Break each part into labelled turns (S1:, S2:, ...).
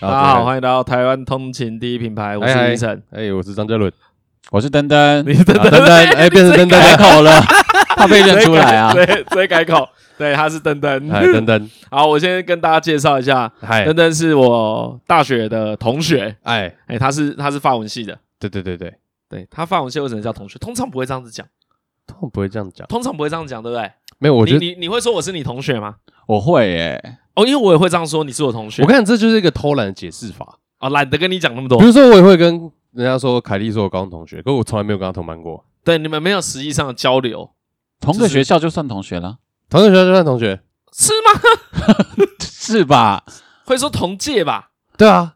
S1: 大家好，欢迎来到台湾通勤第一品牌，我是
S2: 嗨
S1: 李晨。
S2: 啊哎，我是张嘉伦，
S3: 我是登登，
S1: 你是登登
S3: 啊登登，哎，变成登登改口了，怕被认出来啊！
S1: 对， 直接改口，对，他是登登。
S2: 哎，等等，
S1: 好，我先跟大家介绍一下，
S2: 嗨
S1: 登，登是我大学的同学，
S2: 哎，
S1: 哎、他是他是法文系的，
S2: 对对对对，
S1: 对他法文系为什么叫同学？通常不会这样子讲，
S2: 他们不会这样讲，
S1: 通常不会这样讲，对不对？
S2: 没有，我觉得
S1: 你你你会说我是你同学吗？
S3: 我会耶，
S1: 哦，因为我也会这样说，你是我同学
S2: 我，看这就是一个偷懒的解释法。
S1: 哦，懒得跟你讲那么多
S2: 比。如说，我也会跟人家说凯莉是我高中同学，可我从来没有跟她同班过，
S1: 对，你们没有实际上的交流，
S3: 同个学校就算同学了，
S2: 同学学校就算同学，
S1: 是吗？
S3: 是吧？
S1: 会说同届吧？
S2: 对啊，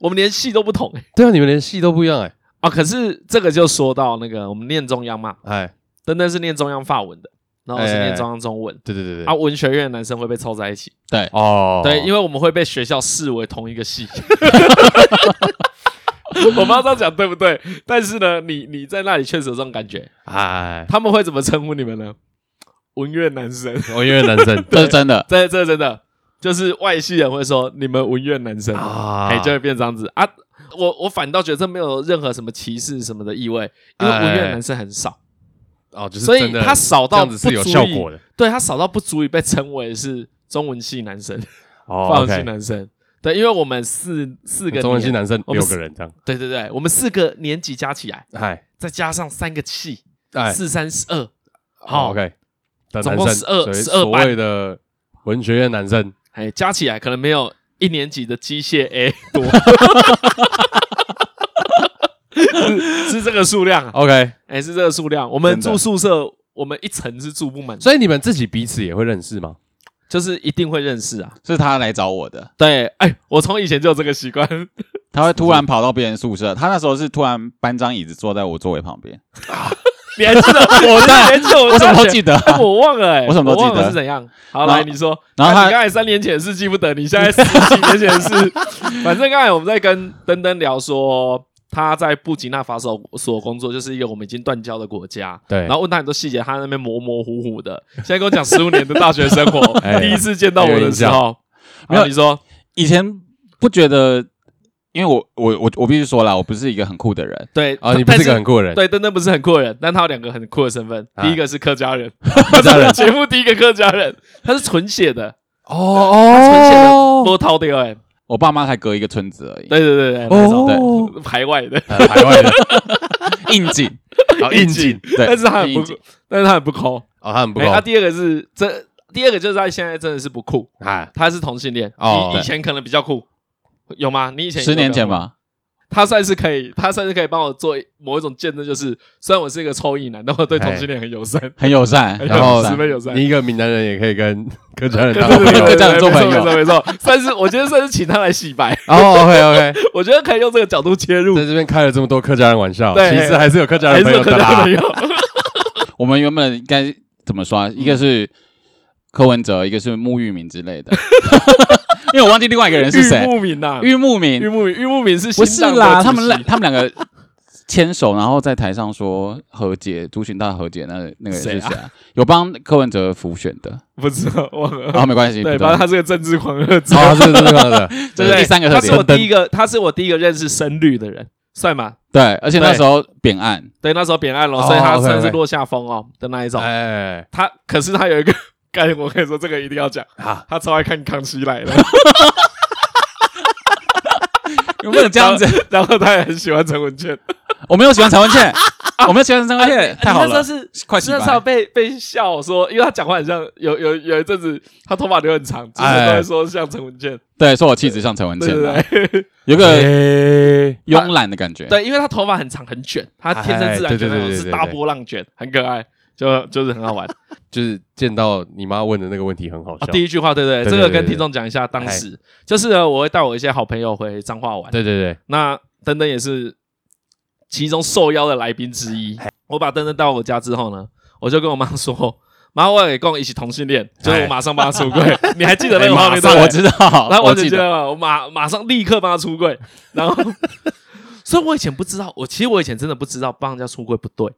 S1: 我们连系都不同、哎
S2: 对啊，你们连系都不一样哎，
S1: 啊，可是这个就说到那个我们念中央嘛，
S2: 哎，
S1: 登登是念中央法文的，然后我是
S2: 哎哎
S1: 念
S2: 哎
S1: 中央中文。
S2: 对对对
S1: 啊，
S2: 对，
S1: 文学院的男生会被凑在一起，
S3: 对，
S2: 哦，
S1: 对，因
S2: 为
S1: 为我们会被学校视为同一 个系。我不知道这样讲对不对，但是呢，你你在那里确实有这种感觉。
S2: 哎，
S1: 他们会怎么称呼你们呢？文院男生，
S2: 我哦因为男 生
S3: 这是真的，
S1: 这这真的就是外系人会说你们文院男生，哎、
S2: 啊
S1: 就会变这样子啊。我我反倒觉得这没有任何什么歧视什么的意味，因为文
S2: 哎哎
S1: 院
S2: 哎
S1: 男生很少，
S2: 哦，就是
S1: 所以
S2: 真的
S1: 他少
S2: 这
S1: 到
S2: 样
S1: 不
S2: 子
S1: 足
S2: 是
S1: 以
S2: 有效果的，
S1: 对他少到不足以被称为是中文系男生、
S2: 哦
S1: 法文系
S2: ，OK，
S1: 男生。对，因为我们四四个哦
S2: 中文系
S1: 年
S2: 男生
S1: 我
S2: 六
S1: 们
S2: 个人这样，
S1: 对对对，我们四个年级加起来，
S2: 哎
S1: 再加上三个系，
S2: 哎，
S1: 四三十二，
S2: 好
S1: 好
S2: 哦，OK，的
S1: 总
S2: 男
S1: 共
S2: 生
S1: 12
S2: 所谓
S1: 12
S2: 所
S1: 班
S2: 谓的文学院男生，
S1: 哎，加起来可能没有一年级的机械 A 多，是是这个数量啊，
S2: OK，
S1: 哎，是这个数量。我们
S2: 真的
S1: 住宿舍，我们一层是住不满，
S2: 所以你们自己彼此也会认识吗？
S1: 就是一定会认识啊。
S3: 是他来找我的，
S1: 对，哎，我从以前就有这个习惯，
S3: 他会突然跑到别人宿舍，他那时候是突然搬张椅子坐在我座位旁边，
S1: 你还记得？我
S3: 当
S1: 还记得
S3: 我
S1: 我
S3: 怎么
S1: 大
S3: 都
S1: 学
S3: 记得啊，
S1: 哎 我忘了哎、
S3: 我什么都记得
S1: 忘了是怎样。好，
S3: 然后
S1: 来你说，
S3: 然后
S1: 啊
S3: 他
S1: 你刚才三年前的事记不得，你现在十几年前的 事，反正刚才我们在跟登登聊说，他在布吉纳法索所工作，就是一个我们已经断交的国家。
S2: 对
S1: 然后问他很多细节，他在那边模模糊糊的。现在跟我讲十五年的大学生 活
S2: 哎，
S1: 第一次见到我的时候，然
S3: 没有
S1: 后你说
S3: 以前不觉得，因为我我我我必须说啦，我不是一个很酷的人，
S1: 对
S2: 啊，你不是一个
S1: 但
S2: 很酷的人，
S1: 对，登登不是很酷的人，但他有两个很酷的身份，
S2: 啊
S1: 第一个是客家 人，
S2: 客家人
S1: 节目第一个客家人，他是纯血的，
S2: 哦
S1: 纯血的
S2: 哦，
S1: 波涛掉哎，
S3: 我爸妈才隔一个村子而已，
S1: 对对对对，那种
S2: 哦，
S1: 排外的，
S2: 呃海外的，
S3: 应 景，
S2: 好应景，
S3: 对，
S1: 但是他很
S3: 应
S1: 不
S3: 景，，
S1: 但是他很不抠。
S2: 哦，他很不
S1: 哎
S2: 够
S1: 他，第二个是这，第二个就是他现在真的是不酷，
S2: 哎，
S1: 他是同性恋，
S2: 哦
S1: 以以前可能比较酷，有吗？你以前
S3: 十年前
S1: 吧，
S3: 吧，
S1: 他算是可以，他算是可以帮我做某一种见证，就是虽然我是一个臭意男，但我对同性恋很友善，
S3: 很友 善，
S1: 很
S2: 然后
S3: 很友
S1: 十
S3: 善
S1: 分友善。
S2: 你一个闽南人也可以跟客家人
S1: 对
S2: 当
S1: 对
S2: 朋
S1: 对对
S2: 友
S1: 对，
S3: 这样做朋友
S1: 没错没错，没错算是我觉得算是请他来洗白，
S2: 哦，OK OK，
S1: 我觉得可以用这个角度切入，
S2: 在这边开了这么多客家人玩笑，
S1: 对
S2: 其实还是有客家
S1: 还
S2: 人朋
S1: 是
S2: 友
S1: 可
S2: 的
S1: 能
S2: 啦
S1: 朋，友，
S3: 我们原本应该怎么说、啊？
S1: 嗯
S3: 一个是柯文哲，一个是穆玉明 之类的，因为我忘记另外一个人是
S1: 玉
S3: 谁。
S1: 木敏啊呐，
S3: 玉木
S1: 玉
S3: 明
S1: 木玉木敏是
S3: 不
S1: 新
S3: 是
S1: 党的
S3: 啦，
S1: 主
S3: 他们
S1: 席
S3: 俩他们两个牵手，然后在台上说和解，族群大和解，那那个人
S1: 谁
S3: 是
S1: 啊
S3: 谁啊？有帮柯文哲浮选 的，
S1: 不知道忘了。
S3: 然后没关哦系，不
S1: 对，
S3: 知
S1: 反正
S3: 道
S1: 他是个政治狂 热者，
S2: 哦，是是是的，
S3: 这是第三个
S1: 他
S3: 特
S1: 是我
S3: 点。
S1: 第一个，他是我第一个认识深绿的人，算吗？
S3: 对，而且那时候 扁案，
S1: 对，那时候扁案了，
S2: 哦
S1: 所以他
S2: OK，OK
S1: 算是落下风哦的那一种。
S2: 哎，
S1: 他可是他有一个，干我跟你说，这个一定要讲，
S2: 啊，
S1: 他超爱看《康熙 来了》，
S3: 有没有这样子？
S1: 然后他也很喜欢陈文茜，啊
S3: 我没有喜欢陈文 茜，我没有喜欢陈文茜，太好
S1: 哎那
S3: 了
S1: 时，候是。
S3: 快洗
S1: 是那时
S3: 白
S1: 候。被被笑说，因为他讲话很像有有有一阵子，他头发留很长，之前
S2: 哎
S1: 都会说像陈文茜，
S3: 对，说我气质像陈文
S1: 对
S3: 茜啊，
S1: 对对，
S3: 有个
S1: 哎
S2: 对，
S3: 慵懒的感觉。
S1: 对，因为他头发很长很卷，他天生自
S2: 哎对
S1: 然卷那
S2: 对对
S1: 种
S2: 对
S1: 是
S2: 对
S1: 大波浪卷，很可爱，就就是很好 玩。
S2: 就是见到你妈问的那个问题很好笑
S1: 啊，，第一句话，对不对？
S2: 对
S1: 这
S2: 对
S1: 个跟
S2: 对对
S1: 听众讲一下，当时就是呢，我会带我一些好朋友回彰化玩，
S2: 对对对，
S1: 那登登也是其中受邀的来宾之一。我把登登带到我家之后呢，我就跟我妈说：“ 妈，我也跟我一起同性恋，就是我马上帮他出柜。”你还记得那
S3: 哎
S1: 个画
S3: 马
S1: 面？
S3: 上
S1: 对
S3: 我
S1: 不对
S3: 知道，
S1: 然后
S3: 我
S1: 就
S3: 记
S1: 觉
S3: 得，
S1: 得我马马上立刻帮他出柜， 然后，所以我以前不知道，我其实我以前真的不知道帮人家出柜不对。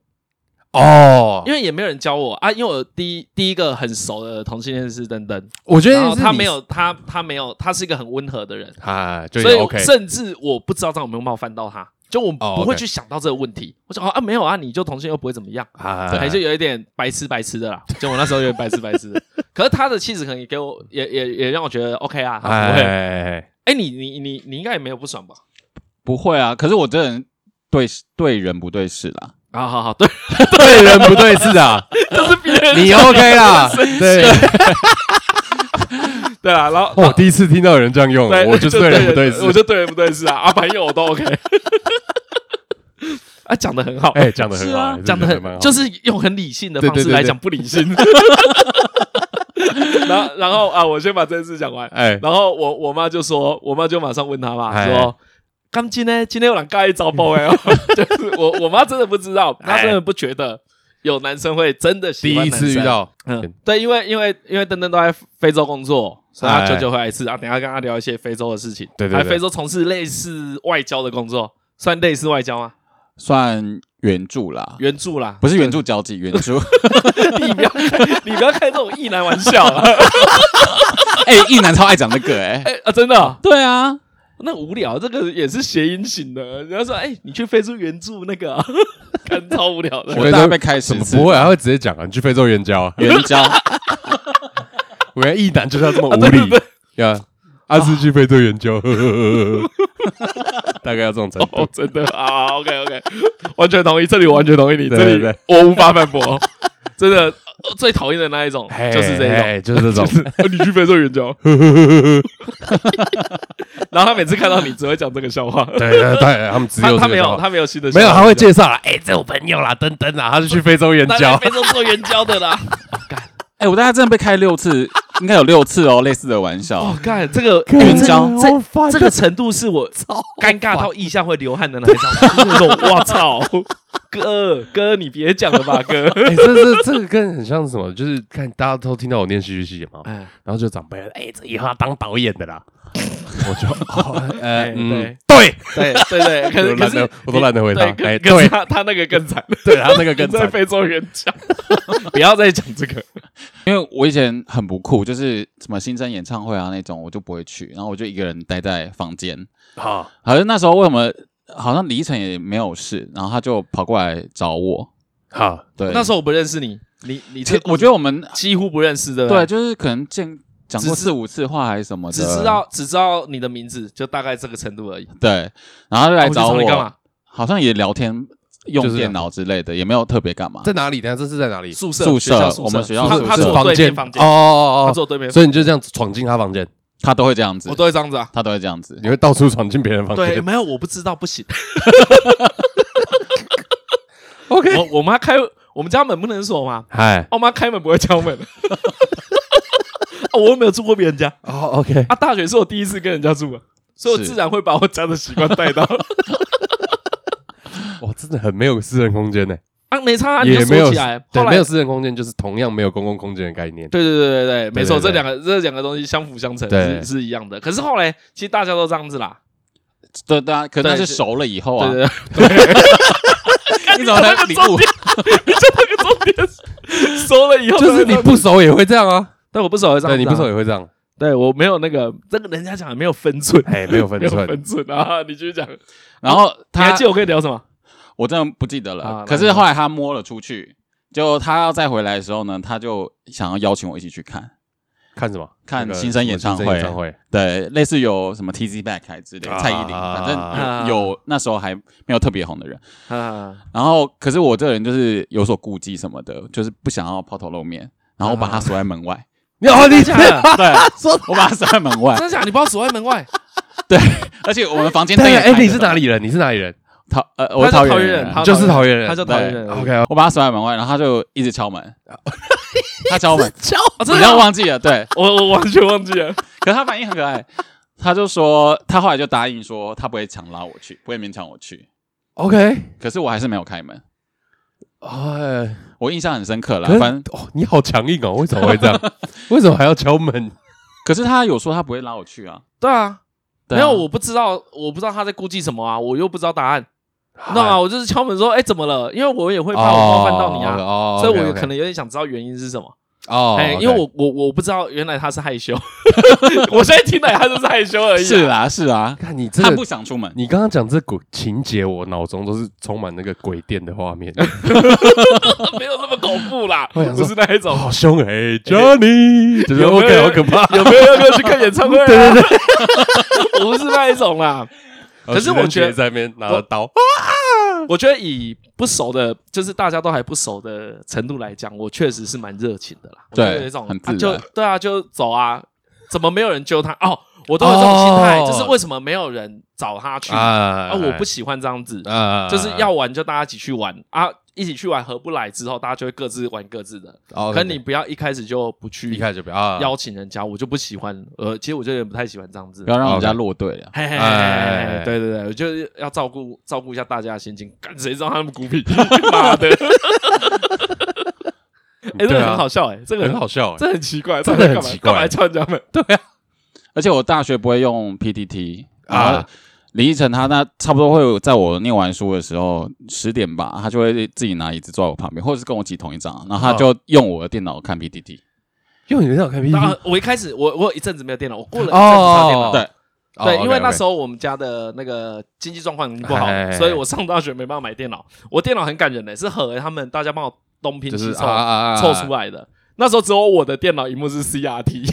S2: 哦，
S1: 因为也没有人教我啊，因为我第一第一个很熟的同性恋是登登，
S2: 我觉
S1: 然
S2: 得
S1: 后
S2: 是
S1: 他
S2: 你
S1: 没有他他没有他是一个很温和的人，
S2: 啊，就
S1: 所
S2: 也
S1: 以
S2: OK，
S1: 甚至我不知道这样有没有冒犯到他，就我
S2: 哦
S1: 不会
S2: OK
S1: 去想到这个问题。我想哦啊没有啊，你就同性又不会怎么样，
S2: 啊，
S1: 还是有一点白痴白痴的啦。 就我那时候有点白痴白痴的， 可是他的气质可能也给我也也也让我觉得 OK 啊，他不会。哎、
S2: 哎，
S1: 你你你你应该也没有不爽吧？
S3: 不会啊，可是我这人对对人不对事啦。
S1: 啊，好好，对，
S2: 对人不对事啊，
S1: 这是别人
S2: 你 OK 啦，对，
S1: 对啊，然后
S2: 哦我第一次听到有人这样用，
S1: 对，
S2: 我就是对人不对事
S1: 我，就对人不对事啊，啊，朋友我都 OK。啊，讲的很好，
S2: 哎，讲的很
S3: 是啊
S2: 好，哎
S1: 讲的
S2: 蛮好
S1: 很，就是用很理性的方
S2: 对
S1: 式
S2: 对对
S1: 来讲不理性。 然后，然后啊，我先把这件事讲完。
S2: 哎，
S1: 然后我我妈就说，我妈就马上问他嘛，
S2: 哎
S1: 说：“刚今天今天有人盖招包哎哦， 就是我我妈真的不知道，她真的不觉得有男生会真的喜
S2: 哎第
S1: 欢
S2: 一
S1: 男生
S2: 次遇，到，
S1: 嗯，对，因为因为因为登登都在非洲工作，所以她
S2: 哎
S1: 久久回来一次啊。等一下跟她聊一些非洲的事情，
S2: 对对对
S1: 来非洲从事类似外交的工作，算类似外交吗？
S3: 算援 助啦，
S1: 援 助啦，
S3: 不是援助交际，援助。
S1: 你不要开，你不要开这种意男玩笑啊！
S3: 哎、一男超爱讲这个哎、
S1: 哎、啊，真的哦、
S3: 对啊，
S1: 那无聊，这个也是谐音型的。人家说，哎、你去非洲援助那个、啊，看超 无聊的。
S3: 我大概被开
S2: 怎
S3: 始
S2: 么不会？他会直接讲啊，你去非洲援 交啊，
S3: 援 交，
S2: 我看一男就是要这么无
S1: 啊
S2: 理呀，阿斯去非洲援交， 呵呵呵呵大概要这种程
S1: 哦
S2: 度，，
S1: 真的啊，OK OK，完全同意，这里我完全同意你，
S2: 对
S1: 这
S2: 对
S1: 里
S2: 对
S1: 我无法反驳。 真的，呃最讨厌的那一种
S2: 嘿
S1: 哦就是这一种。
S2: 嘿哎就是这种，
S1: 啊你去非洲援 交，然后他每次看到你只会讲这个笑话，
S2: 对对对，他们只有
S1: 他
S2: 这个
S1: 他没
S2: 笑
S1: 有
S2: 话
S1: 他没有新的笑
S2: 没
S1: 话，
S2: 有，他会介绍啦，哎，这我朋友啦，等等啦，他是去非洲援
S1: 他在
S2: 交，
S1: 非洲做援交的啦。
S3: 哎、我大概真的被开六次，应该有六次哦，类似的玩 笑。
S1: 哦，干这个
S2: 干
S1: 哎
S2: 这
S1: 这
S2: 个好烦啊
S1: 这这个程度是我尴尬到腋下会流汗的那一种。那种我操， 哥哥你别讲了吧，哥。
S2: 哎，这这这个跟很像是什么？就是看大家都听到我念戏剧系嘛，
S1: 哎，
S2: 然后就长辈，哎，这以后要当导演的啦。我就哦，
S1: 哎
S2: 呃，嗯
S1: 对，
S2: 对，
S1: 对对对，可
S2: 我 懒
S1: 是可是
S2: 得，我都懒得回答。哎，
S1: 对，可可
S2: 对，
S1: 是他他那个更惨，
S2: 对，他那个
S1: 跟
S2: 更
S1: 在
S2: 惨。
S1: 非洲援 交，不要再讲这个。
S3: 因为我以前很不酷，就是什么新生演唱会啊那种，我就不会去，然后我就一个人待在房间。
S2: 好，
S3: 好像那时候为什么好像李晨也没有事，然后他就跑过来找我。
S2: 好，
S3: 对，
S1: 那时候我不认识你，你你
S3: 其
S1: 这
S3: 实我觉得我们
S1: 几乎不认识的，
S3: 对，就是可能见讲过
S1: 只是
S3: 四五次话还是什么的，
S1: 只知道只知道你的名字，就大概这个程度而已。
S3: 对，然
S2: 啊
S3: 后他就来
S1: 我去
S3: 找
S1: 找
S3: 我，
S1: 你干嘛？
S3: 好像也聊天、
S2: 就
S3: 用
S2: 是
S3: 电脑之类的，也没有特别干嘛。
S2: 在哪里？等下这是在哪里？
S1: 宿舍，
S3: 宿
S1: 学校
S3: 舍
S1: 宿
S3: 我们学校
S1: 他
S3: 宿舍
S1: 他
S2: 是
S1: 坐我对面房
S2: 哦
S1: 间，他
S2: 哦哦
S1: 坐我对面
S2: 哦，，所以你就这样子闯进他房间，
S3: 他都会这样子
S1: 我，都会这样子啊。
S3: 他都会这样子。
S2: 你会到处闯进别人房
S1: 对，
S2: 间。
S1: 没有，我不知道，不 行。
S2: OK，
S1: 我我妈开我们家门不能锁嘛，哦
S2: 嗨，
S1: 我妈开门不会敲 门。啊我又没有住过别人家
S2: 哦，OK，
S1: 啊，大学是我第一次跟人家住啊，所以我
S3: 是
S1: 自然会把我家的习惯带 到。
S2: 哇，真的很没有私人空间呢，
S1: 啊，没差啊，你
S2: 也
S1: 就
S2: 没有
S1: 锁起来。后
S2: 对，
S1: 来
S2: 没有私人空间就是同样没有公共空间的概念。
S1: 对对对对对，没错，
S2: 对
S1: 这
S2: 对对
S1: 两个这两个东西相辅相成，
S2: 对
S1: 是是一样的。可是后来其实大家都这样子啦，
S3: 对对啊，可
S1: 对
S3: 能是
S1: 是
S3: 熟了以后
S1: 对
S3: 啊，
S1: 对对，
S3: 你怎么在领悟？
S1: 这个 重点是熟了以后
S2: 就是你不，熟也会这样啊，
S1: 但我不熟会这样子啊，
S2: 对，你不熟也会这样，
S1: 对我没有那个，这个人家讲的没有分寸，
S2: 哎，没有分
S1: 没有
S2: 寸
S1: 分寸啊！ 你继续讲，
S3: 然后
S1: 你还
S3: 他
S1: 记得我跟你 聊什么？
S3: 我真的不记得
S1: 啊
S3: 了。可是后来他摸了出去，就他要再回来的时候呢，他就想要邀请我一起去看，
S2: 看什么？
S3: 看
S2: 那个
S3: 新生演唱会
S2: 新生演唱会，
S3: 对，类似有什么 T Z Back 还之类，
S2: 啊
S3: 蔡依林，反
S1: 啊
S3: 正有有那时候还没有特别红的人。
S1: 啊，
S3: 然后，可是我这个人就是有所顾忌什么的，就是不想要抛头露面，然后我把他锁在门外。
S2: 你好，啊你
S1: 哦真的假的
S3: 对，我把他锁在门外
S1: 真，的假的？你把我锁在门外，
S3: 对，而且我们房间灯
S2: 对，
S3: 也
S2: 哎，
S3: 开
S2: 你
S3: 着
S2: 是
S3: 的
S2: 哪里人？你是哪里人？
S3: 桃呃，我是
S1: 他
S3: 桃
S1: 是桃园
S3: 园人
S1: 人，
S3: 啊
S1: 他
S2: 就是桃园人，
S1: 他叫桃园人，哦
S2: OK，哦
S3: 我把他锁在门外，然后他就一直敲门， 他敲门，
S1: 啊，
S3: 你
S1: 真的
S3: 知道
S1: 啊，
S3: 忘记了对，
S1: 我我完全忘记了，
S3: 可是他反应很可爱，他就说他后来就答应说他不会强拉我去，不会勉强我去，
S2: OK，
S3: 可是我还是没有开门，
S2: 哎，
S3: 我印象很深刻啦
S2: 可，是
S3: 反正
S2: 哦，你好强硬哦，为什么会这 样？为什么还要敲门？
S3: 可是他有说他不会拉我去啊，
S1: 对啊，
S3: 对
S1: 没
S3: 啊
S1: 有，我不知道，我不知道他在顾忌什么啊，我又不知道答案，你知道吗？我就是敲门说，哎，怎么了？因为我也会
S3: 哦
S1: 怕我冒犯到你啊，
S2: 哦，
S1: 所以我有可能有点想知道原因是什么。
S2: 哦，
S1: 哎，因为我我我不知道，原来他是害羞， 我现在听来他就是害羞而已。啊
S3: 是，啊啦是啦，
S2: 看你这
S3: 他
S2: 个
S3: 不，想出门，
S2: 你刚刚讲这鬼情节，我脑中都是充满那个鬼店的画面，
S1: 没有那么恐怖啦，
S2: 我想
S1: 不
S2: 说
S1: 是那一种。
S2: 好凶哎，Johnny，就是
S1: 有没有
S2: OK，好可怕。
S1: 有没有要不要去看演唱会、啊？对对对， 我不是那一种啦。可
S2: 哦
S1: 是我觉得
S2: 徐仁杰在那边拿着刀，
S1: 我觉得以不熟的，就是大家都还不熟的程度来讲，我确实是蛮热情的啦。我
S3: 对
S1: 觉得有一种
S3: 很
S1: 啊
S3: 自
S1: 就
S3: 然
S1: 对啊，就走啊，怎么没有人揪他？哦，我都有这种心态，
S2: 哦
S1: 就是为什么没有人找他去啊？
S2: 啊
S1: 我不喜欢这样子，
S2: 啊
S1: 就是要玩就大家一起去玩啊，一起去玩合不来之后，大家就会各自玩各自的。
S2: 哦
S1: 可你不要一开始就不去，
S2: 一开始就不要啊
S1: 邀请人家，我就不喜欢。呃，其实我就有点不太喜欢这样子
S3: 不。要让人家落队啊了。
S1: 嘿嘿嘿嘿
S2: 哎
S1: 嘿对对对，我就是要照顾照顾一下大家的心情，干谁知道他们 孤僻，妈的！哎，
S2: 对
S1: 这个
S2: 啊
S1: 很好笑哎，这个
S2: 很好，笑欸，
S1: 这很奇怪，这
S2: 真的
S1: 个干嘛
S2: 很奇怪
S1: 干嘛叫人家们？
S3: 而且我大学不会用 PPT
S2: 啊
S3: 啊。李依晨他那差不多会有在我念完书的时候十点吧，他就会自己拿椅子坐在我旁边，或者是跟我挤同一张，然后他就用我的电脑看 PPT。
S2: 用你的脑看 PPT
S1: 当 然，啊我一开始我我有一阵子没有电脑，我过了一阵子才有电
S2: 哦
S1: 脑。，
S3: 对
S1: 对，因为那时
S2: 候
S1: 候我们家的那个经济状况已经不好
S2: 哎哎
S1: 了，
S2: 哎
S1: 所以我上大学没办法买电脑。我电脑很感人的，是和他们大家帮我东拼
S2: 就是啊
S1: 西凑
S2: 啊啊
S1: 凑出来的。那时候只有我的电脑荧幕是 CRT，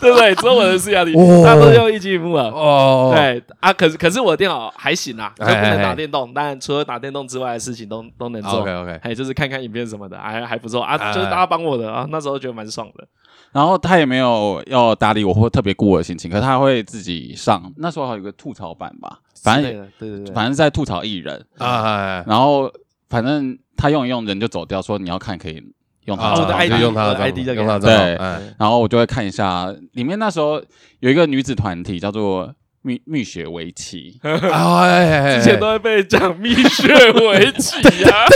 S1: 对不对？只有我的 CRT，
S2: 哦
S1: 大家都用一级荧幕了。
S2: 哦，
S1: 对啊，可是可是我的电脑还行啊，就不
S2: 哎哎
S1: 能
S2: 哎啊
S1: 打电动。当然，除了打电动之外的事情都都能做
S2: ，OK。OK，
S1: 还就是看看影片什么的，还还不错啊，
S2: 哎哎
S1: 就是大家帮我的啊，那时候觉得蛮爽的。
S3: 然后他也没有要搭理我或特别顾我的心情，可是他会自己上。那时候还有一个吐槽版吧，反
S1: 之类
S3: 正
S1: 的对对对，
S3: 反正在吐槽艺人，
S2: 啊，
S3: 然后反正他用一用人就走掉，说你要看可以用他
S1: 啊
S3: 的
S1: 我的
S3: 账号
S1: ID
S2: 就用他
S1: 我
S2: 的
S1: 的
S2: 账号
S1: ID 再给
S2: 用他的
S3: 他对
S2: 账号，哎
S3: 然后我就会看一下里面那时候有一个女子团体叫做蜜蜜雪围棋，
S2: 啊哎哎哎
S1: 之前都会被讲蜜雪围棋啊。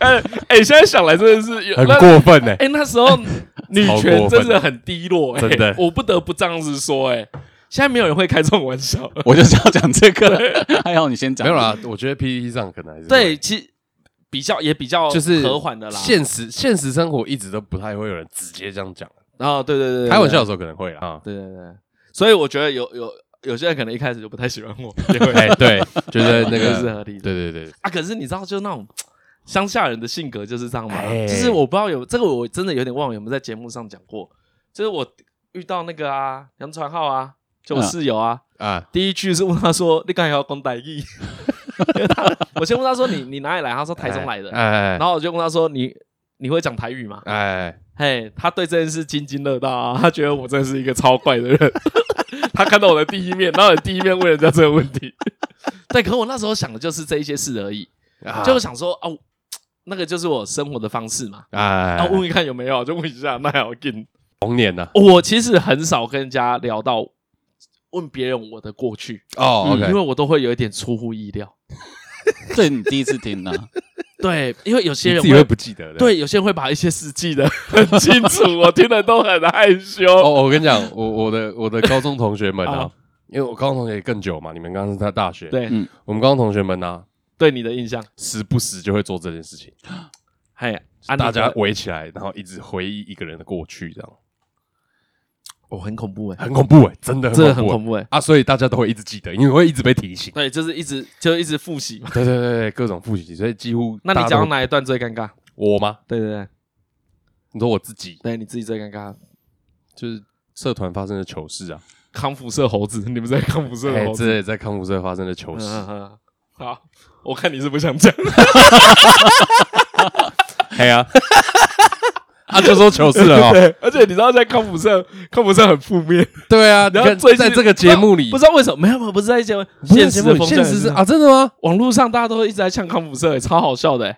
S1: 哎哎，现在想来真的是有
S2: 很
S1: 那
S2: 过分呢，
S1: 哎，那时候女
S2: 超过
S1: 权
S2: 分
S1: 真的很低落，哎
S2: 真的
S1: 我不得不这样子说，哎，现在没有人会开这种玩笑。
S3: 我就是要讲这个，还好你先讲。
S2: 没有啦，我觉得 PPT 上可能还是
S1: 对，其实比较也比较
S2: 就是
S1: 和缓的啦。
S2: 现实现实生活一直都不太会有人直接这样讲，
S1: 啊，对对对，对
S2: 开玩笑的，时候可能会啦啊，
S1: 对对对对，所以我觉得有有有些人可能一开始就不太喜欢我，也会
S2: 哎对，觉得那
S1: 这是
S2: 个
S1: 合理的。
S2: 对对对，
S1: 啊，可是你知道，就那种乡下人的性格就是这样嘛。
S2: 哎
S1: 就是我不知道有这个，我真的有点忘了有没有在节目上讲过。就是我遇到那个啊，杨传浩啊，就我
S3: 嗯
S1: 室友啊，
S2: 啊
S1: 第一句是问他说：“你刚才要讲台语？” 因为他我先问他说：“你你哪里来？”他说：“台中来的。
S2: 哎哎
S1: 然后我就问他说：“你你会讲台语吗
S2: 哎，？”
S1: 嘿，他对这件事津津乐道啊，他觉得我真的是一个超怪的人。 他看到我的第一面，然后第一面问人家这个问题。 对，可我那时候想的就是这一些事而已。
S2: 啊
S1: 就想说哦，那个就是我生活的方式嘛，
S2: 哎
S1: 然后问一看有没有，就问一下，那要跟。
S2: 童年啊呐，
S1: 我其实很少跟人家聊到问别人我的过去，
S2: 哦
S1: 因为
S2: OK，
S1: 我都会有一点出乎意料。
S3: 这你第一次听啊呢、
S1: 对，因为有些
S2: 你
S1: 人
S2: 自己会不记得的，
S1: 对，有些人会把一些事记得很清 楚，我听了都很害羞。
S2: 哦，我跟你讲，我我的我的高中同学们啊
S1: 啊，
S2: 因为我高中同学更久嘛，你们刚刚是在大学，，
S1: 对，
S3: 嗯
S2: 我们高中同学们啊，
S1: 对你的印象，
S2: 时不时就会做这件事情，
S1: 嘿，啊，
S2: 大
S1: 你
S2: 家
S1: 的
S2: 围起来，然后一直回忆一个人的过去，这样
S1: 我很恐怖哎，
S2: 很恐怖哎，真的
S1: 真的
S2: 很
S1: 很
S2: 恐
S1: 恐
S2: 怖
S1: 怖哎。
S2: 啊，所以大家都会一直记得，因为会一直被提醒，
S1: 对，就是一直就一直复习嘛。
S2: 对对对对，各种复习，所以几乎
S1: 那你
S2: 大家
S1: 讲
S2: 都
S1: 到哪一段最尴尬？
S2: 我吗？
S1: 对对对，
S2: 你说我自己
S1: 对你自己最尴尬。
S2: 就是社团发生的糗事啊，
S1: 康复社猴子， 你们在康复社
S2: 哎，
S1: 猴子
S2: 这也在康复社发生的糗事，
S1: 嗯嗯嗯好，我看你是不想讲。
S2: 哎呀， 啊就说糗事了哦，
S1: 对， 而且你知道在康复社，康复社很负面。
S2: 对啊，你
S1: 然后
S2: 看
S1: 最近
S2: 在这个节目里
S1: 不知道为什么，没有没有，不是在节目，
S2: 不是
S1: 实
S2: 节目
S1: 的
S2: 里
S1: 风向
S2: 现
S1: 也
S2: 实
S1: 是
S2: 是
S1: 这样，
S2: 啊，真的吗？
S1: 网络上大家都一直在呛康复社，超好笑的。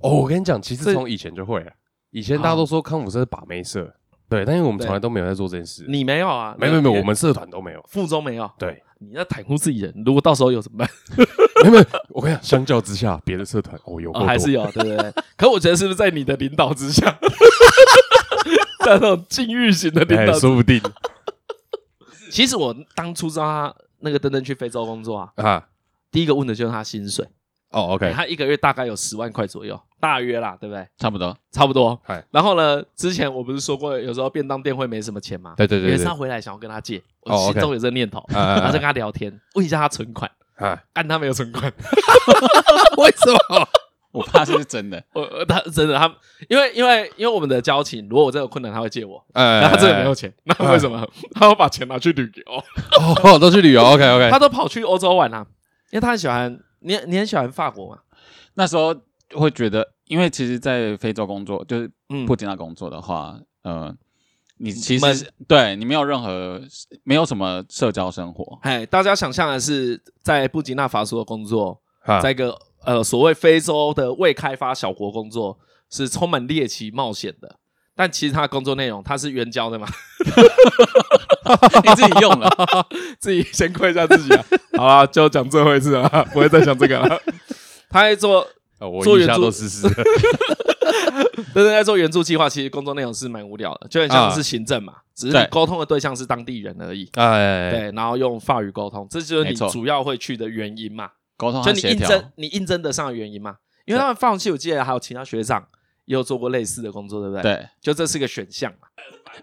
S2: 哦，我跟你讲，其
S1: 这
S2: 实从以前就会了，以前大家都说康复社是把妹社，对，但因为我们
S1: 对
S2: 从来都没有在做这件事，
S1: 你没有啊？
S2: 没有没有没有，我们社团都没 有，
S1: 附中没有，
S2: 对，
S1: 你要袒护自己人。如果到时候有怎么办？
S2: 没有没有，我跟你讲，相较之下，别的社团哦有够
S1: 哦
S2: 多
S1: 还是有，对对对。可我觉得是不是在你的领导 之下，在那种禁欲型的领
S2: 哎
S1: 导之下
S2: 说不定
S1: 其实我当初知道他那个登登去非洲工作啊，
S2: 啊，
S1: 第一个问的就是他薪水，
S2: 哦，OK，
S1: 他一个月大概有十万块左右，大约啦，对不对？
S3: 差不多。
S1: 差不多
S2: 嗨。
S1: 然后呢，之前我不是说过，有时候便当店会没什么钱吗？
S2: 对对对
S1: 有
S2: 对
S1: 一次他回来想要跟他借，我
S2: 哦
S1: 心
S2: OK
S1: 中有这个念头，
S2: 啊
S1: 然后就跟他聊天，问一下他存款，
S2: 啊，
S1: 按他没有存款，，
S2: 为什么？
S3: 我怕这是真的
S1: 我我他真的他，因为因为因为我们的交情，如果我真的有困难，他会借我，
S2: 哎
S1: 然后他真的没有钱，那为什么他要把钱拿去旅游？
S2: 哦，都去旅 游，OK OK，
S1: 他都跑去欧洲玩啦，因为他很喜欢你，你很喜欢法国嘛？
S3: 那时候会觉得，因为其实，在非洲工作，就是
S1: 嗯
S3: 布吉纳工作的话，呃，你其
S1: 闷
S3: 实是对你没有任何没有什么社交生 活，
S1: 哎，大家想象的是在布吉纳法索的工作，
S2: 啊
S1: 在一个呃所谓非洲的未开发小国工作，是充满猎奇冒险的。但其实他的工作内容，他是援交的嘛，
S3: 你自己用了，
S1: 自己先亏一下自己啊。好啦，就讲最后一次啊， 不会再讲这个了。他在做，
S2: 哦我
S1: 做
S2: 一
S1: 原
S2: 下
S1: 著
S2: 都湿湿 的，
S1: 但是在做援助计划，其实工作内容是蛮无聊的，就很像
S2: 啊
S1: 是行政嘛，只是
S3: 对
S1: 你沟通的对象是当地人而已。
S2: 哎，
S1: 对，然后用法语沟通，这就是你
S3: 没错
S1: 主要会去的原因嘛，
S3: 沟通
S1: 就
S3: 和
S1: 你
S3: 协
S1: 应
S3: 调。
S1: 征你应征得上的原因嘛。因为他们放弃，我记得还有其他学长也有做过类似的工作，对不对？，
S3: 对，
S1: 就这是个选项嘛。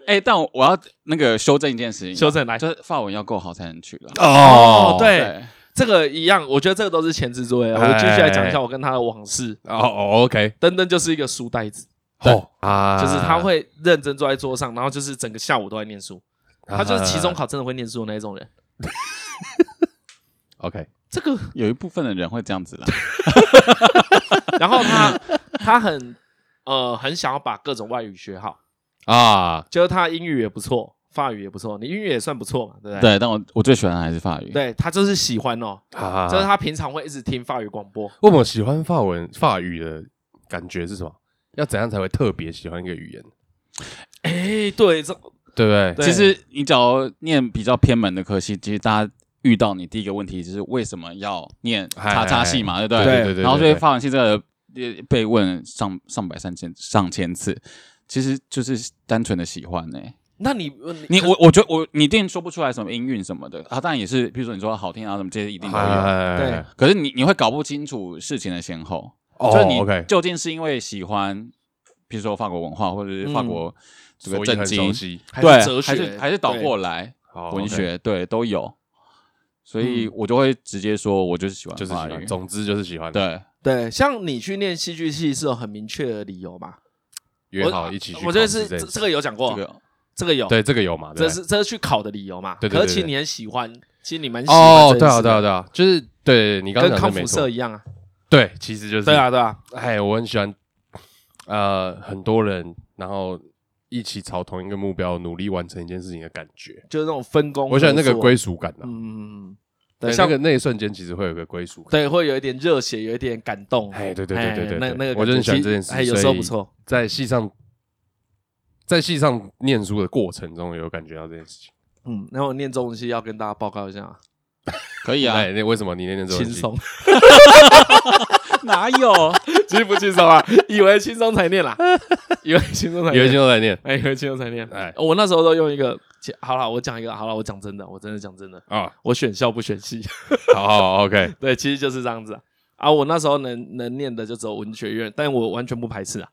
S3: 哎，但我要那个修正一件事情，
S1: 修正来
S3: 就是法文要够好才能去了。
S1: 哦
S2: 哦，
S1: 对这个一样，我觉得这个都是前置作业啊。我继续来讲一下我跟他的往事。
S2: 哦哦，OK，
S1: 登登就是一个书呆子，对
S2: 哦啊，
S1: 就是他，会认真坐在桌上，然后就是整个下午都在念书。他就是期中
S2: 考
S1: 考真的会念书的那一种人。
S2: ，OK，
S1: 这个
S3: 有一部分的人会这样子啦。
S1: 然后他 他很呃很想要把各种外语学好，
S2: 啊，
S1: 就是他英语也不错，法语也不错，你英语也算不错嘛，对不对？
S3: 对，但我我最喜欢的还是法语。
S1: 对他就是喜欢哦，
S2: 啊，
S1: 就是他平常会一直听法语广播，
S2: 为什么喜欢法文、法语的感觉是什么？要怎样才会特别喜欢一个语言？
S1: 哎，对，这
S2: 对不对？
S1: 对
S3: 其实你只要念比较偏门的科系，其实大家遇到你第一个问题就是为什么要念叉叉系嘛，哎对不对？
S2: 对对对
S3: 然后所
S2: 对
S3: 以
S2: 对
S3: 法文系这个呃被问上上百上千上千次，其实就是单纯的喜欢呢、
S1: 那你
S3: 你我我觉得我你一定说不出来什么音韵什么的啊，当然也是，比如说你说好听啊什么这些一定
S2: 哎
S3: 都有。
S2: 对
S3: 可是你你会搞不清楚事情的先后，
S2: 哦
S3: 就是你
S2: ，OK，
S3: 究竟是因为喜欢，比如说法国文化或者是
S2: 嗯
S3: 法国这个
S2: 所以
S3: 政
S2: 很
S3: 经
S2: 熟，悉
S1: 还
S3: 对，
S1: 是哲
S3: 还
S1: 学
S3: 是还是倒过
S1: 来，
S3: 来，
S2: 哦 OK
S3: 文
S2: 嗯
S3: 学对都有，所以我就会直接说，我就是喜欢
S2: 就是喜
S3: 法语
S2: 欢，，总之就是喜欢，，
S3: 对，
S1: 对，像你去念戏剧系是有很明确的理由嘛？
S2: 约好一起去
S1: 我觉得
S2: 考试这
S1: 是这
S2: 样子
S1: 这个有讲
S3: 这
S1: 过，
S3: 个
S1: 这个有，
S2: 对这个有嘛？对
S1: 这
S2: 不对
S1: 是这是去考的理由嘛？
S2: 对对对
S1: 可是
S2: 对
S1: 其实你很喜欢，其实你蛮喜欢
S2: 哦，
S1: 这
S2: 对
S1: 件
S2: 啊，
S1: 事的
S2: 对啊，对啊，就是对你刚刚讲
S1: 跟康
S2: 的没
S1: 复
S2: 错
S1: 社，一样啊，
S2: 对，其实就是
S1: 对，啊，对啊，
S2: 哎，我很喜欢呃很多人，然后一起朝同一个目标努力完成一件事情的感觉，
S1: 就是那种分工合作，
S2: 我喜欢那个归属感啊。
S1: 嗯，对，
S2: 对，
S1: 像
S2: 那个那一瞬间其实会有个归属感。
S1: 对，会有一点热血，有一点感动。
S2: 哎，对对对对对，
S1: 那那个
S2: 我就很喜欢
S1: 感觉
S2: 这件事。
S1: 哎，有时候不，错。
S2: 在戏上，在戏上念书的过程中，有感觉到这件事情。
S1: 嗯，然后我念中文系要跟大家报告一下啊，
S3: 可以啊，
S2: 哎，那为什么你念那种
S1: 轻？松，
S3: 哪有？
S1: 其实不轻松啊，以为轻松才念啦，以为轻松才
S2: 有一些
S1: 念，
S2: 都在念
S1: 哎，以为轻松才念。
S2: 哎
S1: 哦我那时候都用一个，好了，我讲一个，好了，我讲真的，我真的讲真的，
S2: 啊，
S1: 我选校不选系。
S2: 好好 OK，
S1: 对，其实就是这样子啊。啊，我那时候能能念的就只有文学院，但我完全不排斥啊。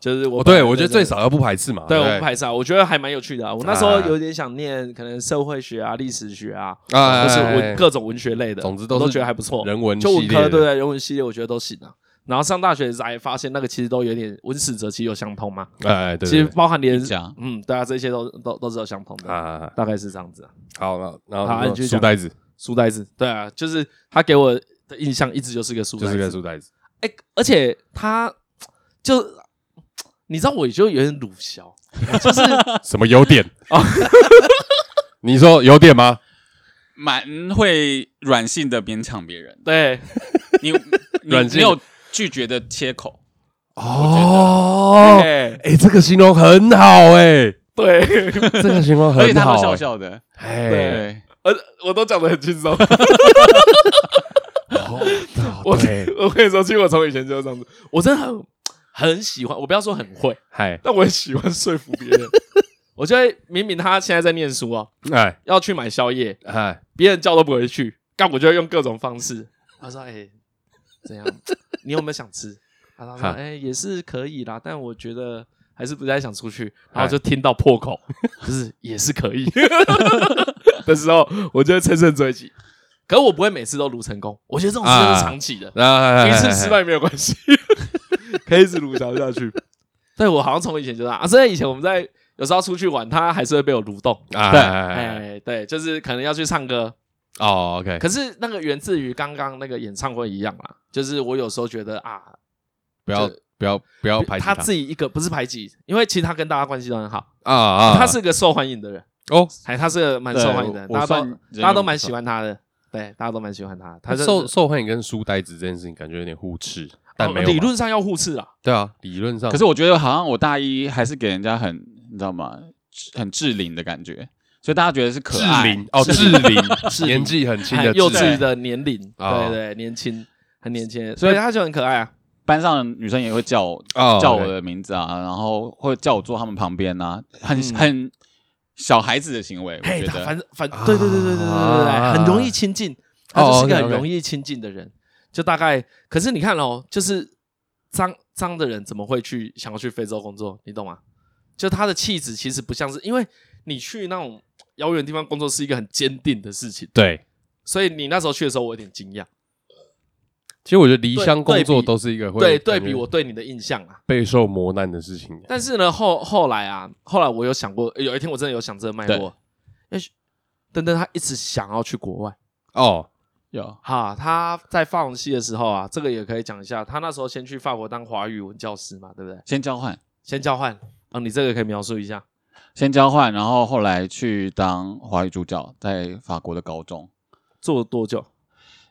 S1: 就是我
S2: 哦，
S1: 本来
S2: 对我觉得
S1: 真的
S2: 最少要不排斥嘛，对
S1: 对，我
S2: 对，
S1: 不排斥啊，我觉得还蛮有趣的啊。我那时候
S2: 啊
S1: 有点想念可能社会学啊、历史学啊，
S2: 啊，
S1: 或是
S2: 哎
S1: 文各种文学类的，
S2: 总之
S1: 都
S2: 都是
S1: 觉得还不错。
S2: 人文
S1: 就文
S2: 系
S1: 科
S2: 列
S1: 对不
S2: 的，
S1: 对人文系列，我觉得都行啊。然后上大学才发现那个其实都有点文史哲其实有相通嘛，
S2: 哎，对，
S1: 其实包含连
S3: 一家
S1: 嗯，对啊，这些都都都是有相通的，
S2: 啊，
S1: 大概是这样子啊。
S2: 好，然后
S1: 好
S2: 然
S1: 你
S2: 后
S1: 继续
S2: 书
S1: 讲
S2: 呆子
S1: 书呆子，对啊，就是他给我的印象一直就是个书
S2: 就
S1: 呆
S2: 是
S1: 子
S2: 个，书呆子，
S1: 哎、而且他就你知道，我就有点鲁枭，就是，
S2: 什么优点啊？ 你说优点吗？
S3: 蛮会软性的勉强别 人
S1: 对
S3: 你你
S2: 软性
S3: 没有拒绝的切口，
S2: 哦，
S1: 对
S2: 哎，这个形容很好哎，
S1: 对，
S2: 这个形容
S3: 而且
S2: 很
S3: 他
S2: 好
S3: 都笑
S2: 哎，
S3: 笑的，
S1: 对
S2: 哎。
S3: 对，
S1: 而 我都讲的很轻松。
S2: 哦，
S1: 我
S2: 对，
S1: 我跟你说，其实我从以前就是这样子， 我真的很很喜欢，我不要说很会，
S2: 嗨，
S1: 但我很喜欢说服别人。 我就会明明他现在在念书啊，
S2: 哎
S1: 要去买宵夜，
S2: 哎，
S1: 别人叫都不会去，但我就会用各种方式。他说：“哎、怎 样？你有没有想吃？”他说：“
S2: 哈
S1: 哎、也是可以啦，但我觉得还是不太想出去。”然后就听到破 口，就是也是可以 的时候，我就会乘胜追击。啊可我不会每次都撸成功，我觉得这种事情是长期的，
S2: 一
S1: 一次失，败没有关系， 可以一直撸聊下去。对我好像从以前就这样啊，虽然以前我们在有时候出去玩，他还是会被我撸动。
S2: 哎
S3: 对
S2: 哎哎哎
S1: 哎，对，就是可能要去唱歌，
S2: 哦，OK，
S1: 可是那个源自于刚刚那个演唱会一样啦，就是我有时候觉得啊，
S2: 不要不要不要哦排挤
S1: 他自己一个不是排挤，因为其实他跟大家关系都很好，
S2: 啊啊，
S1: 他是个受欢迎的人，
S2: 哦，
S1: 哎，他是个蛮受欢迎的人，
S3: 对我
S1: 大家
S3: 我
S1: 都
S3: 算
S1: 大家都蛮喜欢他的，对，大家都蛮喜欢他的，他
S2: 他
S1: 是
S2: 受受欢迎跟书呆子这件事情感觉有点互斥，但
S1: 哦
S2: 没有吧
S1: 理论上要互斥啦，
S2: 对啊，理论上
S3: 可是我觉得好像我大一还是给人家很你知道吗，很志龄的感觉，所以大家觉得是可
S2: 志
S3: 爱。
S2: 玲哦，志玲年纪很轻的
S1: 哎幼
S2: 志
S1: 稚
S2: 玲
S1: 的年龄，
S2: 哦
S1: 对对，年轻很年轻，
S3: 所
S1: 所
S3: 以
S1: 以他就很可爱啊，
S3: 班上的女生也会叫我
S2: 哦
S3: 叫我
S2: OK
S3: 的名字啊，然后会叫我坐他们旁边啊，很
S1: 嗯
S3: 很小孩子的行为，我
S1: 嘿，
S3: 觉
S1: 他
S3: 得
S1: 反正反对对对对对对对
S2: 啊
S1: 对，很容易亲近，他
S2: 哦
S1: 就是一个
S2: OK，OK
S1: 很容易亲近的人，就大概。可是你看哦，就是脏脏的人怎么会去想要去非洲工作？你懂吗？就他的气质其实不像是，因为你去那种遥远地方工作是一个很坚定的事情，
S2: 对。
S1: 所以你那时候去的时候我有点惊讶，
S2: 其实我觉得离
S1: 对
S2: 乡工
S1: 对
S2: 作
S1: 比
S2: 都是一个会
S1: 对
S2: 感
S1: 对比
S2: 觉
S1: 我对你的印象啊。
S2: 备受磨难的事情。
S1: 但是呢，后后来啊，后来我有想过，有一天我真的有想这个脉
S3: 对
S1: 络，也许登登他一直想要去国外。
S2: 哦，
S3: 有
S1: 哈，他在法文系的时候啊，这个也可以讲一下。他那时候先去法国当华语文教师嘛，对不对？
S3: 先交换，
S1: 先交换啊，你这个可以描述一下。
S3: 先交换，然后后来去当华语助教，在法国的高中。
S1: 做了多久？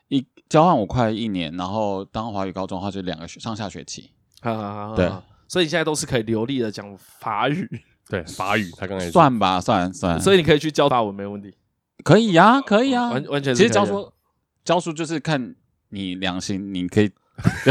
S3: 一交换我快一年，然后当华语高中的话就两个学上下学期，
S1: 哈哈哈
S3: 对
S1: 哈。所以你现在都是可以流利的讲法语，
S2: 对，法语他刚才也说
S3: 算吧，算算，
S1: 哎所以你可以去教法文没问题。
S3: 可以啊，可以啊，
S1: 完完全是
S3: 其实
S1: 可以
S3: 教
S1: 的
S3: 书教书就是看你良心，你可以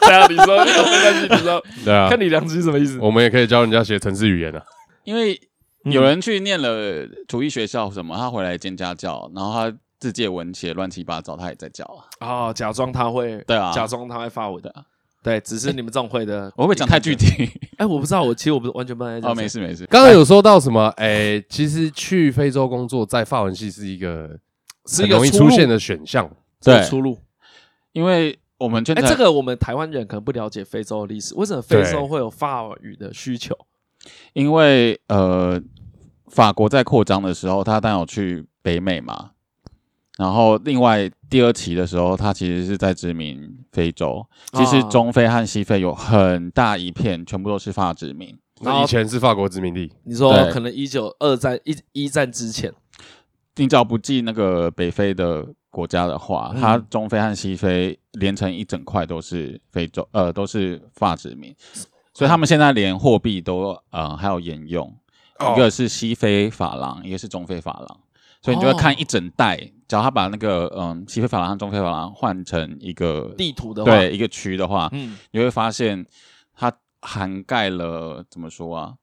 S1: 对啊，你说 没关系，你 说
S2: 对啊，
S1: 看你良心什么意思？
S2: 我们也可以教人家学城市语言啊。
S3: 因为有人去念了厨艺学校什么，他回来兼家教，然后他自己也文写乱七八糟，他也在教啊。
S1: 哦，假装他会，
S3: 对啊
S1: 假装他会法文
S3: 对啊
S1: 的，对，只是你们这种会的，
S3: 我会不会讲太具体？
S1: 哎，我不知道，我其实我不完全不知道在讲
S3: 哦，没
S1: 什
S3: 事没事。
S2: 刚刚有说到什么？哎，其实去非洲工作在法文系是一个
S1: 么，是
S2: 很
S1: 一个
S2: 容易
S1: 出
S2: 出
S1: 路
S2: 现，的选项。
S1: 是个
S3: 对
S1: 出路。
S3: 因为我们现
S1: 哎、
S3: 在、
S1: 这个我们台湾人可能不了解非洲的历史，为什么非洲会有法语的需求？
S3: 因为呃，法国在扩张的时候，他当然有去北美嘛。然后，另外第二期的时候，他其实是在殖民非洲。其实
S1: 啊
S3: 中非和西非有很大一片，全部都是法殖民。
S1: 然后
S2: 那以前是法国殖民地，
S1: 你说
S3: 对
S1: 可能一九二战一一战之前，
S3: 你只要不计那个北非的国家的话，
S1: 嗯
S3: 它中非和西非连成一整块都是非洲，呃，都是法殖民，
S1: 嗯
S3: 所以他们现在连货币都呃还有沿用，
S2: 哦
S3: 一个是西非法郎，一个是中非法郎，所以你就会
S1: 哦
S3: 看一整袋，只要他把那个嗯西非法郎和中非法郎换成一个
S1: 地图的话，
S3: 对一个区的话，
S1: 嗯，
S3: 你会发现它涵盖了怎么说啊？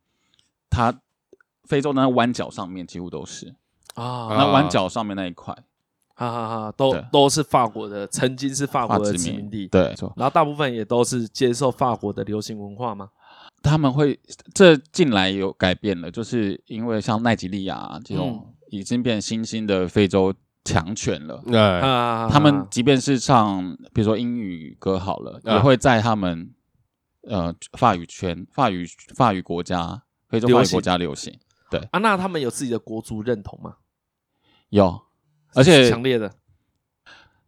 S3: 它非洲那湾角上面几乎都是。
S1: 啊
S3: 那湾角上面那一块
S1: 哈哈哈，都
S3: 对
S1: 都是法国的，曾经是法
S3: 法
S1: 国的
S3: 殖
S1: 殖
S3: 民
S1: 民地，
S3: 对，
S1: 然后大部分也都是接受法国的流行文化嘛。
S3: 他们会这近来有改变了，就是因为像奈及利亚啊
S1: 嗯
S3: 这种已经变新兴的非洲强权了。
S2: 哎，
S1: 啊，
S3: 他们即便是唱，比如说英语歌好了，
S2: 啊
S3: 也会在他们呃法语圈、法语法语国家、非洲法
S1: 流
S3: 语
S1: 行
S3: 国家流行。
S1: 啊，那他们有自己的国族认同吗？
S3: 有，而且
S1: 强烈的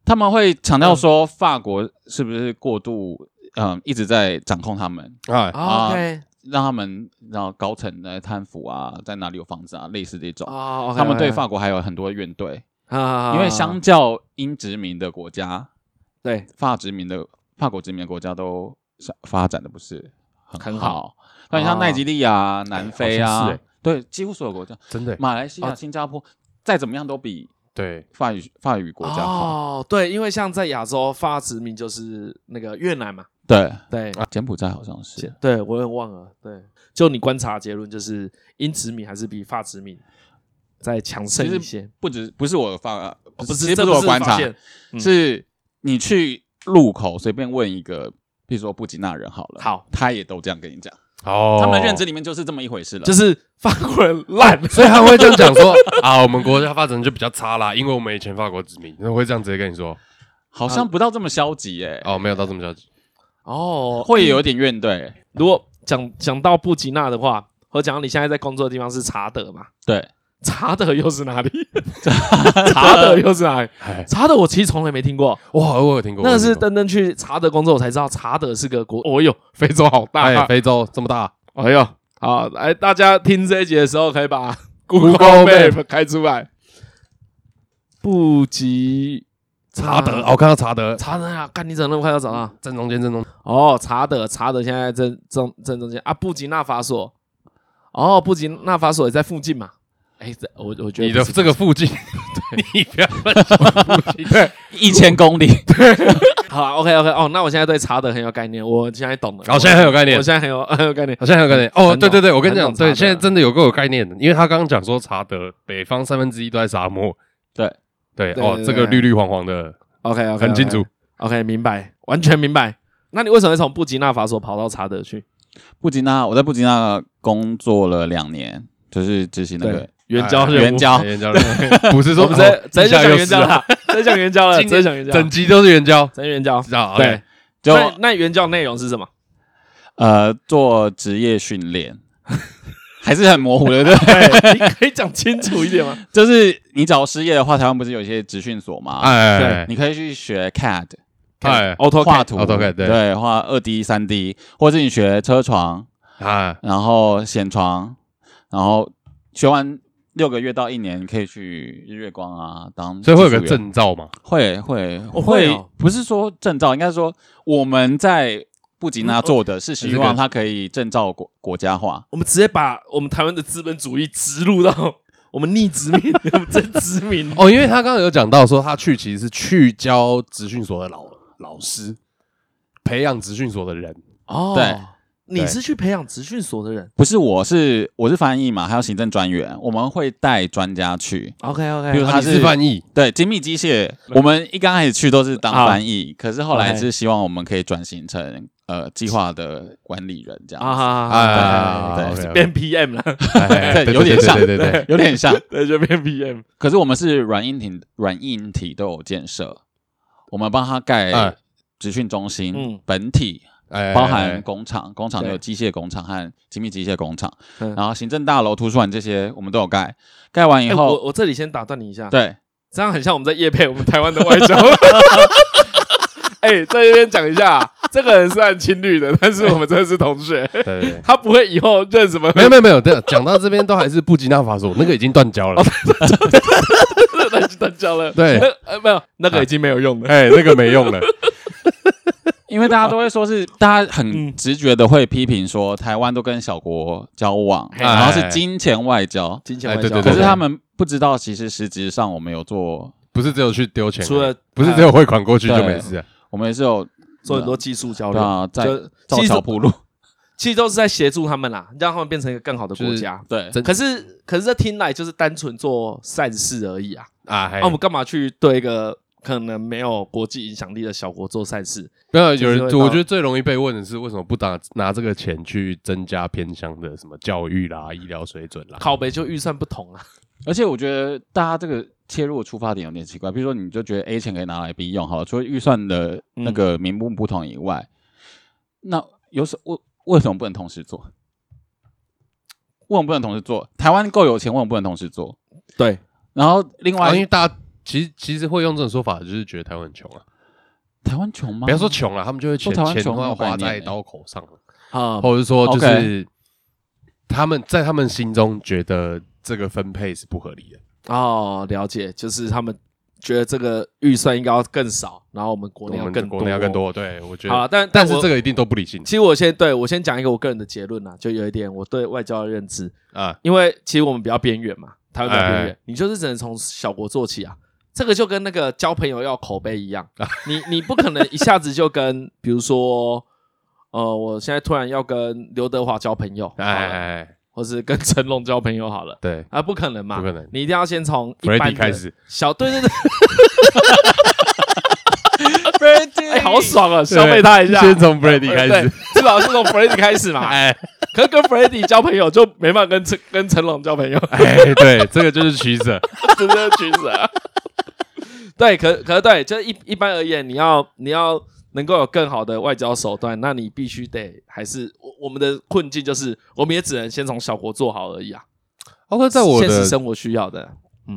S3: 他们会
S1: 嗯
S3: 强调说，法国是不是过度嗯、一直在掌控他们，
S2: 哎，
S1: 啊
S3: 啊
S1: ，OK
S3: 让他们然后高层来贪腐啊，在哪里有房子啊，类似这种。
S1: 啊，OK，
S3: 他们对法国还有很多怨怼，
S1: 啊，
S3: 因为相较英殖民的国家，
S1: 对
S3: 法殖民的法国殖民的国家都是发展的不是很
S1: 很
S3: 好。那你像奈及利亚、南非
S2: 好像
S3: 啊
S2: 是欸，
S3: 对，几乎所有国家，
S2: 真的
S3: 马来西亚、
S2: 啊
S3: 新加坡，再怎么样都比
S2: 对，
S3: 法
S1: 哦
S3: 语法语国家好。
S1: 哦，对，因为像在亚洲，法殖民就是那个越南嘛，
S3: 对，
S1: 对，
S3: 柬埔寨好像是，
S1: 对我也忘了。对，就你观察结论就是，英殖民还是比法殖民再强盛一
S3: 其
S1: 些
S3: 实。不止不是我的发，
S1: 哦
S3: 不
S1: 不
S3: 其实
S1: 这
S3: 不是我观
S1: 发
S3: 察，
S1: 现嗯
S3: 是你去路口随便问一个，比如说布吉纳人好了，
S1: 好，
S3: 他也都这样跟你讲，
S2: 哦，
S3: 他们的认知，里面就是这么一回事了。
S1: 就是法国人烂，
S2: 所以他会这样讲 说啊，我们国家发展就比较差啦，因为我们以前法国殖民，那会这样直接跟你说
S3: 好像不到这么消极耶、
S2: 哦，没有到这么消极。
S1: 哦，
S3: 会有点怨怼。
S1: 如果讲讲到布吉纳的话，我讲到你现在在工作的地方是查德嘛？
S3: 对，
S1: 查德又是 哪里？查德又是哪里？
S2: 哎，
S1: 查德我其实从来没听过，
S2: 哇，我有听过，
S1: 那个是
S2: 我有听
S1: 登登去查德工作，我才知道查德是个国。哦哟，非洲好
S2: 过
S1: 大
S2: 哎，
S1: 啊！
S2: 非洲这么大，
S1: 哎呦，好，哎，大家听这一集的时候可以把 Google
S2: Google
S1: Map 开出来。布吉
S2: 查德，哦，我看到查德，
S1: 查德啊！干，你怎么那么快就找到？
S2: 正中间，正中间，
S1: 哦，查德，查德现在正正正中间啊，布吉纳法索。哦，布吉纳法索也在附近嘛？哎，这我我觉得
S2: 你的
S1: 不是
S2: 这个附 近，你不要乱讲附近， 对，
S3: 一千公里，
S1: 好啊，OK OK，哦，那我现在对查德很有概念，我现在懂了。
S2: 哦，现在很有概念
S1: 我，现在很有 很有概念。
S2: 好像很有概念。
S1: 很
S2: 哦，
S1: 懂
S2: 对对对，我跟你
S1: 很
S2: 讲，
S1: 懂查德
S2: 对，现在真的有够有概念的，因为他刚刚讲说查德北方三分之一都在沙漠，
S3: 对
S2: 对，
S1: 对
S2: 哦
S1: 对，对
S2: 这个绿绿黄黄的
S1: OK OK，
S2: 很清楚。。
S1: OK，明白，完全明白。那你为什么会从布吉纳法索跑到查德去？
S3: 布吉纳，我在布吉纳工作了两年，就是执行那个呃
S1: 对，援交
S2: 哎
S1: 任务
S3: 援交
S2: 援交任务，不是
S1: 我
S2: 说
S1: 们直接直接
S2: 下
S1: 讲援交了，直接讲援交 了，直
S2: 今
S1: 接
S2: 天
S1: 讲援交，
S2: 整集都是援交，
S1: 真援交
S2: 知。道？
S1: 对，，
S3: 就
S1: 那那援交内容是什么？
S3: 呃做职业训练， 还是很模糊的，对。
S1: 对， 你可以讲清楚一点吗？
S3: 就是你找失业的话，台湾不是有一些职训所吗？
S2: 哎，
S3: 你可以去学 CAD，
S2: 哎，
S3: 画图
S2: AutoCAD，对
S3: 对，画二 D、三 D，或者你学车床，
S2: 哎，
S3: 然后显床，然后学完六个月到一年，可以去日月光啊当。
S2: 所以会有个，证照嘛？
S3: 会会
S1: 哦会
S3: 会
S1: 哦，
S3: 不是说证照，应该说我们在布吉纳做的是
S2: 嗯
S3: 希
S2: 这
S3: 望
S2: 个
S3: 它可以证照国国家化。
S1: 我们直接把我们台湾的资本主义植入到 我们逆殖民，我们真殖民。
S2: 哦，因为他刚刚有讲到说，他去其实是去教职训所的老老师，培养职训所的人。
S1: 哦
S3: 对，
S1: 你是去培养职训所的人。
S3: 不是，我是我是翻译嘛，还有行政专员，我们会带专家去，
S1: OK
S3: 比
S1: OK，
S3: 如
S2: 啊
S3: 他
S2: 你是翻译，
S3: 对，精密机械，我们一刚开始去都是当
S1: 啊
S3: 翻译，可是后来
S1: OK
S3: 是希望我们可以转型成呃计划的管理人这样子，
S1: 啊哈哈哈，
S2: 哎，
S3: 对
S1: 变 PM 了，
S2: 哎
S3: 对，有点像，
S2: 对对对，
S3: 有点像。
S1: 对，就变 PM。
S3: 可是我们是软硬体软硬体都有建设，我们帮他盖
S2: 哎
S3: 职训中心，
S1: 嗯
S3: 本体
S2: 哎，
S3: 包含工厂，工厂
S1: 对
S3: 有机械工厂和精密机械工厂，
S1: 嗯
S3: 然后行政大楼、图书馆这些我们都有盖，盖完以
S1: 哎，
S3: 后，
S1: 我我这里先打断你一下，
S3: 对，
S1: 这样很像我们在夜配我们台湾的外交。哎、在这边讲一下，这个人虽然亲绿的，但是我们真的是同学，
S2: 对对对。
S1: 他不会以后认什么
S2: 没有没有没有，对讲到这边都还是布吉纳法索，那个已经断交了。
S1: 乱七八糟了。
S2: 对
S1: 那，呃，没有，那个已经没有用了。
S2: 哎，那个没用了。
S3: 因为大家都会说是， 大
S1: 嗯
S3: 家很直觉的会批评说，台湾都跟小国交往，
S1: 嘿
S3: 然后是金钱外交，
S1: 金钱
S2: 哎
S1: 外交，
S2: 对对
S3: 可
S2: 对
S3: 是他们不知道，其实实质上我们有做，
S2: 不是只有去丢钱，
S1: 除了
S2: 不是只有汇款过去就没事。啊
S3: 我们也是有
S1: 做很多技术交
S3: 对
S1: 流，
S3: 啊，在
S1: 就
S3: 造
S1: 其实
S3: 桥铺 路，
S1: 其实都是在协助他们啦，让他们变成一个更好的国家。
S3: 对
S2: 真
S1: 可是，可是这听来就是单纯做善事而已啊！
S2: 啊，还
S1: 那、我们干嘛去对一个可能没有国际影响力的小国做善事？
S2: 没有有人
S1: 就是会，到
S2: 我觉得最容易被问的是为什么不打拿这个钱去增加偏乡的什么教育啦、医疗水准啦？
S1: 靠北就预算不同啊。
S3: 而且我觉得大家这个切入的出发点有点奇怪，比如说你就觉得 A 钱可以拿来 B 用，好了，除了预算的那
S1: 嗯
S3: 个名目不同以外，那有什为为什么不能同时做？ 为什么不能同时做？台湾够有钱，为什么不能同时做？
S1: 对，
S3: 然后另
S2: 啊
S3: 外
S2: 因为大家其实其实会用这种说法，就是觉得台湾很穷啊。
S3: 台湾穷吗？
S2: 不要说穷啊了，他们就会
S3: 说
S2: 钱
S3: 台湾
S2: 钱
S3: 穷
S2: 都要
S3: 有概
S2: 花
S3: 念
S2: 在
S3: 欸
S2: 刀口上了，
S1: 啊、
S2: 或者说就
S3: OK
S2: 是他们在他们心中觉得这个分配是不合理的。
S1: 哦，了解，就是他们觉得这个预算应该要更少，然后我们国
S2: 我
S1: 内要
S2: 们
S1: 更
S2: 国内要更。多，对我觉
S1: 好啦，
S2: 得，
S1: 但
S2: 但是这
S1: 个，
S2: 个一定都不理 性
S1: 其实我先对我先讲一个我个人的结论啦，就有一点我对外交的认知，
S2: 啊。
S1: 因为其实我们比较边缘嘛，台湾比较边
S2: 哎
S1: 缘，你就是只能从小国做起啊。这个 就跟那个交朋友要口碑一样，你你不可能一下子就跟比如说呃，我现在突然要跟刘德华交朋友，
S2: 哎
S1: 哎，
S2: 哎，哎
S1: 或是跟成龙交朋友好了
S2: 对
S1: 啊，不可能嘛，
S2: 不可能
S1: 你一定要先从一般
S2: Freddy
S1: 人
S2: 开始，
S1: 小对对对， 哎，好爽啊， 消费他一下，
S2: 先从 Brady 开
S1: 对
S2: 始，，
S1: 至少是从 Freddy 开 始嘛，
S2: 哎
S1: 可是跟 Freddy 交朋友就没办法跟成跟成龙交朋友，
S2: 哎，对，这个就是取舍，
S1: 真的取舍啊。 对，可可是对，就是一一般而言，你要你要能够有更好的外交手段，那你必须得还是我我们的困境就是，我们也只能先从小国做好而已啊。
S2: 哦，那在我
S1: 现实
S2: 的，
S1: 生活需要的，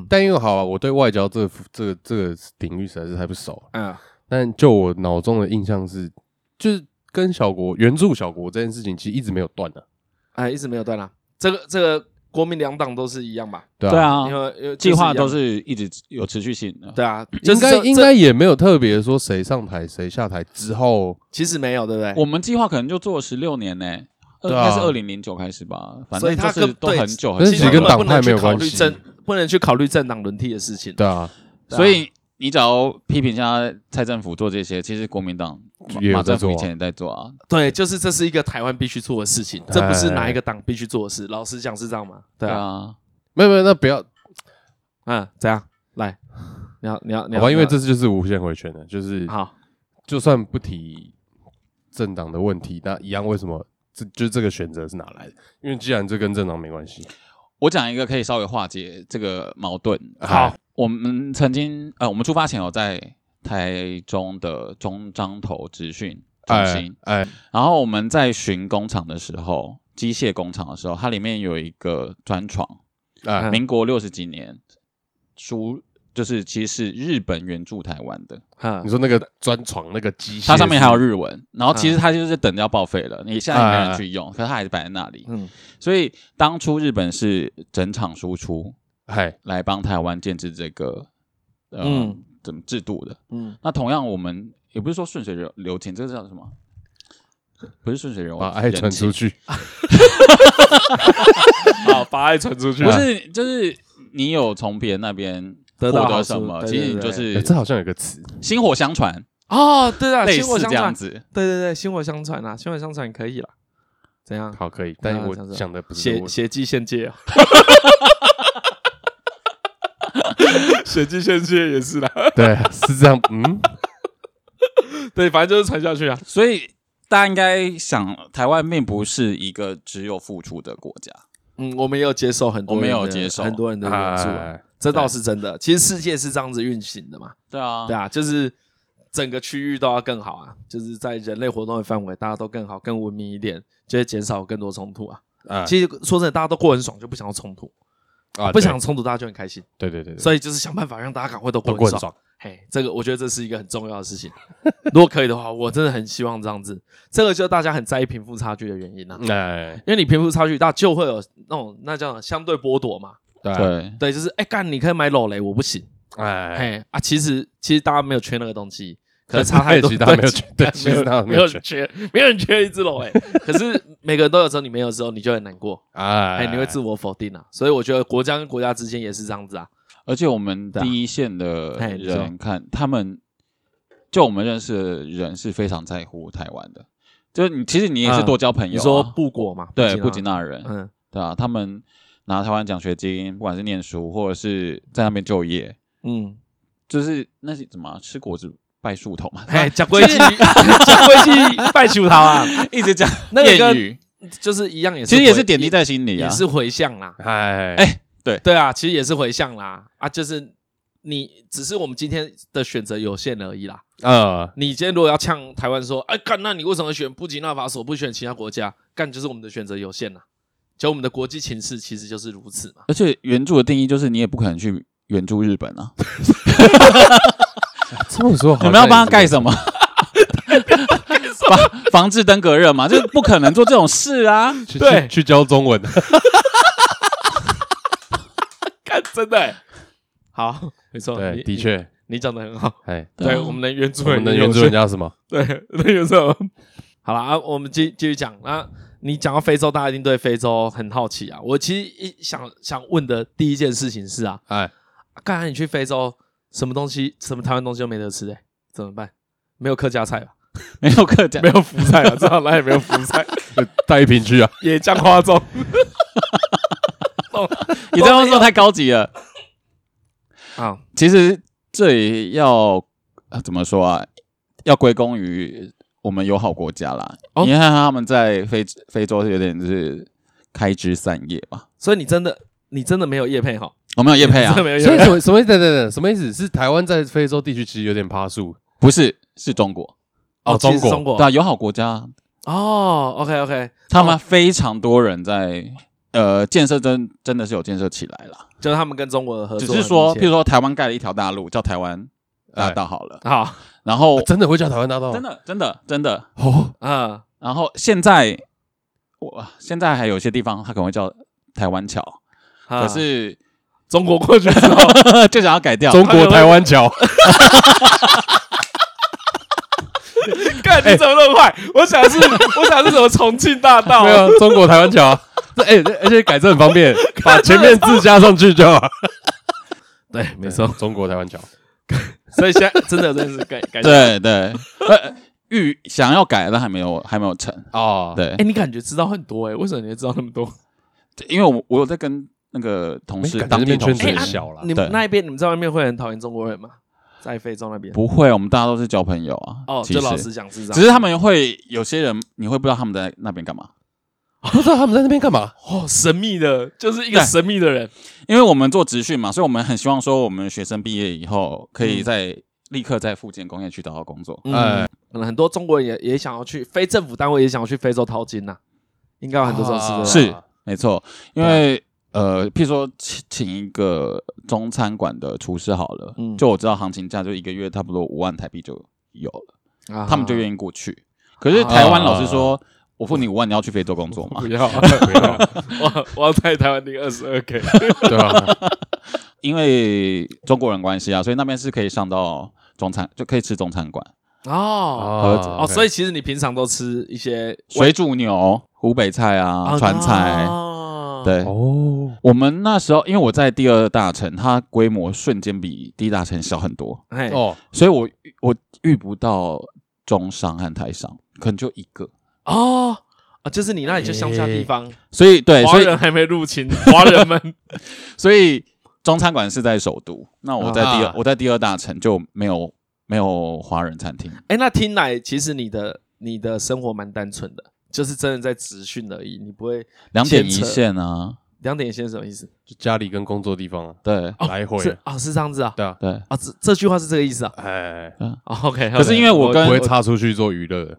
S2: 但因为好啊，我对外交这个这个这个领域实在是太不熟，
S1: 嗯，
S2: 但就我脑中的印象是，就是跟小国援助小国这件事情，其实一直没有断啊的、
S1: 哎，一直没有断啦。这个这个国民两党都是一样吧？
S2: 对
S3: 对
S2: 啊，
S3: 啊
S1: 因，为因为就是
S3: 计划
S1: 一样
S3: 都是一直有持续性的。
S1: 对啊，就
S2: 应
S1: 是
S2: 该
S1: 这
S2: 应该，也没有特别说谁上台谁下台之后，
S1: 这其实没有，对不对？
S3: 我们计划可能就做了十六年呢、呃
S2: 对
S3: 应
S2: 啊
S3: 该是二零零九开始吧，反
S1: 所以
S3: 正
S1: 他
S3: 就是
S1: 跟
S3: 都
S1: 对
S3: 很久
S2: 但
S3: 很
S2: 是
S1: 其
S3: 久。
S1: 实
S2: 几个
S1: 根本不
S2: 党派没
S1: 能去
S2: 有
S1: 考
S2: 关
S1: 虑
S2: 系
S1: 政，不能去考虑政党轮替的事情。
S2: 对啊，
S1: 对啊
S3: 所以你只要批评一下蔡政府做这些，其实国民党马
S2: 也有
S3: 马
S2: 在
S3: 政
S2: 做
S3: 府
S2: 啊
S3: 以前也在做啊。
S1: 对，就是这是一个台湾必须做的事情，这不是哪一个党必须做的事。老实讲是这样吗？对
S3: 对
S1: 啊，
S3: 啊，
S2: 没有没有，那不要，
S1: 嗯，怎样？来，你要你要你
S2: 好
S1: 要，
S2: 吧，因为这
S1: 你
S2: 次就是无限回圈的，就是
S1: 要好，
S2: 就算不提政党的问题，那一样为什么这就这个选择是哪来的？因为既然这跟政党没关系，
S3: 我讲一个可以稍微化解这个矛盾。
S1: 好
S3: 哎，我们曾经呃，我们出发前有在台中的中彰投职训中心，
S2: 哎，
S3: 然后我们在巡工厂的时候，机械工厂的时候，它里面有一个砖床，
S2: 哎
S1: 嗯
S3: 民国六十几年，出就是其实是日本援助台湾的，
S2: 你
S1: 嗯，
S2: 说那个砖床那个机械是，
S3: 它上面还有日文，然后
S1: 嗯
S3: 其实它就是等着要报废了，你现在也没人去用，可是它还是摆在那里。
S1: 嗯，
S3: 所以当初日本是整厂输出
S2: 哎，
S3: 来帮台湾建制这个，呃，
S1: 嗯
S3: 怎么制度的？
S1: 嗯，
S3: 那同样我们也不是说顺水流流情，这个叫什么？不是顺水流
S1: 啊
S2: 把爱传
S3: 人情
S2: 出去，
S1: 好，把爱传出去
S3: 不是，就是你有从别人那边
S1: 得
S3: 获
S1: 到好
S3: 得
S1: 处
S3: 什么，
S1: 对
S3: 其实
S1: 对
S3: 你就
S2: 哎
S3: 是
S2: 这好像有个词，
S3: 薪火相传，
S1: 哦，对啊，
S3: 类
S1: 薪
S3: 似
S1: 火相
S3: 这样
S1: 传，
S3: 子。
S1: 对对对，薪火相传啊，薪火相传可以了，怎样？
S2: 好可以，但
S1: 啊
S2: 我
S1: 这样子
S2: 想的不是这个
S1: 血
S2: 问题
S1: 血祭献 祭啊，血祭献祭也是啦，
S2: 对，是这样，嗯，
S1: 对，反正就是传下去啊，
S3: 所以大家应该想，台湾并不是一个只有付出的国家，
S1: 嗯，我们也有接受很多人的，
S3: 我们有接受
S1: 很多人的援助啊，
S2: 哎
S1: 这倒是真的。其实世界是这样子运行的嘛，
S3: 对啊，
S1: 对啊，就是整个区域都要更好啊，就是在人类活动的范围，大家都更好、更文明一点，就会减少更多冲突啊。
S2: 哎
S1: 其实说真的，大家都过很爽，就不想要冲突，
S2: 啊，
S1: 不
S2: 对
S1: 想，冲突，大家就很开心。
S2: 对对对，对
S1: 所以就是想办法让大家赶快都过
S2: 都过
S1: 很
S2: 很
S1: 爽。
S2: 爽，
S1: 嘿，这个我觉得这是一个很重要的事情。 如果可以的话，我真的很希望这样子。这个就是大家很在意贫富差距的原因啊，
S2: 哎，
S1: 因为你贫富差距大，就会有那种那叫什么相对剥夺嘛。
S2: 对啊，
S3: 对
S1: 对，就是哎干，你可以买裸雷，我不行。
S2: 哎，
S1: 哎啊，其实其实大家没有缺那个 东西，可是差太多。
S2: 其他没有缺， 对，
S1: 没
S2: 其
S1: 有
S2: 实他
S1: 没
S2: 没
S1: 有
S2: 有缺
S1: 人，缺，没有人缺一只龙哎。 可是每个人都有时候你没有的时候，你就很难过，
S2: 哎
S1: 哎，你会自我否定啊。所以我觉得国家跟国家之间也是这样子啊。
S3: 而且我们
S1: 对啊
S3: 第一线的
S1: 嘿你说
S3: 人看他们，就我们认识的人是非常在乎台湾的，就是你其实你也是
S1: 啊
S3: 多交朋友啊、
S1: 你说布果嘛？
S3: 对布
S1: 布
S3: 吉
S1: 吉
S3: 纳人，
S1: 纳，嗯，
S3: 对啊，他们拿台湾奖学金，不管是念书或者是在那边就业，
S1: 嗯，
S3: 就是那是怎么啊、吃果子拜树头 嘛，
S1: 哎，讲规矩，讲规矩，拜求他啊，
S3: 一直讲
S1: 那个
S3: 谚
S1: 跟
S3: 语，
S1: 就是一样，也是
S3: 其实也
S1: 回
S3: 是点滴，在心里
S1: 也
S3: 啊。
S1: 是回向啦。
S2: 哎
S3: 哎
S1: 对啊，其实也是回向啦。啊，就是你只是我们今天的选择有限而已啦。
S2: 啊，
S1: 你今天如果要呛台湾说，哎干，那你为什么选布吉纳法索，不选其他国家？干，就是我们的选择有限呐、就我们的国际情势其实就是如此嘛。
S3: 而且援助的定义就是你也不可能去援助日本 啊，
S2: 这么说好，
S3: 你们要帮他盖什？么？ 防防治登革热嘛，就是不可能做这种事 啊！
S2: 去
S1: 对
S2: 去去教中文，
S1: 干，真的、欸。好，没错，
S2: 对，的，
S1: 你
S2: 确，
S1: 你你讲的很好。
S2: 哎，
S1: 对，
S3: 啊
S1: 我们能援助
S2: 我们能援助人家什么？
S1: 对，那个时候，好啦，啊，我们继继续讲。那你讲到非洲，大家一定对非洲很好奇啊。我其实一想想问的第一件事情是啊，
S2: 哎，
S1: 刚才你去非洲，什么东西，什么台湾东西都没得吃、欸，怎么办？没有客家菜吧？
S3: 没有客家
S1: 没，有福 菜啊，至少哪里没有福菜，
S2: 带一瓶去啊，
S1: 野姜花 粽。
S3: 你这样说太高级了。
S1: 啊，
S3: 其实这也要、呃怎么说啊？要归功于我们友好国家啦。
S1: 哦
S3: 你看他们在非非洲有点就是开枝散叶吧？
S1: 所以你真的，你真的没有叶配哈？
S3: 我、没有叶配啊
S1: 真的，没有叶
S2: 所以
S1: 配。
S2: 什么什么意思？等等等，什么意思？是台湾在非洲地区其实有点趴树
S3: 不是，是中国。
S1: 哦，
S2: 中
S1: 其实中
S2: 国
S1: 国
S3: 对啊，友好国家，
S1: 哦，OK OK，
S3: 他们非常多人在。呃，建设真真的是有建设起来啦。
S1: 就是他们跟中国的合
S3: 只
S1: 作很密切，
S3: 是说，譬如说台湾盖了一条大路，叫台湾大道好了。
S1: 好，
S3: 然后
S2: 啊真的会叫台湾大道？
S3: 哦真的真的真的，
S2: 哦，
S1: 嗯，
S3: 然后现在我现在还有些地方它可能会叫台湾桥，
S1: 啊
S3: 可是
S1: 中国过去之后，
S3: 就想要改掉。
S2: 中国台湾桥，
S1: 看
S3: 哎
S1: 你怎么那么快？我想是，我想是什么重庆大 道
S2: 没？有啊中国台湾桥啊，这哎，这而且改正很方便，把前面字加上去就好。
S1: 对，没错。
S2: 中国台湾桥，
S1: 所以现在真的真的是改改。，
S3: 对对，呃，预想要改，但还没有还没有成。
S2: 哦，
S3: 对
S1: 哎，，你感觉知道很多哎，为什么你会知道那么多？
S3: 因为我我有在跟那个同事
S2: 没感觉
S3: 当地
S2: 那边
S3: 同
S2: 圈子
S1: 哎
S3: 事
S2: 很
S1: 啊
S3: 聊，
S2: 小啦。
S1: 你
S3: 对
S1: 们那一边，你们在外面会很讨厌中国人吗？在非洲那边？
S3: 不会，我们大家都是交朋友啊。
S1: 哦，
S3: 其
S1: 就老
S3: 实
S1: 实讲是这样。
S3: 只是他们会有些人，你会不知道他们在那边干嘛，
S2: 不知道他们在那边干嘛？
S1: 哦，神秘的，就是一个
S3: 对
S1: 神秘的人。
S3: 因为我们做职训嘛，所以我们很希望说，我们学生毕业以后可以
S1: 嗯
S3: 在立刻在附近工业区找到工作。
S1: 嗯
S2: 哎，
S1: 可能很多中国人也也想要去非政府单位也想要去非洲淘金呐，应该有很多这种事
S2: 啊
S1: 的。
S3: 哦是没错，因为呃，譬如说请请一个中餐馆的厨师好了，
S1: 嗯
S3: 就我知道行情价就一个月差不多五万台币就有了，
S1: 啊
S3: 他们就愿意过去。可是台湾老师说，我付你五万，你要去非洲工作嘛
S1: 不？要，
S2: 没有啊
S1: 我我要在台湾领二十二 k。
S2: 对 啊，
S3: 因为中国人关系啊，所以那边是可以上到中餐，就可以吃中餐馆，
S1: 哦
S2: 哦
S1: 哦，所
S2: 以
S1: 以其实你平常都吃一些
S3: 水煮牛、湖北菜啊、川菜。
S1: 哦，
S3: 对，
S2: 哦，
S3: 我们那时候因为我在第二大城，它规模瞬间比第一大城小很多。
S1: 哎
S2: 哦，
S3: 所以我遇我遇不到中商和台商，可能就一个。
S1: 哦，啊就是你那里就乡下地方，
S3: 所以对，
S1: 华
S3: 哎所
S1: 人
S3: 以
S1: 还没入 侵，华人们
S3: 所以中餐馆是在首都，那我在第二、
S1: 啊
S3: 我在第二大城就没有没有华人餐厅。
S1: 哎，那听来其实你的你的生活蛮单纯的，就是真的在职训而已，你不会
S3: 两点一
S1: 牵扯
S3: 线啊，
S1: 两点一线是什么意思？
S2: 就家里跟工作地方啊
S3: 对
S2: 来回
S1: 是
S2: 啊，
S1: 啊，是这样子啊，
S2: 对啊，
S3: 对，
S1: 啊这这句话是这个意思啊。
S2: 哎，
S1: 哦 OK，
S3: 可是因为我跟
S2: 不会插出去做娱乐的，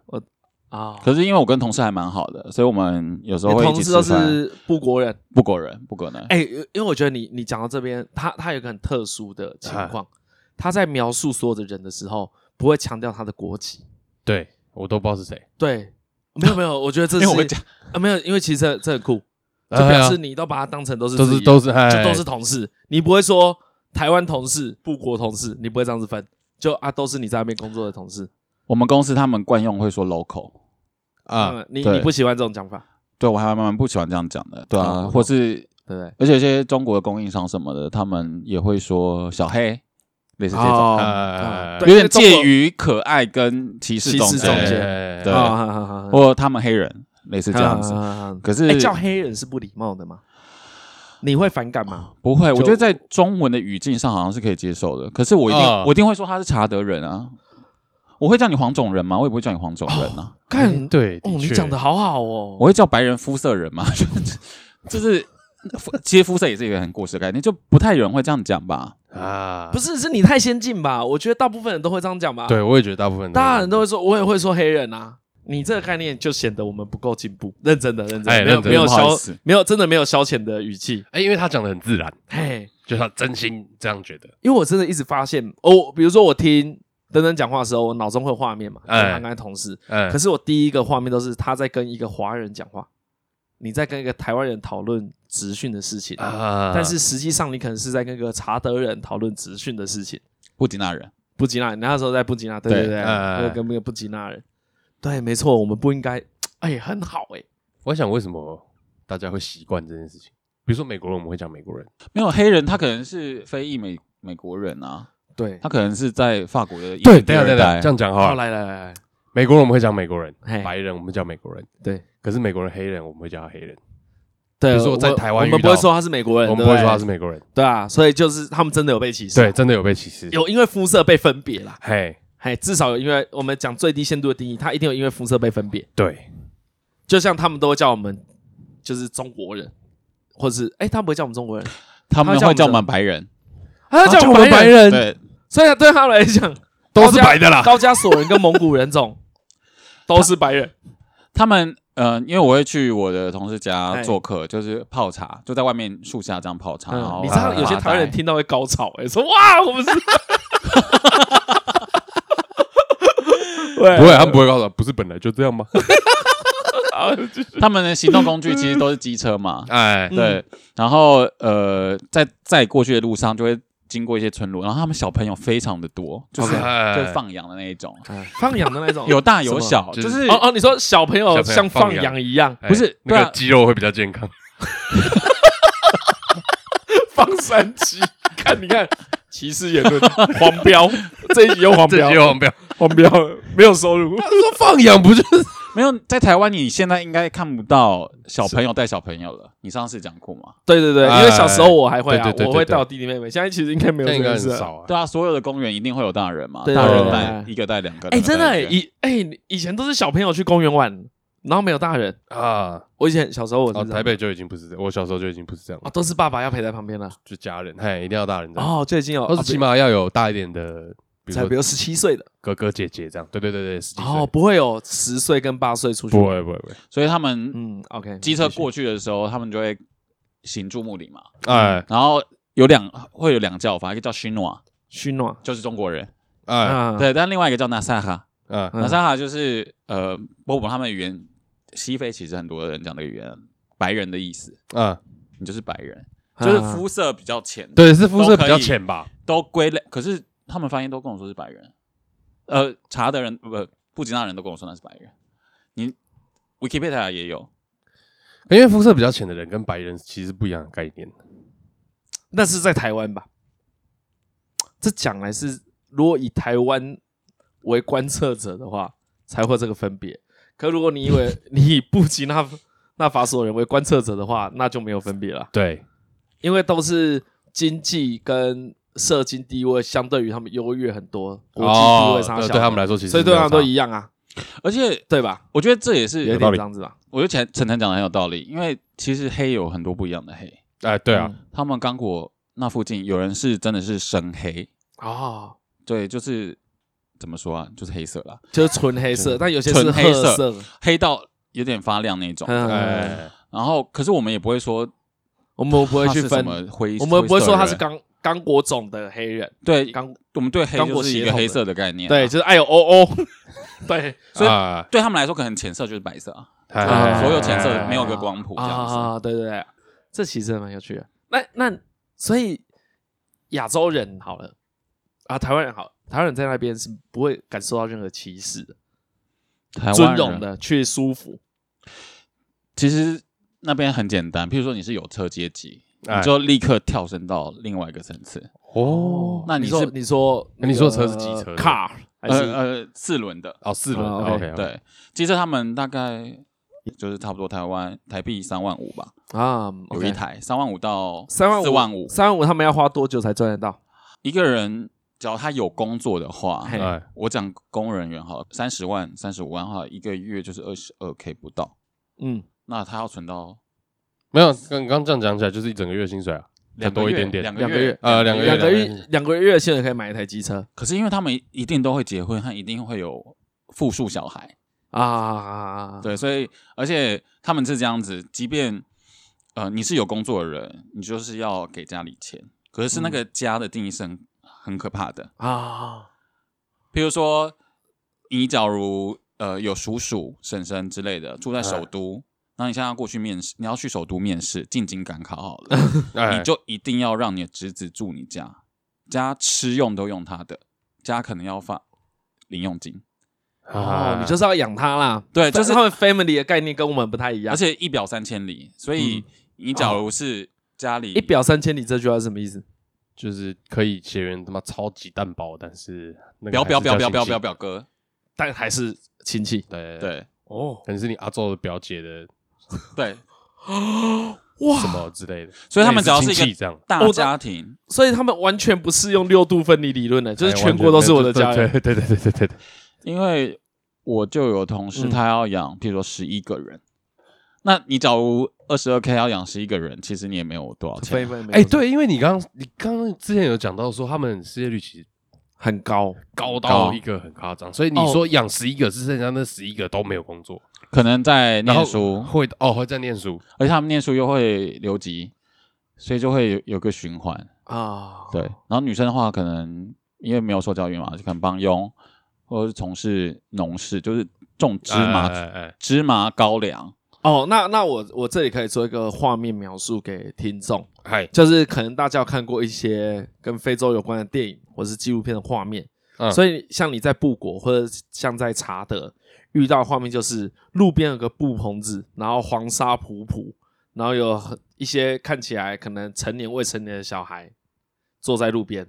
S1: 啊，
S3: 可是因为我跟同事还蛮好的，所以我们有时候
S1: 你
S3: 会一
S1: 同
S3: 起
S1: 事
S3: 吃
S1: 都
S3: 饭。
S1: 是不国人。
S3: 不果人，不可能。
S1: 哎、因因为我觉得你你讲到这边，他他有一个很特殊的情况，
S3: 哎
S1: 他在描述所有的人的时候，不会强调他的国籍。
S2: 对我都不知道是谁，
S1: 对，没有没有，我觉得这
S3: 因
S1: 是
S3: 为我会讲，
S1: 啊，没有，因为其实这这 很酷，就
S2: 哎
S1: 表
S2: 呀
S1: 示你都把他当成都是
S2: 都
S1: 自
S2: 是
S1: 己
S2: 都是哎
S1: 就都是同事，你不会说台湾同事、布国同事，你不会这样子分，就啊都是你在那边工作的同事
S3: 我们公司他们惯用会说 local，
S2: 啊，
S1: 嗯你
S3: 对
S1: 你不喜欢这种讲法，
S3: 对我还蛮不喜欢这样讲的，对啊，
S1: 哦
S3: 或是
S1: 对不对？
S3: 而且一些中国的供应商什么的，他们也会说小黑，类似这种，
S1: 哦
S2: 哎
S1: 对
S3: 有
S1: 因为
S3: 点
S1: 中国
S3: 介于可爱跟歧视中
S1: 歧视
S3: 间，
S1: 中间
S2: 哎
S3: 对
S1: 啊啊啊啊啊
S3: 或他们黑人，类似这样子。
S1: 啊啊啊啊
S3: 可是、
S1: 哎、叫黑人是不礼貌的吗？你会反感吗？
S3: 不会，我
S1: 就
S3: 觉得在中文的语境上好像是可以接受的。可是我一定、
S2: 啊
S3: 我一定会说他是查德人啊，我会叫你黄种人吗？我也不会叫你黄种人啊，
S1: 看，
S2: 哎对，
S1: 哦，你
S2: 确
S1: 讲的好好哦，
S3: 我会叫白人肤色人 吗？就是其实肤色也是一个很过时的概念，就不太有人会这样讲吧。
S2: 啊
S1: 不，是是你太先进吧？我觉得大部分人都会这样讲吧。，
S2: 对我也觉得大部分
S1: 大家人都会说，我也会说黑人啊。你这个概念就显得我们不够进步，认真的，认真的，
S2: 哎
S1: 没有
S2: 认真
S1: 没有
S3: 不好意
S1: 消
S3: 思，
S1: 没有真的没有消遣的语气。
S2: 哎，因为他讲的很自然，
S1: 嘿，
S2: 就他真心这样觉得，
S1: 因为我真的一直发现，哦，比如说我听登登讲话的时候，我脑中会有画面嘛，
S2: 哎
S1: 哎，刚才同事，
S2: 哎
S1: 可，是我第一个画面都是他在跟一个华人讲话，你在跟一个台湾人讨论职训的事情，
S2: 啊
S1: 但是实际上你可能是在跟个查德人讨论职训的事情。
S3: 布吉纳人，
S1: 布吉纳，你那时候在布吉纳，对
S3: 对
S1: 对对，
S2: 呃
S1: 那个跟那个布吉纳人，对，没错，我们不应该，哎，很好哎，
S2: 我想为什么大家会习惯这件事情？比如说美国人，我们会讲美国人，
S3: 没有黑人，他可能是非裔美美国人啊，
S1: 对
S3: 他，可能是在法国的
S2: 对，等一下等一下，这样讲好
S1: 好，
S2: 了。
S1: 来来来，
S2: 美国人我们会讲美国人
S1: 嘿，
S2: 白人我们叫美国人，
S1: 对
S2: 可是美国人黑人我们会叫他黑人，
S1: 对，
S2: 比如说我在台湾
S1: 我们
S2: 遇
S1: 不
S2: 到
S1: 会说他是美国人，
S2: 我们不会说他是
S1: 是
S2: 美国人。
S1: 对啊，所以就是他们真的有被歧视，
S2: 对，，真的有被歧视。
S1: 有因为肤色被分别啦，
S2: 嘿，
S1: 嘿，至少有因为我们讲最低限度的定义，他一定有因为肤色被分别，
S2: 对，
S1: 就像他们都会叫我们就是中国人，或是哎、他们不会叫我们 中国人，
S3: 他
S1: 他
S3: 们会
S1: 们叫
S3: 叫
S1: 我
S3: 我
S1: 们
S3: 们白人，
S1: 他
S2: 啊
S1: 叫我
S2: 们
S1: 白
S2: 白
S1: 人，
S2: 人啊
S3: 对，
S1: 所以对他来讲
S2: 都是白的啦。
S1: 高加索人跟蒙古人种 都是白人，
S3: 他们呃，因为我会去我的同事家
S1: 哎
S3: 做客，就是泡茶，就在外面树下这样泡茶。然
S1: 嗯
S3: 后
S1: 你知道有些
S3: 发呆
S1: 台湾人听到会高潮、哎，说哇，我们是， 对
S2: 不会，他们不会告诉我，不是本来就这样 吗？，
S3: 他们的行动工具其实都是机车嘛
S2: 哎，
S1: 嗯
S3: 对。然后呃，在在过去的路上就会经过一些村落，然后他们小朋友非常的多，就是就是放羊的那一种，
S1: 哎放羊的那种，
S3: 有大有
S1: 什么
S3: 小，
S2: 就
S3: 就是是
S1: 哦哦，你说小朋友
S2: 小朋友
S1: 像放
S2: 放羊
S1: 羊一样
S2: 哎
S3: 不是对
S2: 那
S3: 啊
S2: 个肌肉会比较健康。
S1: 放山鸡， 看你看歧视言论，黄标这一集又黄
S2: 这
S1: 标
S2: 肌，肉不要。
S1: 黄标没有收入，
S2: 说放养 不就是？
S3: 没有在台湾，你现在应该看不到小朋友带小朋友了。你上次讲过吗？
S1: 对对对，因为小时候我还会啊
S2: 对对，对对
S1: 我会带我弟弟妹妹，现在其实应该没有
S2: 那
S1: 这
S2: 应该
S1: 件
S2: 很
S1: 事啊。
S2: 少啊。
S3: 对啊，所有的公园一定会有大人嘛，
S1: 对啊
S3: 大
S2: 对
S3: 人
S2: 对
S3: 带
S1: 对
S3: 一个带两个，
S1: 哎、
S3: 两个
S1: 真的、
S3: 带一
S1: 欸，
S3: 个
S1: 以哎、以前都是小朋友去公园玩，然后没有大人。
S2: 啊，
S1: 我以前小时候我是、
S2: 哦，台北就已经不是这样，我小时候就已经不是这样
S1: 啊，
S2: 了，
S1: 都是爸爸要陪在旁边了。
S2: 就家人，嘿，一定要大人这样，
S1: 哦，就已经有，
S2: 或是
S1: 啊
S2: 起码要有大一点的，比
S1: 不
S2: 如
S1: 才
S2: 说
S1: 比如十七岁的，
S2: 哥哥姐姐这样，对对对对，十几岁，
S1: 哦，不会有十岁跟八岁出去。
S2: 不会不会不会，
S3: 所以他们
S1: 嗯，OK，
S3: 机车过去的时候，他们就会行注目礼嘛，
S2: 哎
S3: 然后有两会有两叫法，一个叫 Shinwa，
S1: 虚诺
S3: 就是中国人，
S2: 哎
S1: 啊，
S3: 对，但另外一个叫 Nasaha，Nasaha
S2: 哎，
S1: 嗯
S3: 就是呃波普他们的语言，西非其实很多人讲的语言，白人的意思，
S2: 啊，
S3: 你就是白人，
S1: 啊
S3: 就是肤色比较浅，，
S2: 对，是肤色比较浅吧？
S3: 都归类，可是他们发音都跟我说是白人，呃，查的人不不吉纳人都跟我说那是白人，你 Wikipedia 也有，
S2: 因为肤色比较浅的人跟白人其实不一样的概念，
S1: 那是在台湾吧？这讲来是，如果以台湾为观测者的话，才会有这个分别。可如果你以为 你以布吉那那法索人为观测者的话，那就没有分别了。
S2: 对，
S1: 因为都是经济跟社经地位相对于他们优越很多，国际地位
S2: 哦，
S1: 差
S2: 对
S1: 小，
S2: 对他们来说其实
S1: 所以对他们都一
S2: 样，
S1: 样啊，
S3: 而且
S1: 对吧？
S3: 我觉得这也是
S1: 有一
S2: 道
S1: 点
S2: 理
S1: 这样子吧。
S3: 我觉得前晨晨讲的很有道理，因为其实黑有很多不一样的黑。
S2: 哎，对啊，
S1: 嗯，
S3: 他们刚果那附近有人是真的是深黑，
S1: 哦，
S3: 对，就是怎么说啊，就是黑色啦，
S1: 就是纯黑色，
S3: 纯
S1: 但有些是
S3: 纯
S1: 褐
S3: 黑
S1: 色
S3: 色
S1: 的。
S3: 黑到有点发亮那种。
S1: 嗯，
S2: 哎，
S3: 然后，可是我们也不会说
S1: 我们不会
S3: 他
S1: 去
S3: 是
S1: 分
S3: 什，么灰，
S1: 我们不会说他是
S3: 灰色
S1: 刚刚果种的黑人，
S3: 人对，
S1: 刚
S3: 我们对黑
S1: 刚果
S3: 就是一
S1: 血
S3: 个
S1: 统
S3: 黑
S1: 的
S3: 色的概念啊、
S1: 对，就是哎呦哦 哦，对
S3: 所以
S2: 啊
S3: 对他们来说可能浅色就是白色啊，
S2: 哎
S1: 啊
S3: 所有浅色没有个光谱这样子。
S1: 啊，对对对，这其实蛮有趣的。那那所以亚洲人好了啊，台湾人好了，台湾人在那边是不会感受到任何歧视的，
S3: 台
S1: 尊
S3: 湾
S1: 荣
S3: 人
S1: 的去舒服。
S3: 其实那边很简单，譬如说你是有车阶级，
S2: 哎
S3: 你就立刻跳升到另外一个层次。
S2: 哦
S3: 那
S1: 你
S3: 你
S1: 说
S3: 是
S1: 你说
S2: 你说车是机车对不对
S1: car 还
S3: 呃
S1: 是
S3: 呃，四轮的，
S2: 哦，四轮
S1: 啊，OK
S2: ，OK，，
S3: 对，机车他们大概就是差不多台湾台币三万五吧，
S1: 啊
S3: 有一台三万五到
S1: 三万
S3: 四万五，
S1: 三万五，他们要花多久才赚得到？
S3: 一个人只要他有工作的话，
S1: 嘿
S2: 哎，
S3: 我讲工人员哈，三十万、三十五万的话，一个月就是二十二 k 不到，
S1: 嗯，
S3: 那他要存到
S2: 没有，刚刚这样讲起来就是一整个月薪水啊，
S3: 两个
S2: 多一
S3: 月
S2: 点点
S3: 两个
S1: 两个月
S2: 呃两个月
S1: 两个月
S2: 两个月
S1: 两个月现在可以买一台机车
S3: 可是因为他们一定都会结婚，他一定会有复数小孩，
S1: 啊，
S3: 对，所以而且他们是这样子，即便呃你是有工作的人，你就是要给家里钱，可是那
S1: 嗯
S3: 个家的定义是很很可怕的。
S1: 啊，
S3: 譬如说，你假如呃有叔叔、婶婶之类的住在
S1: 哎
S3: 首都，那、你现在要过去面试，你要去首都面试，进京赶考好了，
S2: 哎
S3: 你就一定要让你的侄子住你家，家吃用都用他的，家可能要发零用金，
S2: 啊
S1: 哦，你就是要养它啦。
S3: 对就是
S1: 他们 family 的概念跟我们不太一样。
S3: 而且一表三千里，所以你假如是家
S1: 嗯
S3: 里、
S1: 哦一表三千里这句话是什么意思？
S2: 就是可以学员他妈超级蛋堡，但是那个
S3: 表表表表表
S2: 还是叫亲戚
S3: 表表哥，
S1: 但还是亲戚
S2: 对，
S3: 对
S1: 哦，
S2: 可能是你阿周的表姐的
S3: 对，
S2: 什
S1: 哇！
S2: 么之类的，
S3: 所以他们只要是
S2: 类似亲
S3: 一
S2: 戚
S3: 个
S2: 这样，
S3: 大家庭，
S1: 所以他们完全不适用六度分离理论的，就是
S2: 哎
S1: 全国都是我的
S2: 完
S1: 家
S2: 全
S1: 人。
S2: 对对对对对对对，
S3: 因为我就有同事
S1: 嗯
S3: 他要养，譬如说十一个人，那你假如二十二 k 要养十一个人，其实你也没有多少钱，
S1: 没
S2: 哎，，对，因为你刚刚你刚刚之前有讲到说他们失业率其实
S1: 很高。
S2: 高
S3: 高哦
S2: 到一个很夸张，所以你说养十一个，是剩下那十一个都没有工作，
S3: 可能在
S2: 然后
S3: 念书，
S2: 会哦会在念书，
S3: 而且他们念书又会留级，所以就会有有个循环。
S1: 啊，
S3: 对，
S2: 哦
S3: 然后女生的话，可能因为没有受教育嘛，就可能帮佣，或者是从事农事，就是种芝麻、
S2: 哎哎哎哎
S3: 芝麻高粱。
S1: 哦，那那我我这里可以做一个画面描述给听众，
S2: 嗨，
S1: 就是可能大家有看过一些跟非洲有关的电影或是纪录片的画面，
S2: 嗯
S1: 所以像你在布国或者像在查德遇到的画面，就是路边有个布棚子，然后黄沙仆仆，然后有很一些看起来可能成年未成年的小孩坐在路边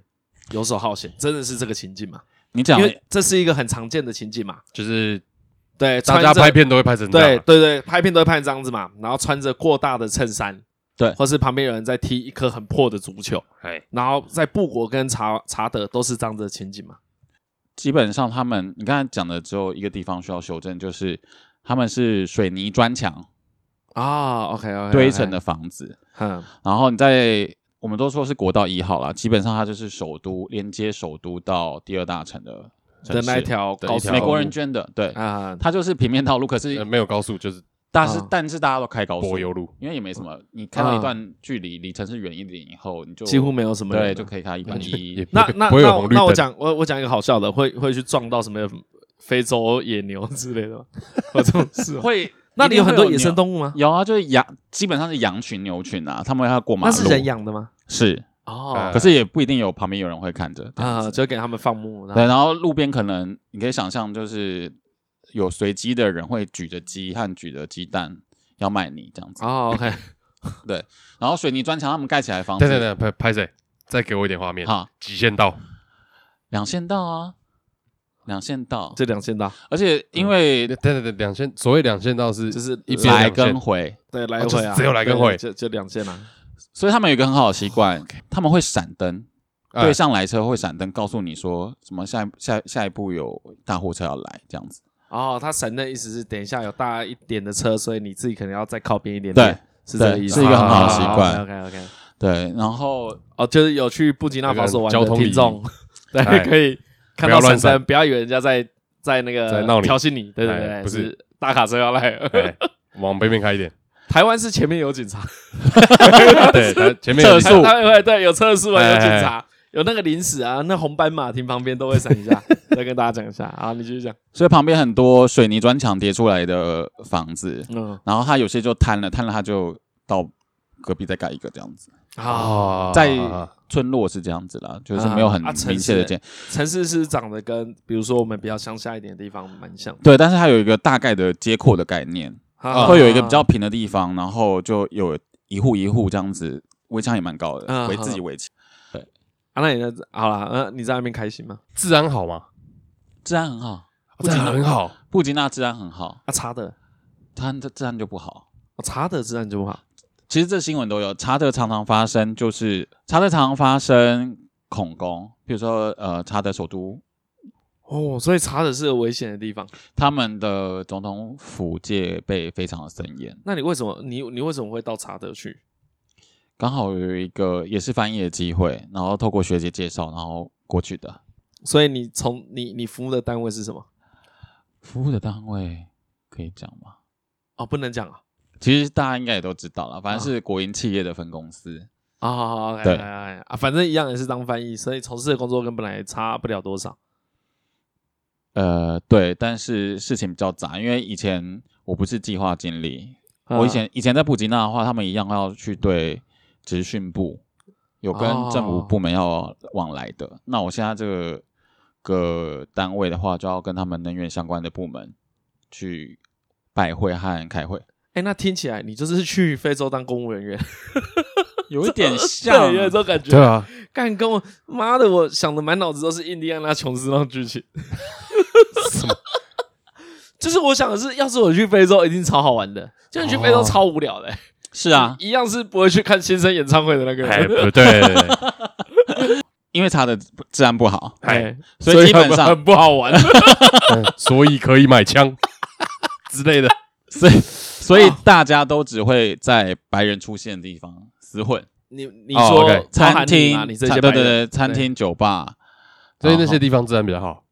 S1: 游手好闲，真的是这个情境嘛？
S3: 你讲
S1: 因为
S2: 欸
S1: 这是一个很常见的情境嘛。
S2: 就是
S1: 对，
S2: 大
S1: 穿
S2: 家
S1: 着
S2: 拍片都会拍成这
S1: 对
S2: 样，啊
S1: 对对，拍片都会拍这样子嘛，然后穿着过大的衬衫，
S3: 对
S1: 或是旁边有人在踢一颗很破的足球，
S2: 哎，
S1: 然后在布国跟查查德都是这样子的情景嘛。
S3: 基本上他们，你刚才讲的只有一个地方需要修正，就是他们是水泥砖墙
S1: 啊，OK OK，
S3: 堆成的，房子，
S1: 嗯
S3: 然后你在我们都说是国道一号啦，基本上它就是首都连接首都到第二大城的城
S1: 的
S3: 市
S1: 那一条
S2: 的
S1: 高
S2: 一
S1: 速
S2: 条
S1: 公
S3: 美
S1: 路
S3: 国人捐的，对，
S1: 啊，嗯
S3: 它就是平面道路，可是
S2: 呃没有高速就是
S3: 但是、
S1: 啊
S3: 但是大家都开高速
S2: 柏，油路，
S3: 因为也没什么，你开到
S1: 啊
S3: 一段距离，离城市远一点以后，你就
S1: 几乎没有什么
S3: 对，
S1: 人
S3: 就
S1: 了。
S3: 可以开一般
S2: 也
S3: 一。
S1: 那那
S2: 不会有
S1: 那
S2: 红
S1: 我
S2: 绿
S1: 那我
S2: 灯
S1: 讲我我讲一个好笑的，会会去撞到什么非洲野牛之类 的吗？有这种事吗？
S3: 会，
S1: 那里有很多野生
S3: 生动。
S1: 动物吗？
S3: 有啊，就是羊，基本上是羊群、牛群啊，他们要过马
S1: 那
S3: 路。
S1: 是人养的吗？
S3: 是
S1: 哦
S3: 啊可是也不一定有旁边有人会看着
S1: 啊，
S3: 啊。
S1: 就给他们放牧。然后
S3: 对，然后路边可能你可以想象，就是有随机的人会举着鸡和举着鸡蛋要卖你这
S2: 啊
S3: 样子。
S1: 哦，OK，
S3: 然后水泥砖墙他们盖起来的房子，
S2: 对对对，拍拍谁？再给我一点画面，
S3: 好，
S2: 极限到
S3: 两线道啊，两线道，
S1: 这两线道
S3: 而且因为
S2: 对对对，两线所谓两线道是
S1: 就是
S2: 嗯一边
S3: 来
S2: 两线
S3: 跟回，
S1: 对，来
S2: 哦就
S1: 回
S2: 是
S1: 啊，
S2: 只有来跟
S1: 对
S2: 回
S1: 就就两件啊。
S3: 所以他们有一个很好的习惯，他们会闪灯，
S2: 哦哎
S3: 对上来车会闪灯，告诉你说什么下一下下一步有大货车要来这样子。
S1: 哦，他闪的意思是等一下有大一点的车，所以你自己可能要再靠边一点
S3: 对
S1: 点，是这个
S3: 对
S1: 意思，
S3: 是一个很好的习惯
S1: OK OK，
S3: 对，然后
S1: 哦，就是有去布吉纳法索玩
S2: 有个
S1: 的
S2: 交通
S1: 听众， 对
S2: 哎，
S1: 可以
S2: 不
S1: 看到
S2: 要乱
S1: 闪
S2: 闪
S1: 灯，不要以为人家在在那个
S2: 在闹你
S1: 挑衅你，对对
S2: 哎
S1: 对，
S2: 不是
S1: 大卡车要来了。
S2: 哎往北面开一 点，
S1: 台湾是前面有警察，
S2: 对，它前面有
S3: 测
S2: 一
S3: 速
S2: 个
S1: 台湾对有测速啊，
S2: 哎
S1: 有
S2: 哎
S1: 警
S2: 哎
S1: 察，有那个临时啊，那红斑马停旁边都会闪一 下。再跟大家讲一下啊，你继续讲。
S3: 所以旁边很多水泥砖墙叠出来的房子，
S1: 嗯，
S3: 然后它有些就摊了，摊了它就到隔壁再盖一个这样子。
S2: 啊哦
S1: 好，
S3: 在村落是这样子啦，就是没有很
S1: 啊啊城市
S3: 明确的见、
S1: 城市是长得跟比如说我们比较乡下一点的地方蛮像的，
S3: 对，但是它有一个大概的街廓的概念，
S1: 啊
S3: 会有一个比较平的地方，然后就有一户一户这样子，围墙也蛮高
S1: 啊
S3: 的，围、自己
S1: 好
S3: 围起，
S1: 啊，那你在好啦，那、你在那边开心吗？
S2: 治安好吗？
S3: 治安很好。
S2: 治安很好，
S3: 布吉纳治安很好，
S1: 啊，查的，
S3: 它这治安就不好。
S1: 我、查的自然就不好。
S3: 其实这新闻都有，查德常常发生，就是查德常常发生恐攻，比如说呃，查德首都
S1: 哦，所以查的是个危险的地方。
S3: 他们的总统府戒备非常的森严，
S1: 那你为什么你你为什么会到查德去？
S3: 刚好有一个也是翻译的机会，然后透过学姐介绍，然后过去的
S1: 所以你从你你服务的单位是什么？
S3: 服务的单位可以讲吗？
S1: 哦，不能讲啊。
S3: 其实大家应该也都知道了，反正
S1: 啊
S3: 是国营企业的分公司，
S1: 啊、好好好，
S3: 对
S1: 对啊，反正一样也是当翻译，所以从事的工作跟本来也差不了多少。
S3: 呃，对，但是事情比较杂，因为以前我不是计划经理，
S1: 啊
S3: 我以前以前在布吉纳的话，他们一样要去对职训部有跟
S1: 哦
S3: 政府部门要往来的。那我现在这个个单位的话，就要跟他们能源相关的部门去拜会和开会，
S1: 哎、那听起来你就是去非洲当公务人员，
S3: 有一点 像
S1: 对，有。这种感觉。
S2: 对啊，
S1: 干跟我妈的，我想的满脑子都是印第安纳琼斯那种剧情。什么？ 就是我想的是，要是我去非洲，一定超好玩的。就你去非洲
S2: 哦
S1: 超无聊的、
S3: 是啊，
S1: 一样是不会去看新生演唱会的那个
S2: 哎，
S1: 人。
S2: 不对，
S3: 因为他的治安不好，
S1: 哎，
S3: 所以基本
S1: 他们
S3: 上
S1: 很不好 玩。
S2: 嗯所以可以买枪 之 类的。
S3: 所以所
S1: 哦
S3: 以大家都只会在白人出现的地方厮混，
S1: 你你
S2: 哦
S1: 说、
S2: ，OK
S1: 包含
S3: 餐
S1: 你
S3: 厅
S1: 嘛，你这
S3: 餐
S1: 些
S3: 对
S1: 白
S3: 对
S1: 人
S3: 对，餐厅、酒吧，
S2: 所以那
S3: 然后
S2: 些地方治安比较好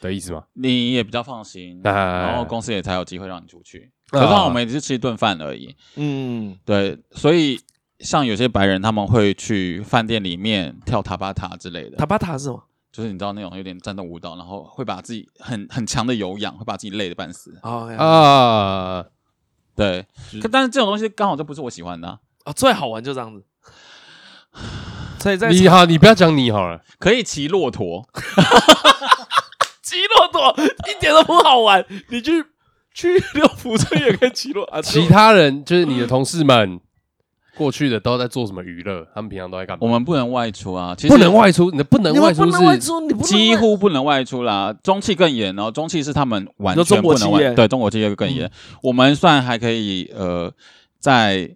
S2: 的意思吗？
S3: 你也比较放心，
S2: 哎嗯
S3: 然后公司也才有机会让你出去。可是通常我们也是吃一顿饭而已，
S1: 嗯，
S3: 对，所以像有些白人他们会去饭店里面跳塔巴塔之类的
S1: 塔，巴塔是什么？
S3: 就是你知道那种有点战斗舞蹈，然后会把自己很很强的有氧，会把自己累得半死。
S1: 哦哎呀
S2: 啊，
S3: 对
S2: 是，
S3: 可但是这种东西刚好就不是我喜欢的啊、
S1: 哦，最好玩就这样 子。所以在
S2: 你好，你不要讲你好了，
S3: 可以骑骆驼，
S1: 骑骆驼一点都不好玩，你去去六福村也可以骑骆啊，
S2: 其他人就是你的同事们 过去的都在做什么娱乐？他们平常都在干
S3: 我
S2: 嘛？
S3: 们不能外出啊，其实
S2: 不能外出，你的不能
S1: 你
S2: 外
S1: 们不
S2: 出
S1: 能外
S2: 是
S1: 出，你不能
S3: 几
S1: 外
S3: 乎不能外出啦，中气更严哦，中气是他们
S1: 你
S3: 完
S1: 说中
S3: 全
S1: 国
S3: 不
S1: 企业嗯
S3: 能外，对中国企业更严。我们算还可以，呃，在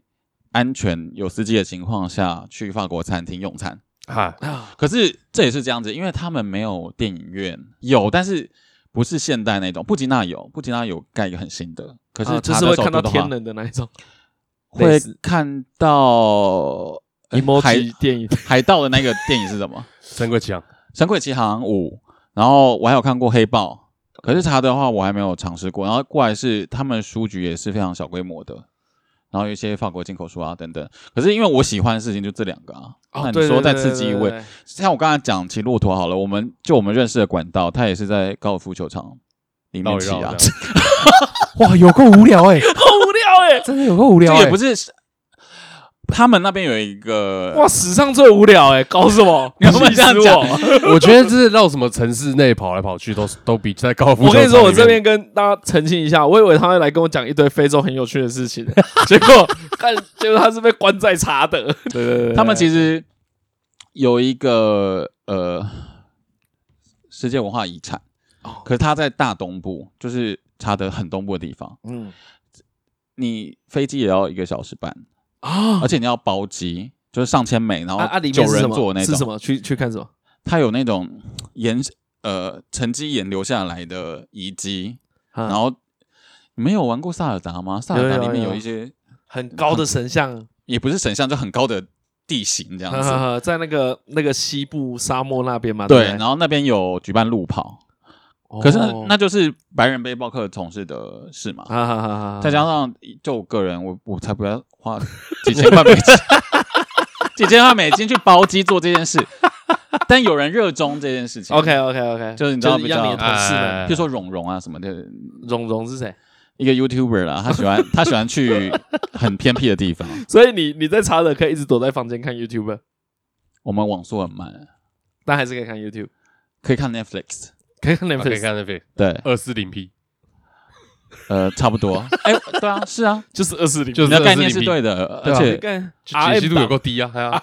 S3: 安全有司机的情况下去法国餐厅用餐。
S2: 哈，
S1: 啊，
S3: 可是这也是这样子，因为他们没有电影院，有但是不是现代那种。布吉纳有，布吉纳有盖一个很新的，可是
S1: 啊就
S3: 他
S1: 是
S3: 在
S1: 会
S3: 首
S1: 看
S3: 都
S1: 到
S3: 的
S1: 天
S3: 话，
S1: 人的那一种类
S3: 会
S1: 似
S3: 看到呃
S1: emoji
S3: 海
S1: 电 影，
S3: 海盗的那个电影是什么？
S2: 真会讲
S3: 《神鬼奇航五》，然后我还有看过《黑豹》，可是茶的话我还没有尝试过。然后过来是他们书局也是非常小规模的，然后有一些法国进口书啊等等。可是因为我喜欢的事情就这两个啊，
S1: 哦
S3: 那你说再刺激一，
S1: 对对对对
S3: 位，
S1: 对对
S3: 像我刚才讲骑骆驼好了，我们就我们认识的管道，他也是在高尔夫球场里
S2: 绕
S3: 面
S2: 一
S3: 骑
S2: 绕
S3: 啊，
S2: 这样。哇，有够无聊哎，
S1: 好无聊哎、
S2: 真的有够无
S3: 这
S2: 聊
S3: 也
S2: 哎
S3: 不。是。他们那边有一个
S1: 哇，史上最无聊哎、搞什么？
S3: 你要不要
S1: 气死
S3: 这样
S1: 我？
S2: 我觉得这是到什么城市内跑来跑去都是都比在高尔夫球
S1: 我
S2: 场
S1: 跟你说，我这
S2: 里
S1: 边跟大家澄清一下，我以为他会来跟我讲一堆非洲很有趣的事情， 结果看，结果他是被关在查德。对对对
S3: 他们其实有一个呃世界文化遗产，
S1: 哦
S3: 可是它在大东部，就是查德很东部的地方，
S1: 嗯
S3: 你飞机也要一个小时半，
S1: 啊
S3: 而且你要包机，就是上千美，然
S1: 啊啊！
S3: 后
S1: 里
S3: 九
S1: 面是什
S3: 人
S1: 么
S3: 座那
S1: 是什
S3: 种，
S1: 么？去去看什么？
S3: 它有那种岩呃沉积岩留下来的遗迹，
S1: 然
S3: 然后你们有玩过萨尔达吗？萨尔达
S1: 有有
S3: 里面
S1: 有
S3: 有一些
S1: 很高
S3: 嗯
S1: 的神像，
S3: 也不是神像，就很高的地形这样
S1: 呵
S3: 子
S1: 呵，呵在那个那个西部沙漠那边嘛。
S3: 对，
S1: 不
S3: 然后那边有举办路跑。
S1: 哦
S3: 可是那那就是白人背包客从事的事嘛。
S1: 啊哈哈哈，
S3: 再加上就我个人，我我才不要花几千 块美金，几千块美金去包机做这件事。但有人热衷这件事情。
S1: OK OK OK，
S3: 就是你知道比较
S1: 让你的同事们，
S2: 哎
S3: 比如说蓉蓉啊什么的，
S1: 蓉蓉是谁？
S3: 一个 YouTuber 啦，他喜欢他喜欢去很偏僻的地方。
S1: 所以你你在查德可以一直躲在房间看 YouTube，
S3: 我们网速很慢，
S1: 但还是可以看 YouTube，
S3: 可以看 Netflix。
S1: 可以看
S2: 啊可以
S1: Netflix，
S2: 看那边
S3: 对，
S2: 二四零 P，
S3: 呃，差不多。哎，对啊，是啊，
S1: 就是二四零，
S2: 就是
S3: 你的概念是
S2: 240 p
S3: 对的，
S2: 对
S3: 而
S2: 啊
S3: 且
S1: 干
S2: 解析
S1: RM
S2: 度有够低啊！哎呀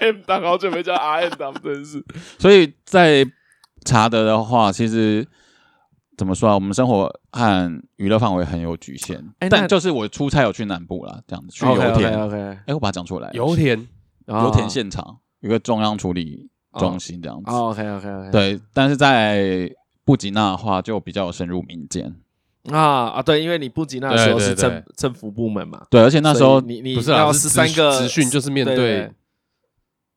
S1: RM 档，好久没叫 RM 档，真 是
S3: 所以在查德的话，其实怎么说啊？我们生活和娱乐范围很有局限，
S1: 哎那
S3: 但就是我出差有去南部啦，这样子去油田。哎
S1: OK，
S3: 我把它讲出来，
S2: 油田啊
S1: 啊
S3: 油田现场有个中央处理中心这样
S2: 啊
S3: 子。
S1: ，OK OK OK，
S3: 对，但是在布吉纳的话，就比较深入民间。
S1: 啊啊对，因为你布吉那的时候
S2: 对
S1: 是
S2: 对
S1: 政政府部门嘛，
S3: 对，而且那时
S1: 所
S3: 候，
S1: 以你你
S2: 不是
S1: 要
S2: 啊，
S1: 十三个
S2: 资讯就是面
S1: 对
S2: 对
S1: 对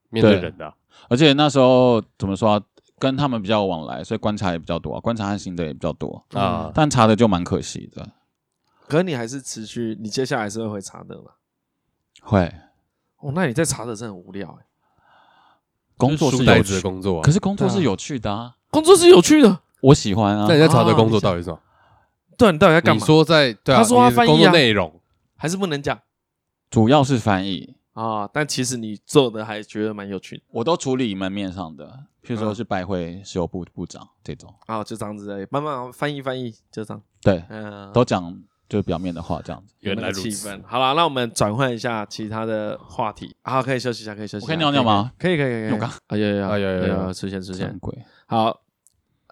S2: 面对
S3: 对
S2: 人的啊
S3: 而且那时候怎么说、啊？跟他们比较往来，所以观察也比较多、啊，观察和心得也比较多。
S1: 嗯
S2: 啊，
S3: 但查德就蛮可惜的，
S1: 可是你还是持续，你接下来是会回查德嘛？
S3: 会
S1: 哦，那你在查德真的很无聊哎、
S3: 嗯工作
S2: 就是书呆
S3: 有
S2: 子
S3: 趣
S2: 的，工作啊
S3: 可。是工作
S1: 对啊
S3: 是有趣的啊。
S1: 工作是有趣的，
S3: 我喜欢啊
S2: 那，你在查的工
S1: 啊
S2: 作到底是什么？
S1: 对，啊你到底在干
S2: 你
S1: 嘛？
S2: 说在对啊，
S1: 他说
S2: 你
S1: 他
S2: 的
S1: 翻译啊
S2: 工作内容
S1: 还是不能讲
S3: 主要是翻译，
S1: 啊？但其实你做的还觉得蛮有趣的
S3: 我都处理门面上的，譬如说是拜会石油部部长这种，
S1: 啊，就这样子而已，慢慢翻译翻译，就这样。
S3: 对，
S1: 嗯、
S3: 都讲就是表面的话这样子。
S1: 有
S2: 原
S1: 那
S2: 来
S1: 个
S2: 如
S1: 气
S2: 此
S1: 氛。好了，那我们转换一下其他的话题。好，可以休息一下，可以休息一下。啊
S3: 我可以尿尿吗
S1: 可以？可以可以可以。
S3: 我刚
S1: 啊有有有
S2: 啊有有有
S1: 出现出现
S3: 很。贵，
S1: 好，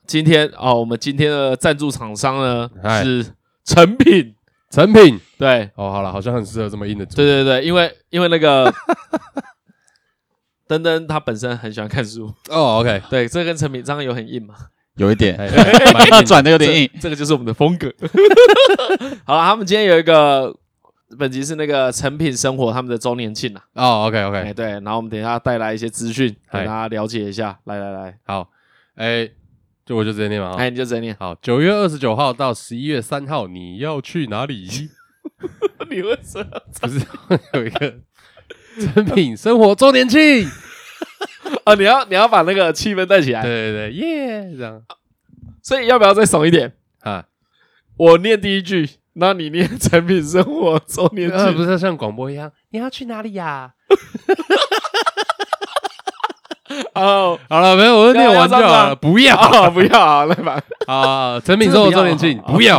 S1: 今天哦，我们今天的赞助厂商呢
S2: 嗨
S1: 是成品，
S2: 成品
S1: 对
S2: 哦，好了，好像很适合这么硬的 主
S1: 对对对，因为因为那个登登他本身很喜欢看书，
S2: 哦，OK，
S1: 对，这跟成品章有很硬嘛，
S3: 有一点
S2: 哎蛮 硬的
S3: 转的有
S1: 这
S3: 点硬。
S1: 这个就是我们的风格。好了，他们今天有一个本集是那个成品生活他们的周年庆啊，
S2: 哦，OK
S1: 哎
S2: OK，
S1: 对，然后我们等一下带来一些资讯给
S2: 哎
S1: 大家了解一下，来来来，
S2: 好，哎，就我就直接念嘛，哈
S1: 哎你就直接念，
S2: 好，九月二十九号到十一月三号，你要去哪里？
S1: 你为什么？
S2: 不是有一 个成品生活周年庆？
S1: 哦，你要你要把那个气氛带起来，哎
S2: 对对对，耶，这样
S1: 所以要不要再怂一点？
S2: 啊，
S1: 我念第一句，那你念成品生活周年
S2: 呃，
S1: 庆
S2: 不。是像广播一样，你要去哪里呀？
S1: 哦，
S2: 好了，没有，我就念完就
S1: 要
S2: 好
S1: 要这样
S2: 了，哦
S1: 吗
S2: 不要
S1: 啊，不要啊，来吧。
S2: 啊，成品生活周年庆，不要。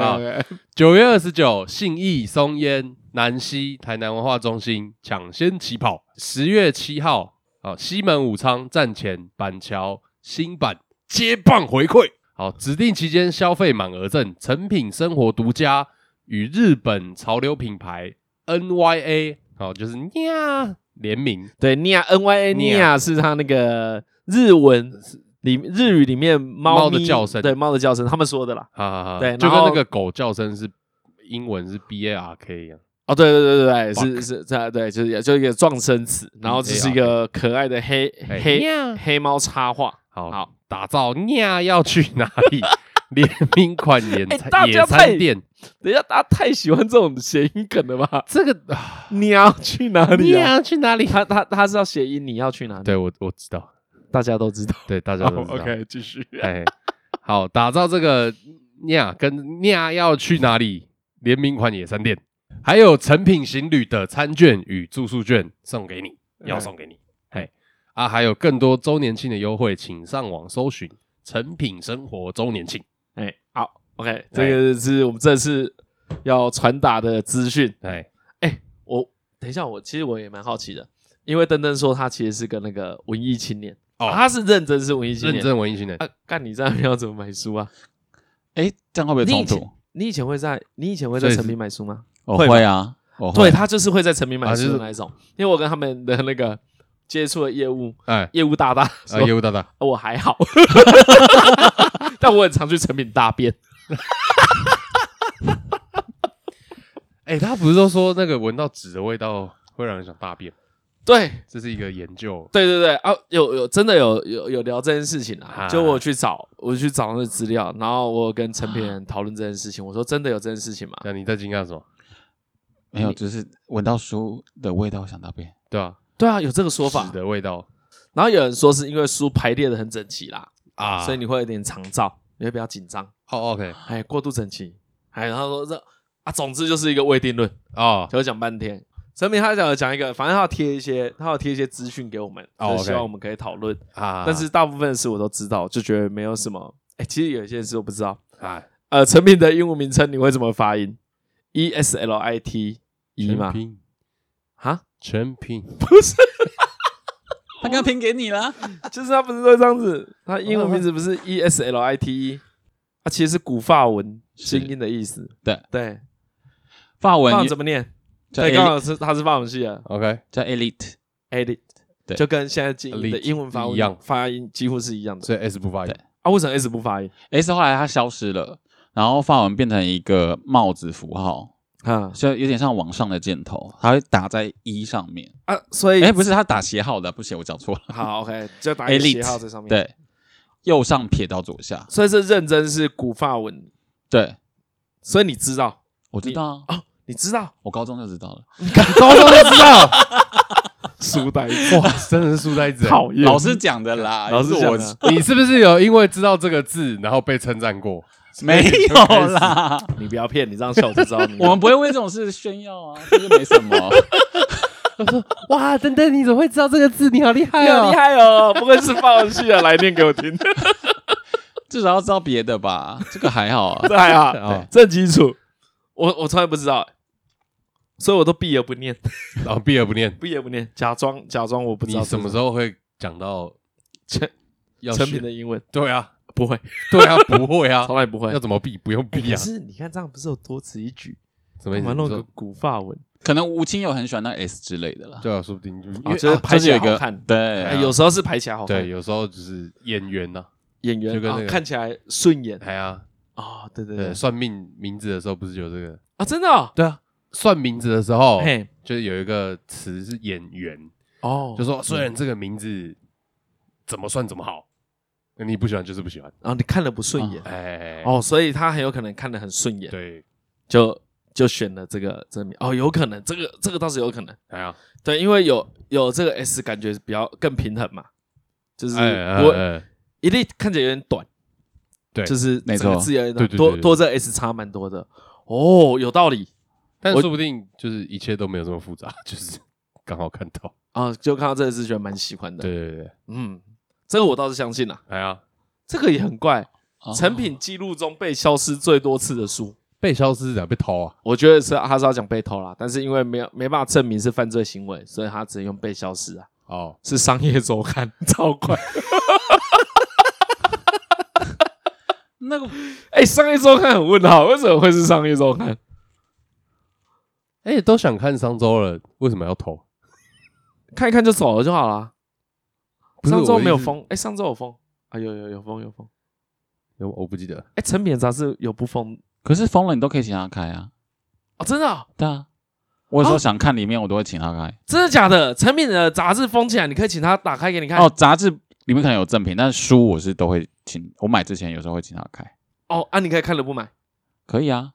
S2: 好
S1: OK，
S2: 九月二十九，信义、松烟、南溪、台南文化中心抢先起跑。十月七号，啊，西门武昌站前板桥新版接棒回馈。好，指定期间消费满额赠成品生活独家与日本潮流品牌 NYA，好，就是呀联名。
S1: 对，Nia N Y A Nia 是他那个日文里日语里面猫
S2: 猫
S1: 咪
S2: 的叫声
S1: 对，猫的叫声，他们说的啦。
S2: 哈哈哈，
S1: 对
S2: 就
S1: 然
S2: 跟
S1: 后
S2: 那个狗叫声是英文是 B A R K 一样。
S1: 哦，对对对对对，
S2: Fuck 嗯
S1: 是是是，对，就是就是一个撞声词，然后这是一个可爱的黑
S2: 哎
S1: 黑
S2: 呀
S1: 黑猫插画。
S2: 好，
S1: 好
S2: 打造呀要去哪 里联名款野
S1: 哎
S2: 餐、
S1: 大
S2: 野
S1: 家太
S2: 餐店，
S1: 等一下，大家太喜欢这种谐音梗 了吧？
S2: 这个啊
S1: 你要去哪里啊？
S2: 去哪里？
S1: 他他他是要谐音，你要去哪里？
S2: 对我我知道，
S1: 大家都知道。
S2: 对大家
S1: 好
S2: 都知道。
S1: 哦 OK，继续。
S2: 哎，好，打造这个呀跟呀要去哪里联名款野餐店，还有成品行旅的餐券与住宿券送给你，要送给你。哎啊，还有更多周年庆的优惠，请上网搜寻成品生活周年庆。
S1: 哎，好，OK，这个是我们这次要传达的资讯。
S2: 哎，
S1: 我等一下，我其实我也蛮好奇的，因为登登说他其实是个那个文艺青年，
S2: 哦
S1: 他是认真是文艺青年。
S2: 认真文艺青年。
S1: 啊，干你这样要怎么买书啊？
S3: 哎，这样会不会
S1: 你
S3: 冲
S1: 以前
S3: 突？
S1: 你以前会在你以前会在
S2: 所以
S1: 成
S2: 是哦
S1: 品买书吗？
S3: 我
S1: 会
S3: 会啊，我
S1: 对
S3: 会。
S1: 他就是会在成品买
S2: 啊就
S1: 书
S2: 是
S1: 的那一种，因为我跟他们的那个接触的业务
S2: 哎，
S1: 业务大大
S2: 啊，
S1: 说，
S2: 业务大大，
S1: 我还好， 但我很常去成品大便。
S2: 哎、他不是都说那个闻到纸的味道会让人想大便？
S1: 对，
S2: 这是一个研究，
S1: 对对对啊，有有真的有有有聊这件事情啊，
S2: 啊
S1: 就我去找我去找那个资料，然后我有跟成品人讨论这件事情，我说真的有这件事情吗？
S2: 那你在惊讶什么？
S3: 没有，就是闻到书的味道想大便。
S2: 对吧、
S1: 对啊，有这个说
S2: 纸
S1: 法。
S2: 的味道
S1: 然后有人说是因为书排列的很整齐啦，
S2: 啊
S1: 所以你会有点长照，你会比较紧张，
S2: 哦，OK，
S1: 哎，过度整齐，哎，然后说这啊，总之就是一个未定论，
S2: 哦，
S1: 就讲半天。成品他想讲一个，反正他要贴一些，他要贴一些资讯给我们，
S2: 哦
S1: 就是希
S2: OK
S1: 望我们可以讨论。
S2: 啊
S1: 但是大部分的事我都知道，就觉得没有什么。哎，其实有一些事我不知道，
S2: 啊，
S1: 呃，成品的英文名称你会怎么发音？E S L I T E
S2: 全
S1: 吗？
S2: 拼，
S1: 啊，
S2: 全拼，
S1: 不是，
S3: 他刚拼给你了，
S1: 就是他不是都这样子，他英文名字不
S3: 哦
S1: 是 E S L I T E，它其实是古法文
S3: 是
S1: 拼音的意思。
S3: 对
S1: 对，
S3: 法文
S1: 法文怎么念？
S3: 叫
S1: 对，刚
S3: elite，
S1: 好是它是法文系的
S2: OK，
S3: 叫 elite，
S1: edit，
S3: 对
S1: 就跟现在进的
S2: Elite，
S1: 英文发文
S2: 一样
S1: 发音几乎是一样的。
S2: 所以 S 不发音
S3: 对
S1: 啊，为什么 S 不发音？
S3: S 后来它消失了，然后法文变成一个帽子符号，
S1: 啊
S3: 就有点像往上的箭头，它会打在一上面。
S1: 啊，所以
S3: 哎，不是，它打斜号的，不行，我讲错了。
S1: 好 OK，就打一个
S3: Elite，
S1: 斜哎号在上面。，
S3: 对，右上撇到左下。
S1: 所以这认真是古法文，
S3: 对，
S1: 所以你知道
S3: 我知道啊，
S1: 你哦知 道
S3: 我高中就知道了。
S2: 高中就知道，
S1: 书呆 子。
S2: 哇，真的是书呆子，欸
S1: 讨厌。
S3: 老师讲的 啦，
S1: 老师
S3: 也
S2: 啊
S3: 不是我
S1: 讲的
S2: 你是不是有因为知道这个字，然后被称赞过？
S3: 没有 啦，
S1: 你不要骗，你这样笑我就知道你
S3: 我们不会为这种事炫耀啊，这个没 什么。
S2: 哇，等等，你怎么会知道这个字？你好厉害
S1: 你好厉！害哦，不愧是放弃的，来念给 我听，
S3: 至少要知道别的吧，这个还好 啊。
S1: 这还好
S2: 哦，
S1: 这基础，我我从来不知道，所以我都避而不念，
S2: 然后避而不念，
S1: 避而不念，假装假装我不知道
S2: 你
S1: 这
S2: 什
S1: 是
S2: 么时候会讲到
S1: 成
S2: 要
S1: 成
S2: 学
S1: 品的英文，
S2: 对啊，
S1: 不会，
S2: 对啊，不会啊
S1: 从，来不会
S2: 要。怎么避？不用
S1: 哎
S2: 避
S1: 可
S2: 啊，
S1: 是你看这样不是有多此一举？
S2: 什么
S1: 干
S2: 意思
S1: 嘛？弄
S2: 你
S1: 个
S2: 说
S1: 古发文？
S3: 可能吴清友很喜欢那 S 之类的啦。
S2: 对啊，说不定就因为
S1: 啊就是
S2: 啊
S1: 拍起来
S3: 就是
S1: 好
S3: 有一个
S1: 看。
S3: 对
S1: 哎
S3: 啊，
S1: 有时候是排起来好看，
S2: 对，有时候就是演员呐，
S1: 演员
S2: 就跟那
S1: 啊
S2: 个
S1: 看起来顺眼
S2: 哎呀，
S1: 啊，对对对
S2: 对，算命名字的时候不是有这个？
S1: 啊，真的哦，
S2: 对啊，算名字的时候，
S1: 嘿
S2: 就是有一个词是演员，
S1: 哦，
S2: 就说虽然这个名字怎么算怎么好，那你不喜欢就是不喜欢，
S1: 然后你看了不顺眼
S2: 哎，，
S1: 哦，所以他很有可能看得很顺眼，
S2: 对，
S1: 就就选了这个这个名哦，有可能这个这个倒是有可能，
S2: 哎呀，
S1: 对，因为有有这个 S 感觉比较更平衡嘛，就是
S2: 哎哎
S1: 我
S2: 哎哎
S1: 一定看起来有点短，
S2: 对
S1: 就是
S3: 没
S1: 整个
S3: 错
S1: 字有点
S2: 对
S1: 短
S2: 对对
S1: 多
S2: 对
S1: 多这 S 差蛮多的哦，有道理
S2: 但
S1: 我
S2: 说不定就是一切都没有这么复杂， 就是刚好看到，
S1: 啊，就看到这个字觉得蛮喜欢的，
S2: 对对对，对
S1: 嗯，这个我倒是相信啦，
S2: 哎呀，
S1: 这个也很怪。
S3: 哦
S1: 成品记录中被消失最多次的书，
S2: 被消失的被偷啊，
S1: 我觉得是他是要讲被偷啦，但是因为没有没办法证明是犯罪行为，所以他只能用被消失啊，
S2: 哦，
S1: 是商业周刊， 超快。
S3: 那个
S1: 哎、商业周刊很问号，为什么会是商业周刊？
S2: 哎，都想看商周了，为什么要偷？
S1: 看一看就走了就好啦。
S2: 不是
S1: 上周
S2: 我
S1: 没有
S2: 意思
S1: 封，哎、上周有封啊，有有有封有封。
S2: 有我不记得，
S1: 哎、成品的杂志有不封
S3: 可是封了你都可以请他开啊，
S1: 哦，真的哦、
S3: 对啊。我有时候想看里面，我都会请他开。
S1: 真的假的？成品的杂志封起来，你可以请他打开给你看。
S3: 哦，杂志里面可能有赠品，但是书我是都会请，我买之前有时候会请他开。
S1: 哦啊，你可以看了不买
S3: 可以啊，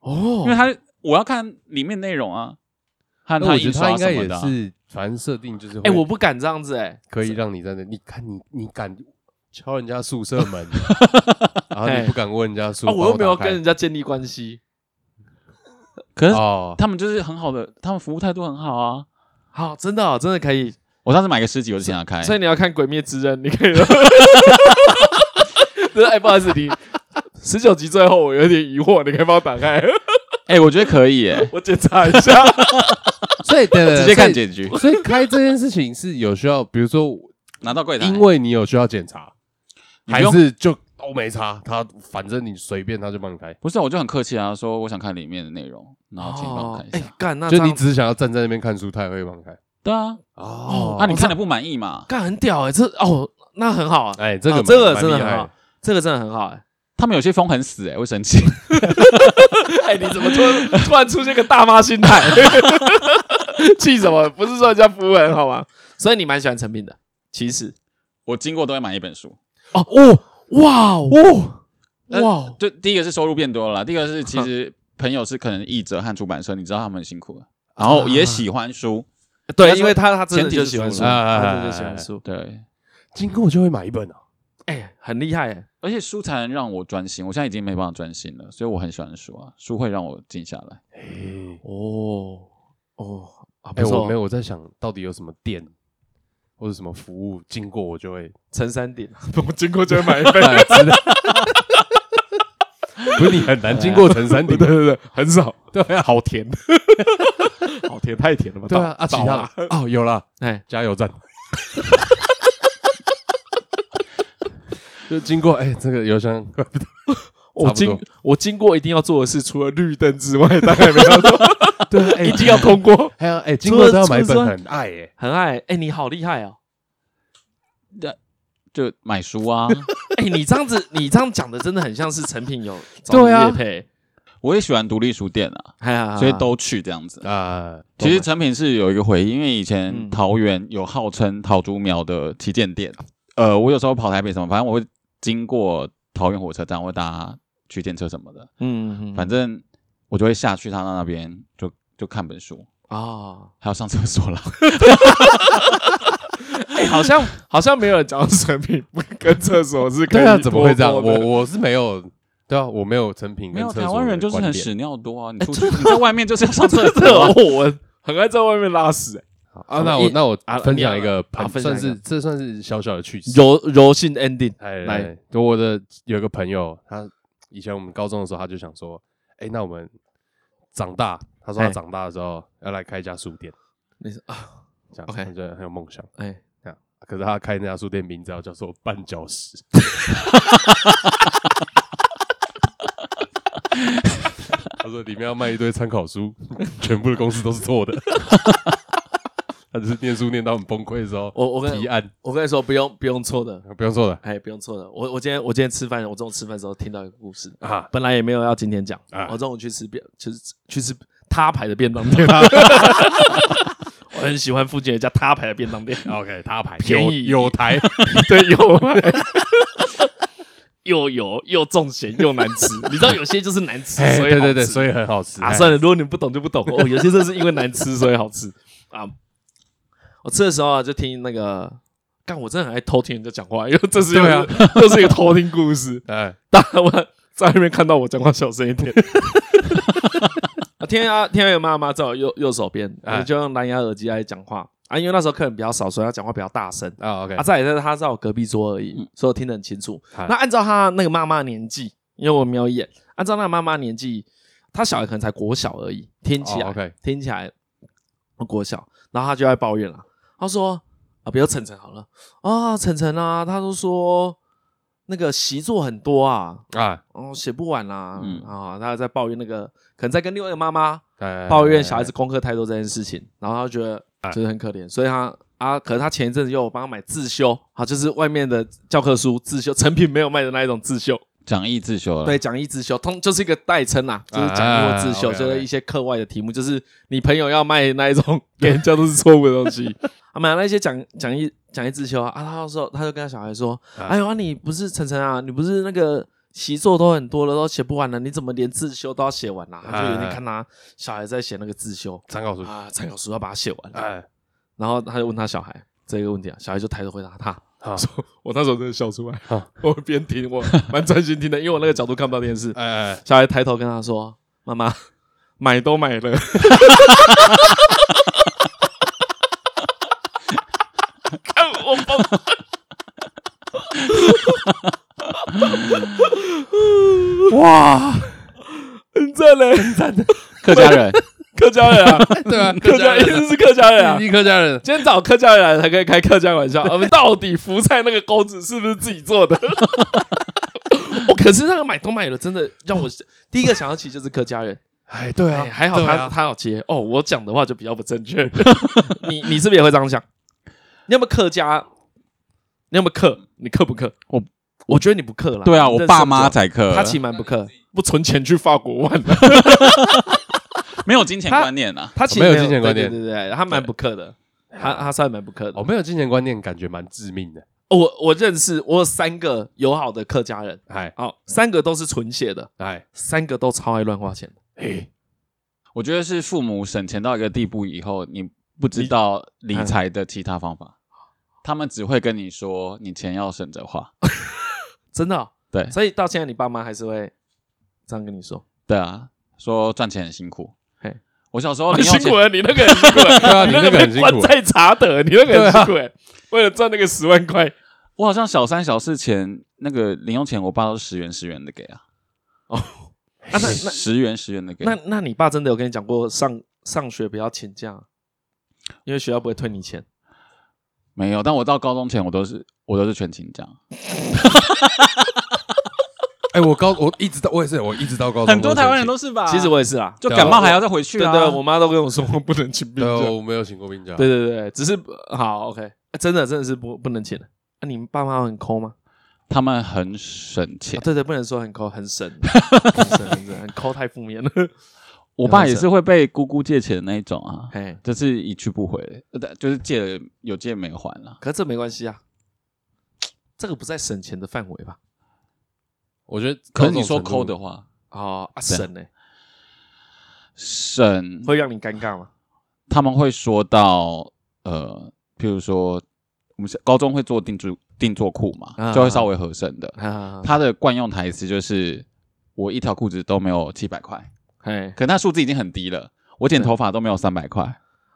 S1: 哦
S3: 因为，他我要看里面内容啊，和
S2: 那
S3: 他
S2: 我觉得
S3: 印
S2: 他
S3: 刷
S2: 应该
S3: 什么
S2: 也
S3: 的啊。
S2: 是，反正设定就是会，
S1: 哎、我不敢这样子哎、
S2: 可以让你在那，你看你你敢敲人家宿舍 门，然后
S3: 哎
S2: 你不敢问人家宿，
S1: 啊，我又没有跟
S2: 帮我
S1: 人家建立关系。
S3: 可
S2: 打
S3: 是
S2: 开哦，
S3: 他们就是很好的，他们服务态度很好啊。
S1: 好，真的、哦、真的可以。
S3: 我上次买个诗集，我就请他开。
S1: 所以你要看《鬼灭之刃》，你可以。 对，哎，不好意思，你十九集最后我有点疑惑，你可以帮我打开，
S3: 哎、我觉得可以耶，
S1: 我检查一下。
S2: 所以对对对
S3: 直接看
S2: 所以
S3: 结局，
S2: 所以开这件事情是有需要，比如说，
S3: 拿到柜 台。
S2: 因为你有需要检查，
S3: 你不
S2: 还
S3: 用
S2: 是就都没差，他反正你随便他就帮你开，
S3: 不是啊，我就很客气啊，说我想看里面的内容， 然后请帮我看一
S2: 哦
S3: 下。
S1: 哎，干那这
S2: 就你
S1: 样
S2: 只是想要站在那边看书，他也会帮你开。
S3: 对啊，
S1: 哦
S3: 那、你看的不满意嘛？
S1: 干很屌哎，这哦，那很好啊，
S2: 哎，这个
S1: 啊
S2: 蛮
S1: 这个
S2: 蛮
S1: 真的
S2: 厉
S1: 很
S2: 害
S1: 好，这个真的很好哎。
S3: 他们有些风很死哎、我会生气。
S1: 哎，你怎么突然突然出现个大妈心态？气什么？不是说人家服务很好吗？所以你蛮喜欢成品的，其实
S3: 我经过都会买一本书。
S1: 哦哦哇哦
S3: 呃
S1: 哇哦
S3: 就第一个是收入变多了啦，第二个是其实朋友是可能译者和出版社，你知道他们很辛苦的，然后也喜欢书，
S1: 对，
S3: 但是
S1: 因为他他真的
S3: 前提
S1: 就是喜欢
S3: 书
S1: 书，
S2: 啊啊啊
S1: 他
S2: 啊
S1: 真
S2: 啊
S1: 的喜
S2: 啊
S1: 欢
S2: 啊
S1: 书，
S3: 对，
S2: 经过就会买一本啊。
S1: 哎，很厉害哎。
S3: 而且书才能让我专心。我现在已经没办法专心了，所以我很喜欢书啊，书会让我静下来。
S2: 哎，
S1: 哦哦，啊，
S2: 哎
S1: 不错，
S2: 我没有我在想到底有什么店或者什么服务经过我就 会
S1: 陈三 点，我经过就会买一杯，
S2: 知道。 不是你很难经过陈山 顶，对对对，很少。对啊，
S1: 好甜，好哦甜，太甜了吧？
S2: 对啊，啊，其
S1: 倒
S2: 他
S1: 了，
S2: 的哦有啦，
S1: 哎，
S2: 加油站。 就经过，哎，这个邮 箱，
S1: 我
S2: 差不多
S1: 经我经过一定要做的事，除了绿灯之外， 大概没有做，
S2: 对，哎
S1: 一，定要通过。
S2: 还有哎，经过都要买一本，很爱哎，
S1: 很爱，哎，你好厉害哦！
S3: 就买书啊，
S1: 哎，你这样子，你这样讲的真的很像是成品有
S2: 对啊
S1: 配，
S3: 我也喜欢独立书店啊，
S1: 哎呀，
S3: 所以都去这样子。
S2: 啊，
S3: 其实成品是有一个回忆，因为以
S1: 嗯
S3: 前桃园有号称桃竹苗的旗舰店，呃，我有时候跑台北什么，反正我会经过桃园火车站，我会搭区间车什么的，
S1: 嗯，嗯嗯
S3: 反正我就会下去他那那边就就看本书，
S1: 啊，
S3: 还有上厕所啦。
S1: 哎，好像好像没有人讲到成品不跟厕所是可以
S2: 对啊，怎么会这样？
S1: 脱
S2: 我
S1: 钩的
S2: 我是没有，对啊，我没有成品
S3: 没
S2: 跟
S3: 有
S2: 厕所
S3: 台湾人
S2: 的
S3: 就是
S2: 观
S3: 很
S2: 点
S3: 屎尿多啊，你出去你在外面就是要上厕
S1: 这
S3: 所啊
S1: 这。我很爱在外面拉屎、欸，
S2: 啊。那我那我
S1: 啊
S2: 分
S1: 你要
S2: 享一个
S1: 啊
S2: 朋，
S1: 分享
S2: 算
S1: 一
S2: 是
S1: 个
S2: 这算是小小的趣事。
S1: 柔柔性 ending
S2: 哎，
S1: 来
S2: 来，就我的有一个朋友，他以前我们高中的时候，他就想说，哎，那我们长大，他说他
S1: 哎
S2: 长大的时候要来开一家书店，
S1: 你说啊，
S2: 这样
S1: OK
S2: 他觉得很有梦想。
S1: 哎
S2: 这样，可是他开那家书店名字要叫做绊脚石， 他说里面要卖一堆参考书，全部的公式都是错的。 他只是念书念到很崩溃的时候，
S1: 我我跟
S2: 提案
S1: 我跟你说，不用不用错的，
S2: 不用错的
S1: 哎，不用错的。我我今天我今天吃饭，我中午吃饭的时候听到一个故事，
S2: 啊，
S1: 本来也没有要今天讲，
S2: 啊
S1: 我中午去吃便，就是去吃他牌的便当店， 我很喜欢附近有一家他牌的便 当店，
S2: OK，他牌
S1: 便宜
S2: 有有台，
S1: 对，又 又油又重咸又难吃，你知道有些就是难吃，
S2: 哎
S1: 所以
S2: 对对对，
S1: 以
S2: 所以很好吃
S1: 啊，
S2: 哎
S1: 算了，如果你们不懂就不懂哦，有 些真是因为难吃所以好吃啊。我吃的时候啊，就听那个，干我真的很爱偷听人家讲话，因为这是一
S2: 对啊
S1: 个，这是一个偷听故事。
S2: 哎，
S1: 当然我在外面看到我讲话小声一点。 啊，天啊，天啊，有妈妈在我右右手边，
S2: 哎
S1: 我就用蓝牙耳机来讲话啊，因为那时候客人比较少，所以他讲话比较大声
S2: 啊 OK，嗯
S1: 啊。再来，他在我隔壁桌而已，所以我听得很清楚。
S2: 哎
S1: 那按照他那个妈妈的年纪，因为我没有演，按照那个妈妈的年纪，他小孩可能才国小而已，听起来、
S2: 哦，OK
S1: 听起来国小，然后他就在抱怨了，他说啊，比如晨晨好了啊，晨晨啊，他都说那个习作很多啊，
S2: 啊，
S1: 哦，写不完啦、
S3: 嗯
S1: 啊，他在抱怨那个，可能在跟另外一个妈妈
S2: 哎
S1: 抱怨小孩子功课太多这件事情，然后他觉得就是很可怜，所以他啊，可能他前一阵子又有帮他买自修，啊，就是外面的教科书自修，成品没有卖的那一种自修，
S3: 讲义自修了，
S1: 对，讲义自修，通就是一个代称啦，就是讲义或自修，
S2: 啊，OK，OK
S1: 就是一些课外的题目，就是你朋友要卖那一 种给人家都是错误的东 西，啊，买那些讲讲义讲义自修啊，啊，他就说他就跟他小孩说，
S2: 啊
S1: 哎呦啊，你不是晨晨啊，你不是那个习作都很多了，都写不完了，你怎么连自修都要写完啦、啊他就有一天看他小孩在写那个自修
S2: 参考书，
S1: 啊，参考书要把它写完，
S2: 哎，
S1: 然后他就问他小孩这个问题啊，小孩就抬头回答他，
S2: 好，
S1: 我那时候真的笑出来
S2: 啊，
S1: 我边听我蛮专心听的，因为我那个角度看不到电视，
S2: 哎哎，
S1: 小孩抬头跟他说：“妈妈， 买都买 了。
S2: 哎
S1: 看我崩溃。
S3: 哇，
S1: 很赞嘞，很赞的
S3: 客家人
S1: 客家人啊，
S2: 对啊，
S1: 客家一直是客家人啊。
S2: 一客家人，
S1: 今天找客家人来才可以开客家 玩笑。我们到底福菜那个钩子是不是自己做 的？我哦可是那个买都买了，真的让我 第一个想到起就是客家 人。
S2: 哎，对啊，
S1: 哎还好他、
S2: 对啊
S1: 他有接哦，我讲的话就比较不正 确。你你是不是也会这样想？你有没有客家？你有没有客？你客不客？
S3: 我
S1: 我觉得你不客啦。
S3: 对啊，
S1: 你
S3: 我
S1: 认识
S3: 爸
S1: 不
S3: 妈
S1: 久
S3: 宰客，
S1: 他其实蛮不客，呃不存钱去法国玩啊的。
S3: 没有金钱
S1: 他
S3: 观念啊，
S1: 他其实
S2: 没有
S1: 有
S2: 金钱观念
S1: 对对对对，他蛮不客的。他他算蛮不客的。
S2: 我
S1: 哦
S2: 没有金钱观念，感觉蛮致命的。
S1: 我我认识我有三个友好的客家人，
S2: 哎
S1: 哦，三个都是纯血的，
S2: 哎，
S1: 三个都超爱乱花钱的。
S2: 嘿，
S3: 我觉得是父母省钱到一个地步以后，你不知道理财的其他方法，他们只会跟你说你钱要省着花。
S1: 真的哦、
S3: 对
S1: 所以到现在你爸妈还是会这样跟你说，
S3: 对啊，说赚钱很辛苦
S1: 嘿。
S3: 我小时候
S1: 很
S3: 零用
S1: 辛
S3: 钱
S1: 苦，哦啊了，你那个很辛苦了，
S2: 对 啊，你
S1: 你
S2: 那
S1: 那
S2: 个
S1: 个
S2: 很
S1: 很
S2: 辛
S1: 辛
S2: 苦
S1: 苦，
S2: 啊，
S1: 在查的，你那个很辛苦哎，为了赚那个十万 块，
S3: 我好像小三小四前那个零用钱，我爸都是十元十元的给啊，
S1: 啊那那
S3: 十元十元的给。
S1: 那那你爸真的有跟你讲过上上学不要请假，因为学校不会退你钱。
S3: 没有，但我到高中前我都是我都是全勤奖，
S2: 哎，我高我一直到我也是，我一直到高中，
S3: 很多台湾人都是吧？
S1: 其实我也是啦，
S3: 就
S2: 对啊
S3: 感冒还要再回去
S1: 对
S3: 啊。
S1: 对，我妈都跟我说不能请病
S2: 对啊，
S1: 假。
S2: 我没有请过病假，
S1: 对对对，只是好 OK，啊真的真的是不不能请的。那你们爸妈很抠吗？
S3: 他们很省钱
S1: 啊， 对对，不能说很抠，很 省，很省，很省，很抠太负 面了。
S3: 我爸也是会被姑姑借钱的那一种啊。
S1: 哎，
S3: 就是一去不回，呃但就是借了有借没还了。
S1: 可这没关系啊，这个不在省钱的范围吧？
S2: 我觉得，
S3: 可是你说抠的，话，
S1: 哦，啊
S3: 对啊
S1: 省呢，
S3: 省
S1: 会让你尴尬吗？
S3: 他们会说到呃，譬如说我们是高中会做定做定做裤嘛，
S1: 啊
S3: 就会稍微合身的。
S1: 啊，
S3: 他的惯用台词就是我一条裤子都没有七百块，
S1: 哎，
S3: 可那数字已经很低了，我剪头发都没有三百块，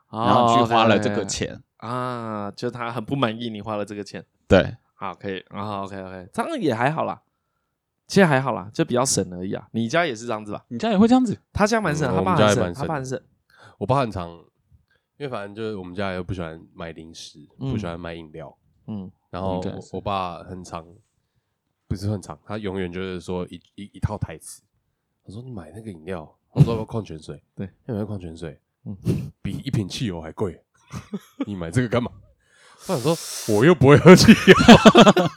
S1: 哦
S3: 然后去花了这个钱。
S1: 啊，就他很不满意你花了这个钱。
S3: 对，
S1: 好，可以啊，OK OK，这样也还好啦，其实还好啦，就比较省而已啊。你家也是这样子吧？
S3: 你家也会这样子？
S1: 他家蛮省，
S2: 嗯
S1: 他
S2: 我
S1: 爸
S2: 们家
S1: 很
S2: 也
S1: 省，
S2: 蛮
S1: 他爸很省。
S2: 我爸很常，因为反正就是我们家又不喜欢买零食，
S1: 嗯
S2: 不喜欢买饮料，
S1: 嗯，
S2: 然后
S3: 对
S2: 我我爸很长，不是很长，他永远就是说一一一套台词。我说你买那个饮料，我说要不要矿泉水？
S1: 对，
S2: 要不要矿泉水？
S1: 嗯
S2: 嗯， 比一瓶汽油还贵， 你买这个干嘛？我想说我又不会喝汽油，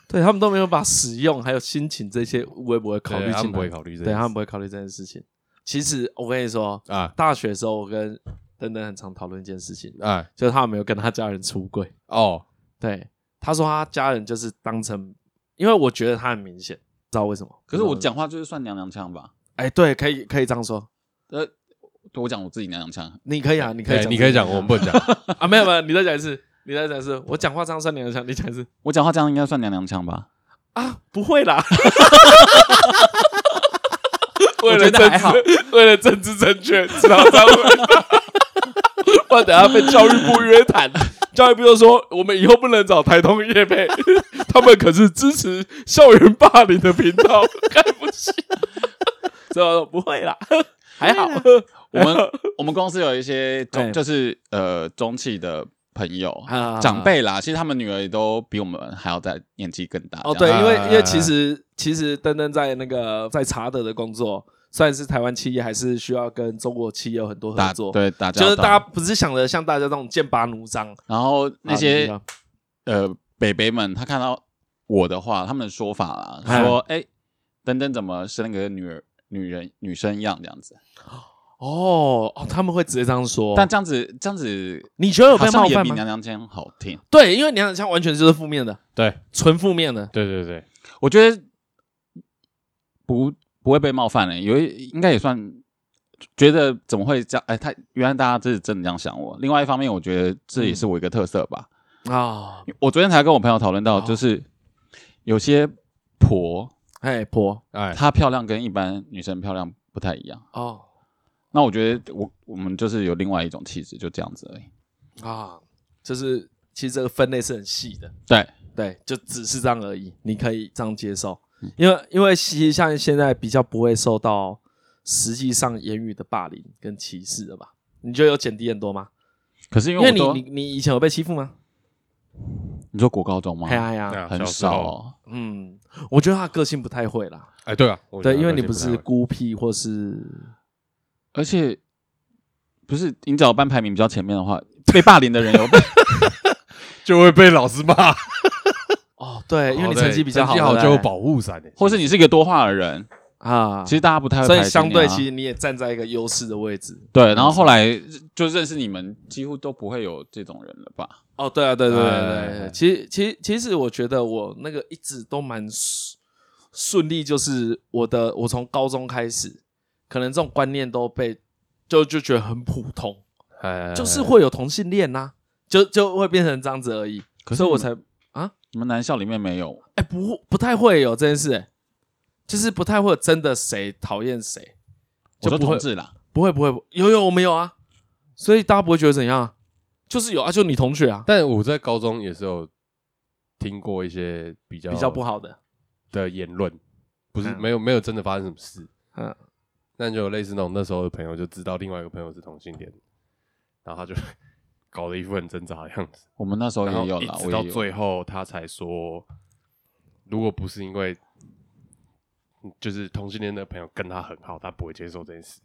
S1: 对他们都没有把使用还有心情这些会不会考虑
S2: 对他
S1: 进
S2: 们不会
S1: 来，
S2: 考虑这个，
S1: 对他们不会考虑这件事情。其实我跟你说，
S2: 啊
S1: 大学的时候我跟等等很常讨论一件事情，
S2: 哎
S1: 就是他没有跟他家人出柜。
S2: 哦
S1: 对，他说他家人就是当成，因为我觉得他很明显，不知道为什么。
S3: 可是我，讲话就是算娘娘腔吧？
S1: 哎，对，可以可以这样说，
S3: 呃，我讲我自己娘娘腔，
S1: 你可以啊，你可
S2: 哎，
S1: 以这样
S2: 你可以讲，我们不能 讲。
S1: 啊，没有没有，你再讲一次，你再讲一次，我讲话这样算娘娘腔，你讲一次
S3: 我讲话这样应该算娘娘腔吧？
S1: 啊，不会啦。为
S3: 我
S1: 了
S3: 觉
S1: 政
S3: 得还好
S1: 治，为了政治正确，只好这样问。不然等下被教育部约谈， 教育部就说我们以后不能找台通业配， 他们可是支持校园霸凌的频 道，看不起。所以我说不会啦， 还好。
S3: 我 们我们公司有一些中、
S1: 哎
S3: 就是呃中气的朋友。
S1: 啊
S3: 长辈啦，其实他们女儿也都比我们还要在年纪更大。
S1: 哦，
S3: 这
S1: 对，
S3: 样
S1: 因为因为其
S2: 啊
S1: 实其实登登在那个在查德的工作，虽然是台湾企业，还是需要跟中国企业有很多合
S3: 打
S1: 作。，
S3: 对打交
S1: 就是
S3: 道
S1: 大家，不是想着像大家这种剑拔弩张
S3: 然后那些、
S1: 啊
S3: 呃北北们，他看到我的话，他们的说法啦，
S1: 哎
S3: 说哎，登登怎么生个女儿女人女生样这样子？
S1: 哦哦，他们会直接这样说。
S3: 但这样子这样子，
S1: 你觉得有
S3: 好
S1: 被
S3: 像
S1: 冒
S3: 也
S1: 犯
S3: 比
S1: 吗
S3: 娘？娘腔好听。
S1: 对，因为娘娘腔完全就是负面的，
S2: 对
S1: 纯负面的。
S2: 对对对，
S3: 我觉得不不会被冒犯的、欸有一应该也算觉得怎么会这样？哎，他原来大家这是真的这样想我。另外一方面，我觉得这也是我一个特色吧。
S1: 啊，
S3: 我昨天才跟我朋友讨论到，
S1: 哦
S3: 就是有些婆
S1: 哎婆
S2: 哎
S3: 她漂亮跟一般女生漂亮不太一样。
S1: 哦
S3: 那我觉得我我们就是有另外一种气质，就这样子而已。
S1: 啊，就是其实这个分类是很细的，
S3: 对，
S1: 对，就只是这样而已，你可以这样接受，因为因为其实像现在比较不会受到实际上言语的霸凌跟歧视了吧？你觉得有减低很多吗？
S3: 可是因
S1: 因
S3: 为
S1: 为
S3: 我
S1: 你
S3: 都
S1: 你你以前有被欺负吗？
S3: 你说国高中吗
S1: 哎？呀呀，
S2: 啊
S3: 很
S2: 小时
S3: 少、
S2: 候
S3: 哦，
S1: 嗯，我觉得他个性不太会啦，
S2: 哎对啊，我
S1: 对，
S2: 觉得
S1: 因为
S2: 个
S1: 你
S2: 性
S1: 不
S2: 太
S1: 是
S2: 会
S1: 孤僻或是
S3: 而且不是你只要班排名比较前面的话，被霸凌的人有
S2: 就会被老师骂，
S1: 哦，对，因为你
S2: 哦
S1: 成绩
S2: 对
S1: 比较
S2: 成绩
S1: 好
S2: 好
S1: 对
S2: 就有保护伞，欸
S3: 或是你是一个多话的人，
S1: 啊，
S3: 其实大家不太会
S1: 所
S3: 排
S1: 以
S3: 挤
S1: 相
S3: 你啊
S1: 对其实你嗯也站在一个优势的位置。
S3: 对，然后后来就认识你们，几乎都不会有这种人了吧？
S1: 哦，对啊，对对对
S2: 哎
S1: 对对，其实其实其实我觉得我那个一直都蛮顺顺利，就是我的我从高中开始，可能这种观念都被就就觉得很普通，
S2: 哎
S1: 就是会有同性恋呐、就就会变成这样子而已。
S3: 可是
S1: 所以我
S3: 你
S1: 才
S3: 们你们男校里面没有，
S1: 哎、不不太会有这件事、哎，就是不太会有真的谁讨厌谁，就
S3: 我说
S1: 不会
S3: 同志啦，
S1: 不会不会不有有我们有啊，所以大家不会觉得怎样啊，就是有啊，就你同学啊，
S2: 但我在高中也是有听过一些比较
S1: 比较不好的，
S2: 的言论，不是
S1: 嗯
S2: 没有没有真的发生什么事，
S1: 嗯，
S2: 但就有类似那种那时候的朋友就知道另外一个朋友是同性恋，然后他就 搞得一副很挣扎的样子，
S3: 我们那时候
S2: 然后
S3: 哦也有
S2: 一
S3: 啦，
S2: 直
S3: 我
S2: 到
S3: 也有。
S2: 最后他才说，如果不是因为就是同性恋的朋友跟他很好，他不会接受这件事。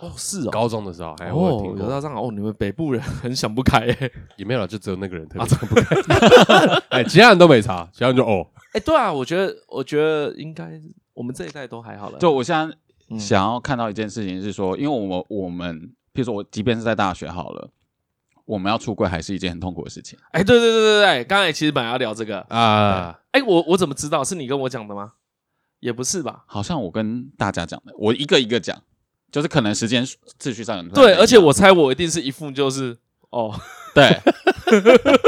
S1: 哦是哦，
S2: 高中的时候，还我有
S1: 哦
S2: 听，
S1: 有
S2: 过
S1: 到，这样哦，你们北部人很想不开哎、欸，
S2: 也没有啦，就只有那个人特别想不开， 哎，其他人都没查，其他人就哦，
S1: 哎对啊，我觉得我觉得应该我们这一代都还好了，
S3: 就我现
S1: 嗯
S3: 在想要看到一件事情是说，因为我们我们，譬如说我即便是在大学好了，我们要出柜还是一件很痛苦的事情。
S1: 哎、对对对对对，刚才其实本来要聊这个，
S2: 啊，
S1: 哎、我我怎么知道是你跟我讲的吗？也不是吧？
S3: 好像我跟大家讲的，我一个一个讲，就是可能时间秩序上有不太一
S1: 对，
S3: 样
S1: 而且我猜我一定是一副就是哦，
S3: 对，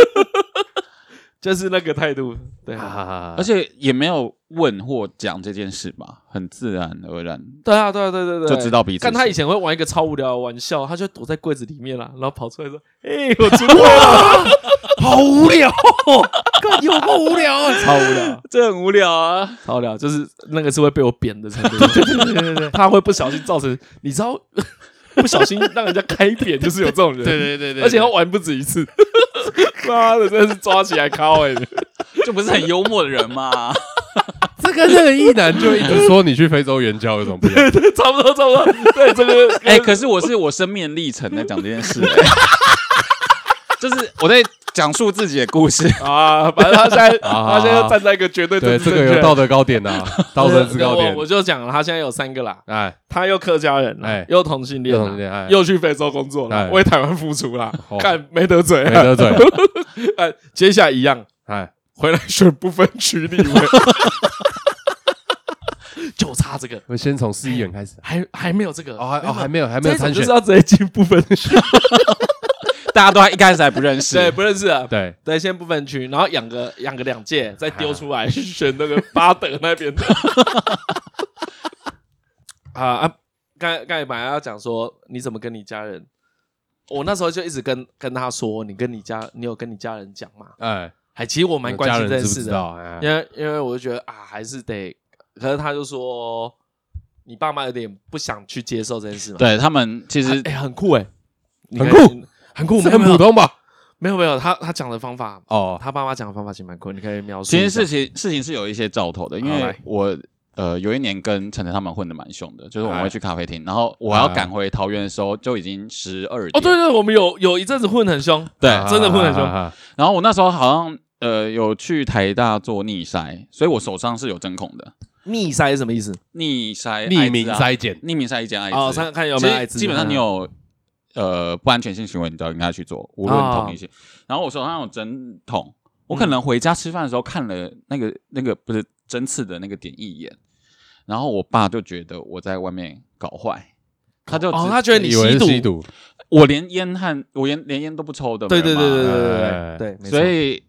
S1: 就是那个态度，对啊，
S2: 而
S3: 而且也没有问或讲这件事吧，很自然而然。
S1: 对啊，对啊，对对对，
S3: 就知道彼此
S1: 但他
S3: 是
S1: 以前会玩一个超无聊的玩笑，他就躲在柜子里面啦，然后跑出来说：“哎、我 出柜了，好无聊、哦， 干有够无聊、啊，超无聊，
S3: 这很无聊啊！
S1: 超无聊，就是那个是会被我扁的程度，对对对对对，他会不小心造成，你知道， 不小心让人家开扁，就是有这种人，
S2: 对对
S1: 而且他玩不止一次， 妈的，真的是抓起来敲哎、
S3: 就不是很幽默的人嘛。
S2: 这跟那个一男就一直说你去非洲援交有什么不 一样？
S1: 差不多差不多，对这个
S3: 哎、可是我是我生命的历程在讲这件事、欸， 就是我在讲述自己的故事。
S1: 啊，反正他现在
S2: 啊
S1: 他现在站在一个绝对
S2: 对，
S1: 政治
S2: 这
S1: 正确
S2: 个有道德高点呐， 道德制高点
S1: 我。我就讲了，他现在有三个啦，
S2: 哎，
S1: 他又客家人啦
S2: 哎，
S1: 又同性恋
S2: 又
S1: 啦，
S2: 同性恋哎
S1: 又去非洲工作啦，
S2: 哎
S1: 为台湾付出啦
S2: 哦，
S1: 看没得罪
S2: 没，得罪。
S1: 哎，接下来一样
S2: 哎，
S1: 回来选不分区立委， 就差这个，
S2: 我先从市议员开始。
S1: 还还没有这个
S2: 哦，还哦还
S1: 没
S2: 没有还
S1: 有
S2: 没有
S1: 这一种
S2: 参选
S1: 就是。要直接进不分区，
S3: 大家都还一开始还不认 识，
S1: 对，不认识啊。
S2: 对，
S1: 对，先不分区，然后养个养个两 届，再丢出来选那个巴德那边的。 啊啊！刚才刚才本来要讲说你怎么跟你家人，我那时候就一直跟跟他说，你跟你家你有跟你家人讲吗？
S2: 哎，
S1: 还其实我蛮关
S2: 家
S1: 心
S2: 人
S1: 这件
S2: 知不
S1: 事
S2: 知
S1: 的，
S2: 道？哎
S1: 因为因为我就觉得啊，还是得。可是他就说，你爸妈有点不想去接受这件事嘛。
S3: 对他们其实
S1: 哎、很酷哎、你
S2: 很
S1: 可以
S2: 酷，
S1: 很酷，没
S2: 这
S1: 有
S2: 很
S1: 没
S2: 普
S1: 有
S2: 通吧？
S1: 没有没有，他他讲的方法
S2: 哦，
S1: 他爸妈讲的方法其实蛮酷，你可以描述
S3: 其
S1: 一
S3: 实
S1: 下。
S3: 事情事情是有一些兆头的，因
S1: 好
S3: 为
S1: 来
S3: 我呃有一年跟晨晨他们混的蛮凶的，就是我们
S1: 哎
S3: 会去咖啡厅，然后我要
S2: 哎
S3: 赶回桃园的时候就已经十二
S1: 哦，
S3: 点，
S1: 对对，我们有有一阵子混很凶，
S3: 对
S2: 啊
S1: 哎真的混很凶
S2: 啊啊啊
S3: 然后我那时候好像呃有去台大做逆筛，所以我手上是有针孔的
S1: 逆筛是什么意思？
S3: 逆
S1: 哎
S3: 筛啊
S2: 匿名
S3: 筛
S2: 筛检，
S3: 匿名筛一件艾滋，
S1: 哦，看看有
S3: 哎其
S1: 没
S3: 实
S1: 有艾滋，
S3: 基本上你
S1: 嗯
S3: 有呃不安全性行为，你都应该去做，无论同
S1: 哦
S3: 一性。然后我手上有针筒，我可能回家吃饭的时候看了那个那个不是针刺的那个点一眼，然后我爸就觉得我在外面搞坏，他就
S1: 哦
S3: 直，
S1: 他觉得你
S2: 以为是
S1: 毒，
S2: 吸毒，
S3: 我连烟和我连连烟都不抽的
S1: 对
S3: 人嘛，
S1: 对对对对对对
S2: 哎
S1: 对，没错
S3: 所以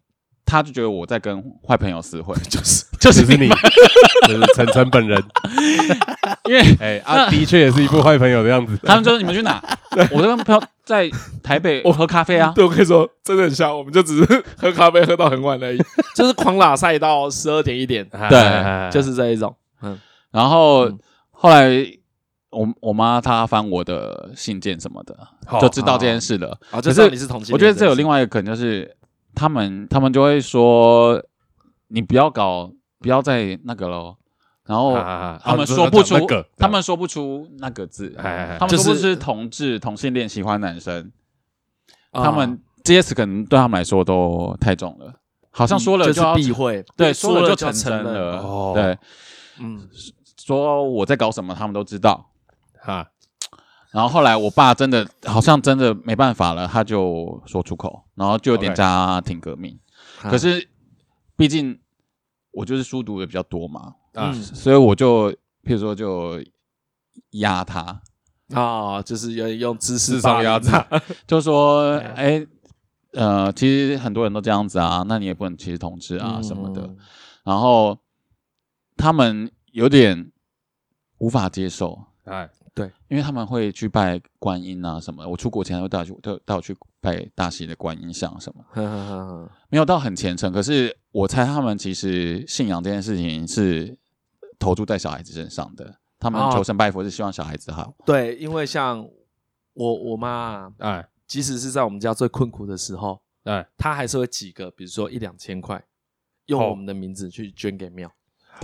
S3: 他就觉得我在跟坏朋友私 会，
S1: 就是
S3: 就是
S2: 就是 你，就是晨晨本人。
S3: 因为
S2: 哎，啊，的确也是一副坏朋友的样子。
S3: 他们就说你们去 哪，我都跟朋友在台北我喝咖啡啊，
S1: 对我跟你说，真的很像，我们就只是喝咖啡喝到很晚而已，就是狂拉赛到十二点一点，
S3: 对
S2: 哎
S1: 就是这一种。
S3: 然后、
S1: 嗯
S3: 后来我我妈她翻我的信件什么的，
S2: 好
S3: 就知道这件事了。
S1: 啊，就知
S3: 可
S1: 道
S3: 是
S1: 你是同性恋，
S3: 我觉得这有另
S1: 外
S3: 外一个可能，就是他们他们就会说你不要搞，不要再那个喽。然后
S2: 啊啊啊
S3: 他们
S2: 啊
S3: 说不
S2: 就
S3: 出
S2: 是讲那个，
S3: 他们说不出那个字，
S2: 哎哎哎
S3: 他们
S1: 就
S3: 说不
S1: 是
S3: 是同志、同性恋喜欢男生，
S1: 啊
S3: 他们这些词可能对他们来说都太重了，好像说了
S1: 嗯就是
S3: 要
S1: 避讳，
S3: 对
S1: 说
S3: 说了就
S1: 承
S3: 成真
S1: 认
S3: 了，
S2: 哦
S3: 对，
S1: 嗯，
S3: 说我在搞什么，他们都知道。
S2: 啊，
S3: 然后后来我爸真的好像真的没办法了，他就说出口，然后就有点
S2: OK
S3: 家庭革命。
S1: 啊
S3: 可是毕竟我就是书读的比较多嘛，
S2: 啊
S1: 嗯
S3: 所以我就譬如说就压他，
S1: 啊，就是有点用知识
S2: 智商
S1: 霸凌
S2: 压榨，
S3: 就说哎。呃，其实很多人都这样子啊，那你也不能歧视同志啊什么的。
S1: 嗯
S3: 然后他们有点无法接受，
S2: 哎，
S3: 因为他们会去拜观音啊什么的。我出国前会带我去，带带我去拜大溪的观音像什么，
S1: 嗯呵呵呵呵
S3: 没有到很虔诚。可是我猜他们其实信仰这件事情是投注在小孩子身上的。他们
S1: 哦
S3: 求神拜佛是希望小孩子好，
S1: 对，因为像我我妈啊，
S2: 哎，
S1: 即使是在我们家最困苦的时候，
S2: 哎，
S1: 她还是会几个，比如说一两千块，用
S2: 哦
S1: 我们的名字去捐给庙。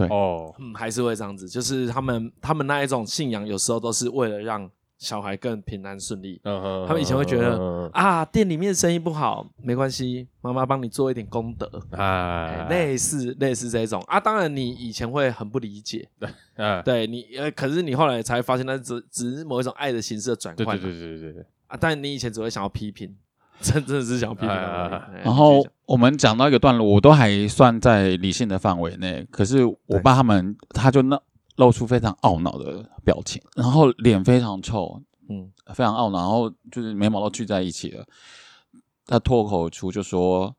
S2: 哦，
S1: 嗯，还是会这样子，就是他们他们那一种信仰，有时候都是为了让小孩更平安顺利。
S2: 嗯哼
S1: 他们以前会觉得
S2: 嗯
S1: 啊，店里面生意不好没关系，妈妈帮你做一点功德，
S2: 哼
S1: 哎
S2: 哎，
S1: 类似类似这种啊。当然，你以前会很不理解，
S2: 哎，
S1: 对你呃，可是你后来才发现，那只只是某一种爱的形式的转
S2: 对
S1: 换
S2: 对
S1: 嘛。
S2: 对对对对，
S1: 啊，但你以前只会想要批评，真真的是想要批评他们而已。
S2: 哎
S1: 哎
S3: 然
S1: 你
S3: 后
S1: 继续
S3: 我们讲到一个段落，我都还算在理性的范围内。可是我爸他们，他就那露出非常懊恼的表情，然后脸非常臭，
S1: 嗯
S3: 嗯，非常懊恼，然后就是眉毛都聚在一起了。他脱口而出就说：“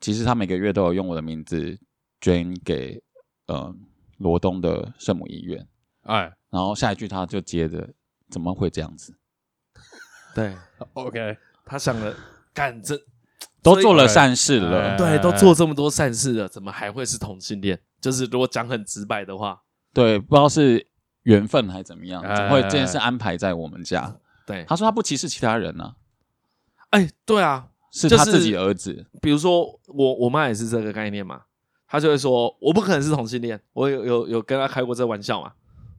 S3: 其实他每个月都有用我的名字捐给呃罗东的圣母医院。
S2: 哎”
S3: 然后下一句他就接着：“怎么会这样子？
S1: 讲对
S2: ，OK，
S1: 他想了，干这
S3: 都
S1: 所以
S3: 做了善事
S2: 哎
S3: 了，
S1: 对，都做这么多善事了，怎么还会是同性恋？就是如果讲很直白的话，
S3: 对，不知道是缘分还是怎么样，
S2: 哎
S3: 怎么会这件事安排在我们家？
S1: 对，
S3: 他说他不歧视其他人呢、
S1: 哎，对啊，
S3: 是
S1: 就
S3: 他
S1: 是
S3: 自己儿子，
S1: 比如说我我妈也是这个概念嘛，她就会说我不可能是同性恋，我有有有跟她开过这玩笑嘛，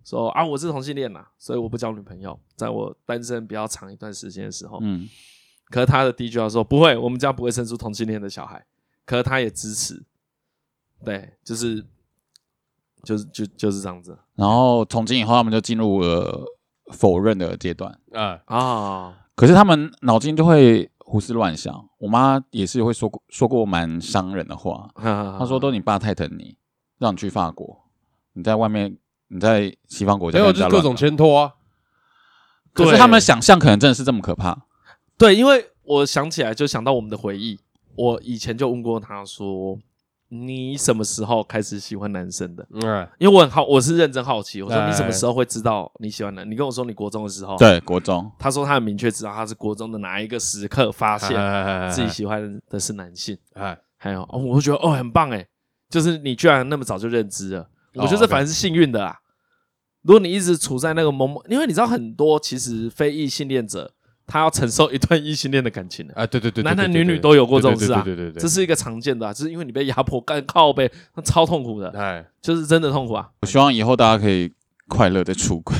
S1: 说啊我是同性恋呐，所以我不交女朋友，在我单身比较长一段时间的时候，
S3: 嗯，
S1: 可是她的第一句话说不会，我们家不会生出同性恋的小孩，可是她也支持，对，就是就是就就是这样子
S3: 然后从今以后他们就进入了否认的阶段，
S2: 啊，
S1: 啊，
S3: 可是他们脑筋就会胡思乱想。我妈也是会说过说过蛮伤人的话，
S1: 她
S2: 啊
S3: 她说都你爸太疼你，让你去法国，你在外面你在西方国家
S2: 没有
S3: 跟人
S2: 就
S3: 家
S2: 是各
S3: 乱
S2: 种
S3: 搞
S2: 牵拖啊，
S3: 可是他们想象可能真的是这么可怕，
S2: 哦
S1: 对，因为我想起来就想到我们的回忆，我以前就问过他说，你什么时候开始喜欢男生的？
S2: 嗯，
S1: 因为我很好，我是认真好奇，我说
S2: 哎
S1: 你什么时候会知道你喜欢男？你跟我说你国中的时候，，
S3: 对，国中，
S1: 他说他很明确知道他是国中的哪一个时刻发
S2: 啊
S1: 现自己
S2: 己
S1: 喜欢的是男性，
S2: 哎，
S1: 还有哦，我就觉得哦很棒哎，就是你居然那么早就认知了，我觉得
S2: 哦
S1: 这
S2: OK
S1: 反正是幸运的啦。如果你一直处在那个懵懵，因为你知道很多其实非异性恋者，他要承受一段异性恋的感情的，
S2: 啊，对对对，对
S1: 男男
S2: 对
S1: 女
S2: 对
S1: 女都有过这种事啊
S2: 对对对对对
S1: 这是一个常见的、啊，就是因为你被压迫干靠背， 那超痛苦
S2: 对，
S1: 的，
S2: 哎，
S1: 就是真的痛苦啊。
S3: 我希望以后大家可以快乐的出轨。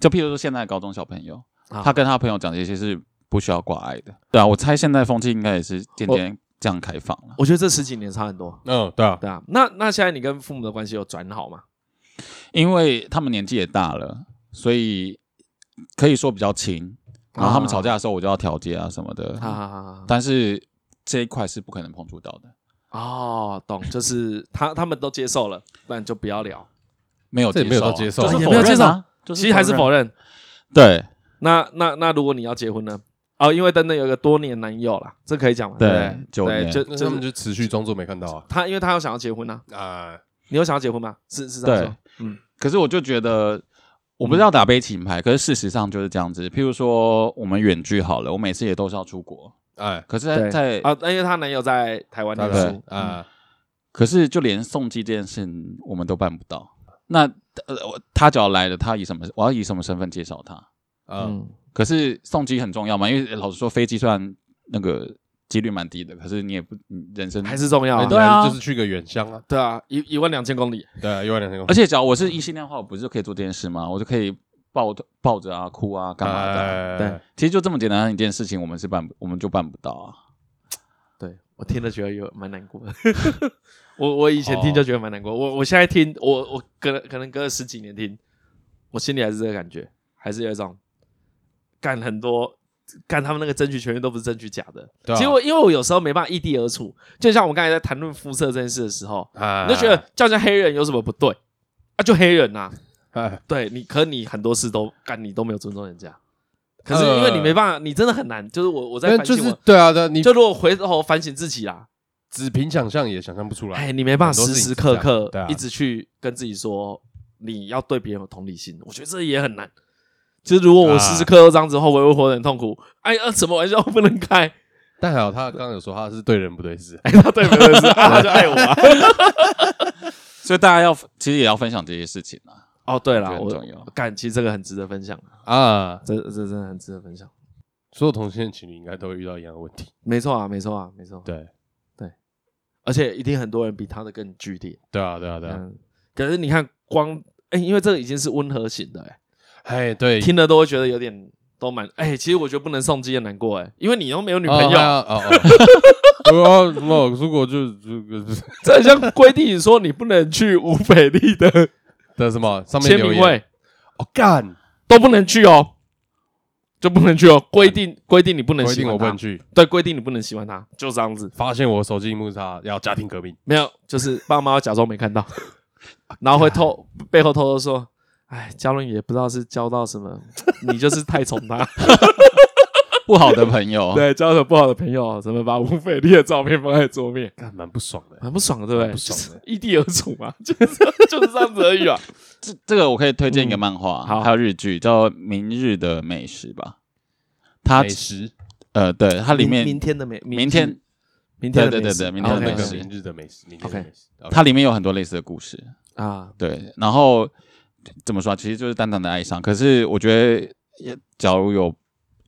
S3: 就譬如说现在的高中小朋友，
S1: 啊
S3: 他跟他朋友讲这些是不需要挂碍的。对啊，我猜现在风气应该也是渐渐这样开放了。
S1: 我觉得这十几年差很多，
S2: 嗯，对啊，
S1: 对啊。那那现在你跟父母的关系有转好吗？
S3: 因为他们年纪也大了，所以可以说比较亲。然后他
S1: 啊
S3: 们吵架的时候，我就要调解啊什么的。
S1: 哈哈哈哈。
S3: 但是这一块是不可能碰触到的，
S1: 哦，懂，就是他他们都接受了，不然就不要聊。
S3: 没有
S2: 这
S3: 接
S2: 也
S3: 受
S2: 没
S3: 啊，
S2: 有到接受
S3: 就是
S1: 啊也
S3: 否
S1: 没有接
S3: 认啊，就是
S1: 其实还是否
S3: 认。
S1: 认。
S3: 对
S1: 那那那如果你要结婚呢？哦，因为等等有一个多年男友啦，这可以讲吗？
S3: 对
S1: 对不对，
S3: 九年
S1: 对就
S2: 那
S1: 就
S2: 他们
S1: 是
S2: 就持续装作没看到啊，
S1: 他，因为他有想要结婚啊，
S2: 啊，
S1: 你有想要结婚吗？是是这样
S3: 对
S1: 说，，嗯，
S3: 可是我就觉得，我不是要打悲情牌，可是事实上就是这样子。譬如说，我们远距好了，我每次也都是要出国，
S2: 哎，
S3: 可是
S1: 对
S3: 在，在、
S1: 啊，因为她男友在台湾念
S2: 对
S1: 书，嗯
S2: 啊，
S3: 可是就连送机这件事，我们都办不到。那呃，我他只要来了，他以什么？我要以什么身份介绍他？
S2: 嗯，
S1: 嗯
S3: 可是送机很重要嘛，因为老实说，飞机虽然那个几率蛮低的，可是你也不你人生
S1: 还是重要啊，
S2: 哎
S3: 对啊
S2: 就是去个远乡啊，
S1: 对啊，一一万两千公里，
S2: 对啊，一万两千公
S3: 而且，假如我是异性恋的话，我不是就可以做这件事吗？我就可以抱抱着啊，哭啊，干嘛的啊、
S1: 对
S2: 对，
S3: 其实就这么简单的一件事情，我们是办不，我们就办不到啊。
S1: 对我听了觉得有蛮难过 的。我我以前听就觉得蛮难过，我我现在听，我我可能可能隔了十几年听，我心里还是这个感觉，还是有一种干很多干他们那个争取权利都不是争取假的。
S2: 对啊
S1: 结果因为我有时候没办法异地而处，就像我刚才在谈论肤色这件事的时候，
S2: 啊
S1: 你就觉得叫人家黑人有什么不对啊？就黑人呐、
S2: 哎
S1: 对你，可你很多事都干你都没有尊重人家，可是因为你没办法，你真的很难。就是我我在
S2: 但
S1: 反
S2: 呃就
S1: 省我
S2: 是对啊，对啊，你
S1: 就如果回头反省自己啦，
S2: 只凭想象也想象不出来，
S1: 哎，你没办法
S2: 很多
S1: 时
S2: 事情是
S1: 时刻
S2: 这样
S1: 刻
S2: 对啊
S1: 一直去跟自己说你要对别人有同理心，我觉得这也很难。就是如果我
S2: 啊
S1: 时时刻刻都这样子的话，我也会活得很痛苦。哎，啊、什么玩笑不能开？
S2: 但还好他刚刚有说他是对人不对事，
S1: 哎，他对不对 是？啊，他就爱我、啊。
S3: 所以大家要其实也要分享这些事情啊，
S1: 哦，对
S3: 这
S1: 了，
S3: 很重
S1: 我
S3: 要。
S1: 感其实这个很值得分享，
S2: 啊，
S1: 这这真的很值得分享。
S2: 所有同性恋情侣应该都会遇到一样的问题。
S1: 没错啊，没错啊，没错。
S2: 对，
S1: 而且一定很多人比他的更剧烈。
S2: 对啊，对啊，对啊。
S1: 嗯，可是你看光，哎，因为这个已经是温和型的、哎。
S2: 哎，对，
S1: 听了都会觉得有点都蛮哎、其实我觉得不能送机也难过哎、因为你又没有女朋友，
S2: 哦，哦哦我要我如果就这个
S1: 这很像规定说你不能去吴北利 的
S2: 的什么上面
S1: 签
S2: 留
S1: 名
S2: 言
S1: 会
S2: 哦干，
S1: 都不能去哦，就不能去哦，规定规定你不能
S2: 规
S1: 喜
S2: 定
S1: 欢
S2: 我不
S1: 他
S2: 能，去，
S1: 对，规定你不能喜欢他，就这样子，
S2: 发现我手机屏幕上要家庭革命，
S1: 没有，就是爸妈假装没看到， 然后会偷背后偷偷说。哎，教伦也不知道是教到什么，你就是太宠他，
S3: 不好的朋 友，
S1: 对，交了不好的朋友，怎么把吴斐丽的照片放在桌面？
S2: 干蛮不爽的。
S1: 很不爽的，对不对？
S2: 蛮不爽的
S1: 就是异地而处嘛， 就是就是这样子而已啊。
S3: 这这个我可以推荐一个漫画，
S1: 好
S3: 还有日剧，叫《明日的美食》吧。它
S2: 美食，
S3: 呃，对，它里 面
S1: 明天的美，
S3: 明天
S1: 明天的
S3: 对对
S1: 美食
S3: 对对明
S2: 然
S3: 天
S2: 后那
S3: 的美
S2: 个
S3: 食
S2: 明日的美食，明天的
S1: OK
S2: 美食，
S3: 它里面有很多类似的故事，
S1: 啊，
S3: 对。然后怎么说、啊？其实就是淡淡的哀伤。可是我觉得，也假如有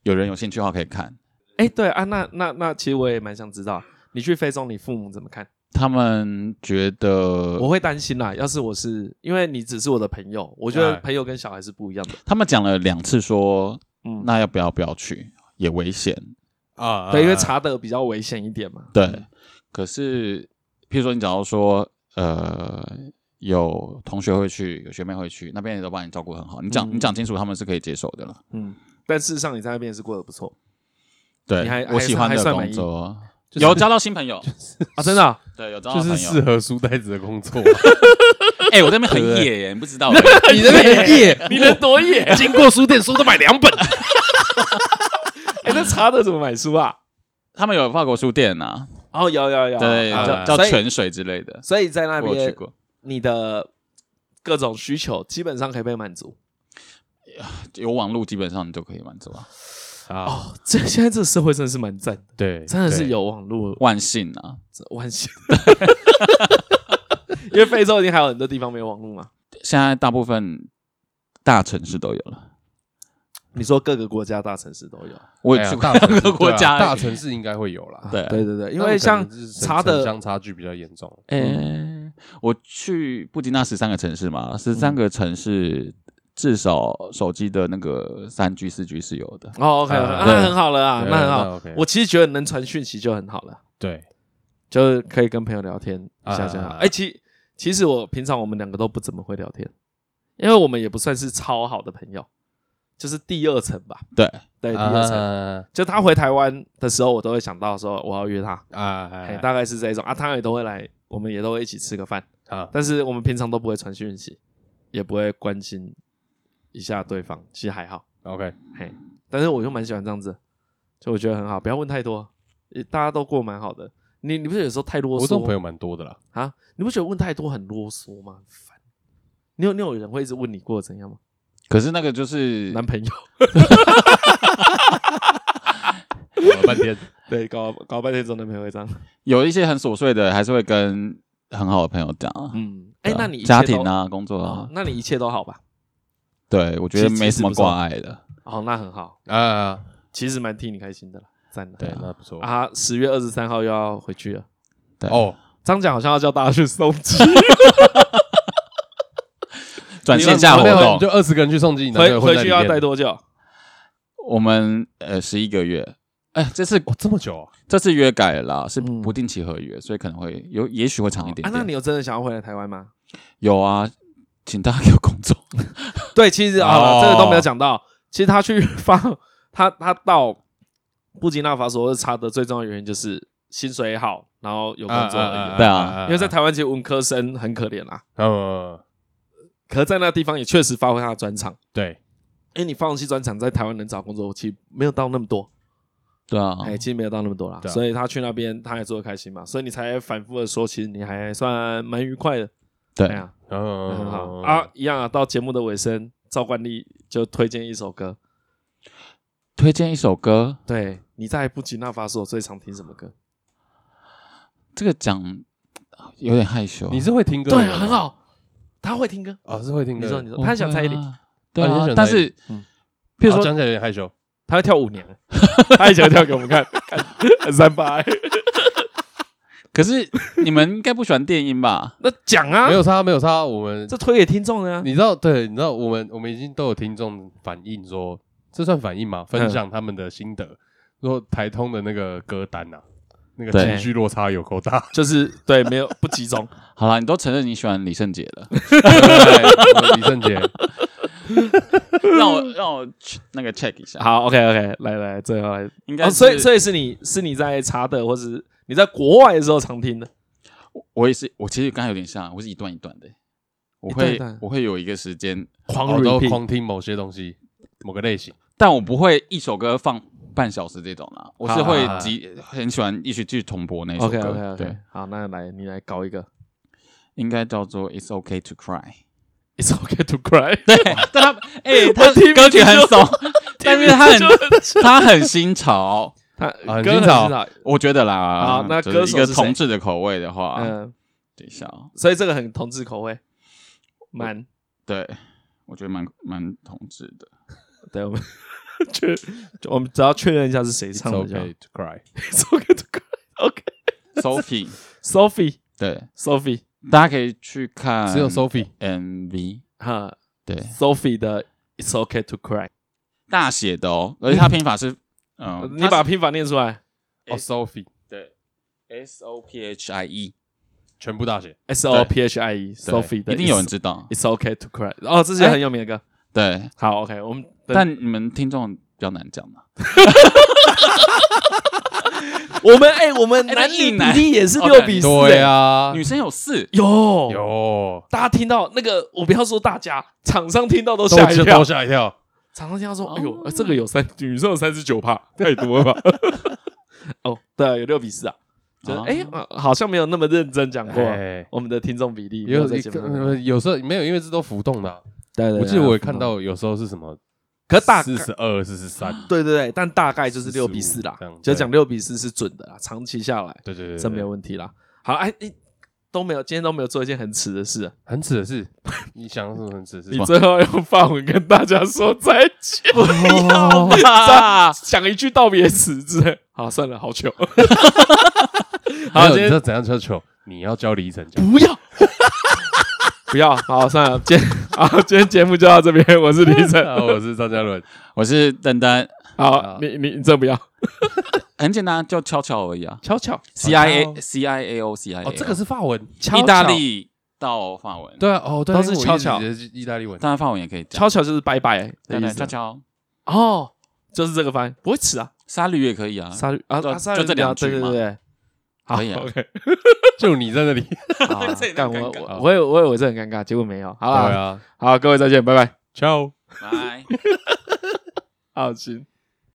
S3: 有人有兴趣的话，可以看。
S1: 哎、对啊，那那那，其实我也蛮想知道，啊你去非洲，你父母怎么看？
S3: 他们觉得
S1: 我会担心啦。要是我是因为你只是我的朋友，我觉得
S2: 哎
S1: 朋友跟小孩是不一样的。
S3: 他们讲了两次说，
S1: 嗯，
S3: 那要不要不要去，也危险。
S2: 啊
S1: 对，因为查德比较危险一点嘛。
S3: 呃对，可是譬如说你假如说呃有同学会去，有学妹会去，那边也都把你照顾得很好，你讲、
S1: 嗯
S3: 你讲清楚，他们是可以接受的了。
S1: 嗯，但事实上你在那边也是过得不错
S3: 对
S1: 你还，还
S3: 我喜欢
S1: 还
S3: 的
S1: 算
S3: 工
S1: 满意
S3: 作，
S2: 就是
S3: 有交到新朋友，
S1: 啊，真的 啊、
S3: 对，有交到
S2: 就是
S3: 朋
S2: 适
S3: 友。
S2: 合书呆子的工作。
S3: 哎、我这边很
S2: 对不对
S3: 野耶，你不 知道。
S2: 你那边很野，
S1: 哎你能多 野？哎、
S2: 经过书店书都买两本，
S1: 哎那查德怎么买书啊？
S3: 他们有法国书店呐、
S1: 哦，有有有，
S3: 对，
S1: 啊
S3: 叫
S2: 啊
S3: 叫
S1: 所以
S3: 泉水之类的，
S1: 所以在那
S3: 我有去
S1: 边，
S3: 过。
S1: 你的各种需求基本上可以被满足。
S3: 有网络基本上你就可以满足啊，
S2: 啊，
S1: 哦，这现在这个社会真的是蛮赞的，
S2: 对，
S1: 真的是
S2: 对
S1: 有网络
S3: 万幸啊。
S1: 万幸。因为非洲一定还有很多地方没有网络嘛。
S3: 现在大部分大城市都有了，
S1: 你说各个国家大城市都有，
S3: 我
S2: 哎
S3: 也
S2: 呀
S3: 去过
S2: 大城市
S3: 各个国
S2: 对啊
S3: 家，
S2: 大城市应该会有啦。
S3: 对啊
S1: 对对对，因
S2: 但
S1: 为
S2: 我
S1: 像
S2: 可能是城
S1: 查
S2: 城
S1: 德
S2: 乡差距比较严重。
S1: 嗯
S3: 诶，我去布吉那十三个城市嘛，十
S1: 嗯
S3: 三个城市至少手机的那个三 G、四 G 是有的。
S1: 哦，OK，
S2: 啊
S1: 啊
S3: 对
S1: 那很好了啊，
S2: 对
S1: 那很
S2: 那
S1: 好
S2: OK。
S1: 我其实觉得能传讯息就很好了，
S2: 对，
S1: 就是可以跟朋友聊天一下就好
S2: 啊。
S1: 哎，其其实我平常我们两个都不怎么会聊天，因为我们也不算是超好的朋友，就是第二层吧。
S3: 对，
S1: 对，第二层。
S2: 啊
S1: 就他回台湾的时候，我都会想到说我要约他，哎，
S2: 啊
S1: 大概是这一种啊。他也都会来，我们也都会一起吃个饭，
S2: 啊！
S1: 但是我们平常都不会传讯息，也不会关心一下对方，其实还好。
S2: OK，
S1: 嘿，但是我就蛮喜欢这样子，就我觉得很好，不要问太多，也大家都过得蛮好的。你你不觉得有时候太啰
S2: 我这种朋
S1: 嗦
S2: 友蛮多的 啦。
S1: 啊？你不觉得问太多很啰嗦吗？很烦。你有你有人会一直问你过得怎样吗？
S3: 可是那个就是
S1: 男朋友
S2: 搞了半天，
S1: 对，搞搞半天之后男朋友会这样。
S3: 有一些很琐碎的，还是会跟很好的朋友讲啊。
S1: 嗯，哎、
S3: 对啊
S1: 那你一切
S3: 家庭
S1: 都、
S3: 啊，工作
S1: 哦
S3: 啊，
S1: 那你一切都好吧？
S3: 对我觉得
S1: 其实
S3: 没什么
S1: 其实不错
S3: 挂碍的。
S1: 哦，那很好，
S2: 啊，
S1: 其实蛮替你开心的啦，赞的。
S2: 对，那不错。
S1: 啊，十月二十三号又要回去了。
S3: 对，
S2: 哦，
S1: 张奖好像要叫大家去送 机，
S3: 转线下活
S2: 你们
S3: 动，
S2: 就二十个人去送进，
S1: 回回去要待
S2: 带
S1: 多久？
S3: 我们呃十一个月，哎，这次
S2: 哦，这么久啊？
S3: 这次约改了啦，是
S1: 嗯
S3: 不定期合约，所以可能会有，也许会长一点
S1: 啊，
S3: 点。
S1: 那你有真的想要回来台湾吗？
S3: 有啊，请大家给我工作。
S1: 对，其实
S2: 哦
S1: 好了，这个都没有讲到。其实他去发， 他他到布吉纳法索或者查德最重要的原因就是薪水好，然后有工作而已。
S3: 对啊
S1: 因为在台湾其实文科生很可怜啦，
S2: 呃，
S1: 可是在那地方也确实发挥他的专长。
S2: 对，
S1: 因为你放弃专长，在台湾能找工作，其实没有到那么多，
S3: 对啊，
S1: 哎、其实没有到那么多啦。
S2: 对啊
S1: 所以他去那边，他也做的开心嘛，所以你才反复的说，其实你还算蛮愉快的。哎
S3: 对
S1: 呀、
S2: 嗯，
S1: 很好啊，，一样啊。到节目的尾声，照惯例就推荐一首歌。
S3: 推荐一首歌，
S1: 对，你在布吉纳法索最常听什么歌？
S3: 这个讲有点害羞。
S2: 你是会听歌？
S1: 对，啊很，好，他会听歌。
S2: 哦，是会听歌。
S1: 你说，你说，
S3: 我
S1: 他想蔡依林，
S3: 对
S2: 啊你
S3: 啊
S2: 喜欢，
S3: 但
S2: 蔡依
S3: 是
S1: 嗯
S3: 譬如
S2: 哦
S3: 说
S2: 讲起来有点害羞。
S1: 他会跳舞 娘，啊他也想跳给我们看，看很三八欸。？
S3: 可是你们应该不喜欢电音吧
S1: 那讲啊
S2: 没，有差，没有差。我们
S1: 这推给听众的 啊。。
S2: 你知道，对，你知道，我们我们已经都有听众反映说，这算反映吗？分享他们的心得，说台通的那个歌单啊，那个
S3: 对
S2: 情绪落差有够大
S1: 就是对，没有不集中。
S3: 好啦，你都承认你喜欢李圣杰了，
S2: 对李圣杰，
S3: 让我让我去那个 check 一下，
S1: 好，OK OK，来来，最后来。
S3: 应该
S1: 哦，
S3: 是
S1: 所以所以是你是你在查的，或是你在国外的时候常听的。
S3: 我也是，我其实刚才有点像，我是一段一段的，我
S1: 一段一
S3: 会
S1: 段
S3: 我会有一个时间，
S1: 狂
S2: 我都
S1: repeat
S2: 狂听某些东西，某个类型。
S3: 但我不会一首歌放半小时这种啦，我是
S1: 好
S3: 会
S2: 好好
S3: 集很喜欢一起去重播那首
S1: OK
S3: 歌
S1: OK OK，
S3: 对，
S1: 好，那来你来搞一个。
S3: 应该叫做 It's OK to Cry。
S1: It's okay to cry。
S3: 对，但他哎、 他
S1: 听
S3: 歌曲很
S1: 就
S3: 怂，但是他很
S1: 就
S3: 他很新潮，
S1: 他
S2: 啊很
S1: 歌
S2: 新
S1: 很
S2: 潮
S1: 新潮，
S3: 我觉得啦。
S1: 好那
S3: 就是
S1: 歌手
S3: 一
S1: 是
S3: 个
S1: 谁
S3: 同志的口味的话，
S1: 嗯，
S3: 等一下哦，
S1: 所以这个很同志口味，蛮
S3: 对我觉得蛮蛮同志的。
S1: 对我们 确，就我们只要确认一下是谁唱的
S2: It's
S1: 就好。
S2: okay to cry。
S1: So good, OK。
S3: Sophie，
S1: Sophie，Sophie，
S3: 对，大家可以去
S1: 嗯
S3: 看，
S2: 只有 Sophie，
S3: MV，
S1: 哈
S3: 对，
S1: ，Sophie 的 It's okay to cry。
S3: 大写的哦，而且它拼 法是嗯
S1: 你把拼法念出来
S2: 哦，Sophie，
S3: S O P H I E，
S2: 全部大写。
S1: ，S O P H I E，Sophie 的
S3: 一定有人
S1: It's-
S3: 知道，
S1: It's okay to cry。哦，这是很有名的歌。
S3: 对，
S1: 好，OK，我们但
S3: 但你们听众比较难讲
S1: 啊
S3: 嘛，
S1: 我们哎，我们
S3: 哎
S1: 男
S3: 那一
S1: 女比
S3: 男
S1: 例也是
S3: 哦
S1: 六比四。
S2: 对，啊，
S3: 女生有四，
S1: 有。
S2: 有
S1: 大家听到那个，我不要说大家，厂商听到都
S2: 都
S1: 吓一
S2: 就
S1: 跳
S2: 都。吓一跳。
S1: 厂商听到说：“哎呦，呃这个有三女生有三十九帕，太多了吧？” 哦，对，有六比四啊。就
S3: 啊
S1: 哎、呃好像没有那么认真讲过啊
S2: 哎
S1: 我们的听众比例。没
S2: 有
S1: 有呃在节目上
S2: 有有时候没有，因为这都浮动的啊。
S1: 对对，
S2: 我记得
S1: 对嗯
S2: 我也看，到有时候是什么
S1: 可大
S2: 四十二、四十三，
S1: 对对对，但大概就是
S2: 45
S1: 六比四啦
S2: 这样，
S1: 就
S2: 对
S1: 讲六比四是准的啦，长期下来
S2: 对对对，对
S1: 真没有。问题啦。好，哎，你都没有，今天都没有做一件很耻的事啊，
S2: 很耻的是，你想什么很耻的
S1: 你
S2: 是？
S1: 最后用法文跟大家说再见，不要吧，讲一句道别词之类。好，算了，好糗。
S2: 还
S1: 好，
S2: 有
S1: 今
S2: 你
S1: 天
S2: 知道怎样叫球？你要教李晨讲。
S1: 不要， 不要，好，算了，今天好，今天节目就到这边，我是李晨。
S2: 啊我是张嘉 伦，
S3: 我是丹丹，
S1: 好，你你你真不要，
S3: 很简单，就悄悄而已啊
S1: 巧巧，
S3: ，C I A C I A O C I A，
S2: 哦，这个是法文，
S1: 巧
S3: 意大
S1: 巧
S3: 利到法文，，
S2: 对啊，哦，对啊，
S1: 都是
S2: 因为我
S1: 悄
S2: 一直
S1: 悄
S2: 以为是意大利文，
S3: 当然法文也可以讲，
S1: 巧巧就是拜拜的
S3: 对
S1: 意
S3: 对
S1: 思
S3: 悄。悄，
S1: 哦，就是这个翻，不会吃啊，
S3: 沙律也可以啊，
S1: 鲨鱼啊
S3: 就
S1: 啊，鲨鱼
S3: 就这两句
S1: 对对
S3: 嘛
S1: 对对，好
S3: 可以啊
S1: OK，
S2: 就你在那里。
S1: 好
S3: 这也
S1: 干
S3: 很
S1: 我
S3: 尴
S1: 我我以为我以为这很尴尬，结果没有。好
S2: 对
S1: 啦，
S2: 啊
S1: 好，各位再见，拜拜。
S2: ，Ciao。
S3: 拜。
S1: 好，行。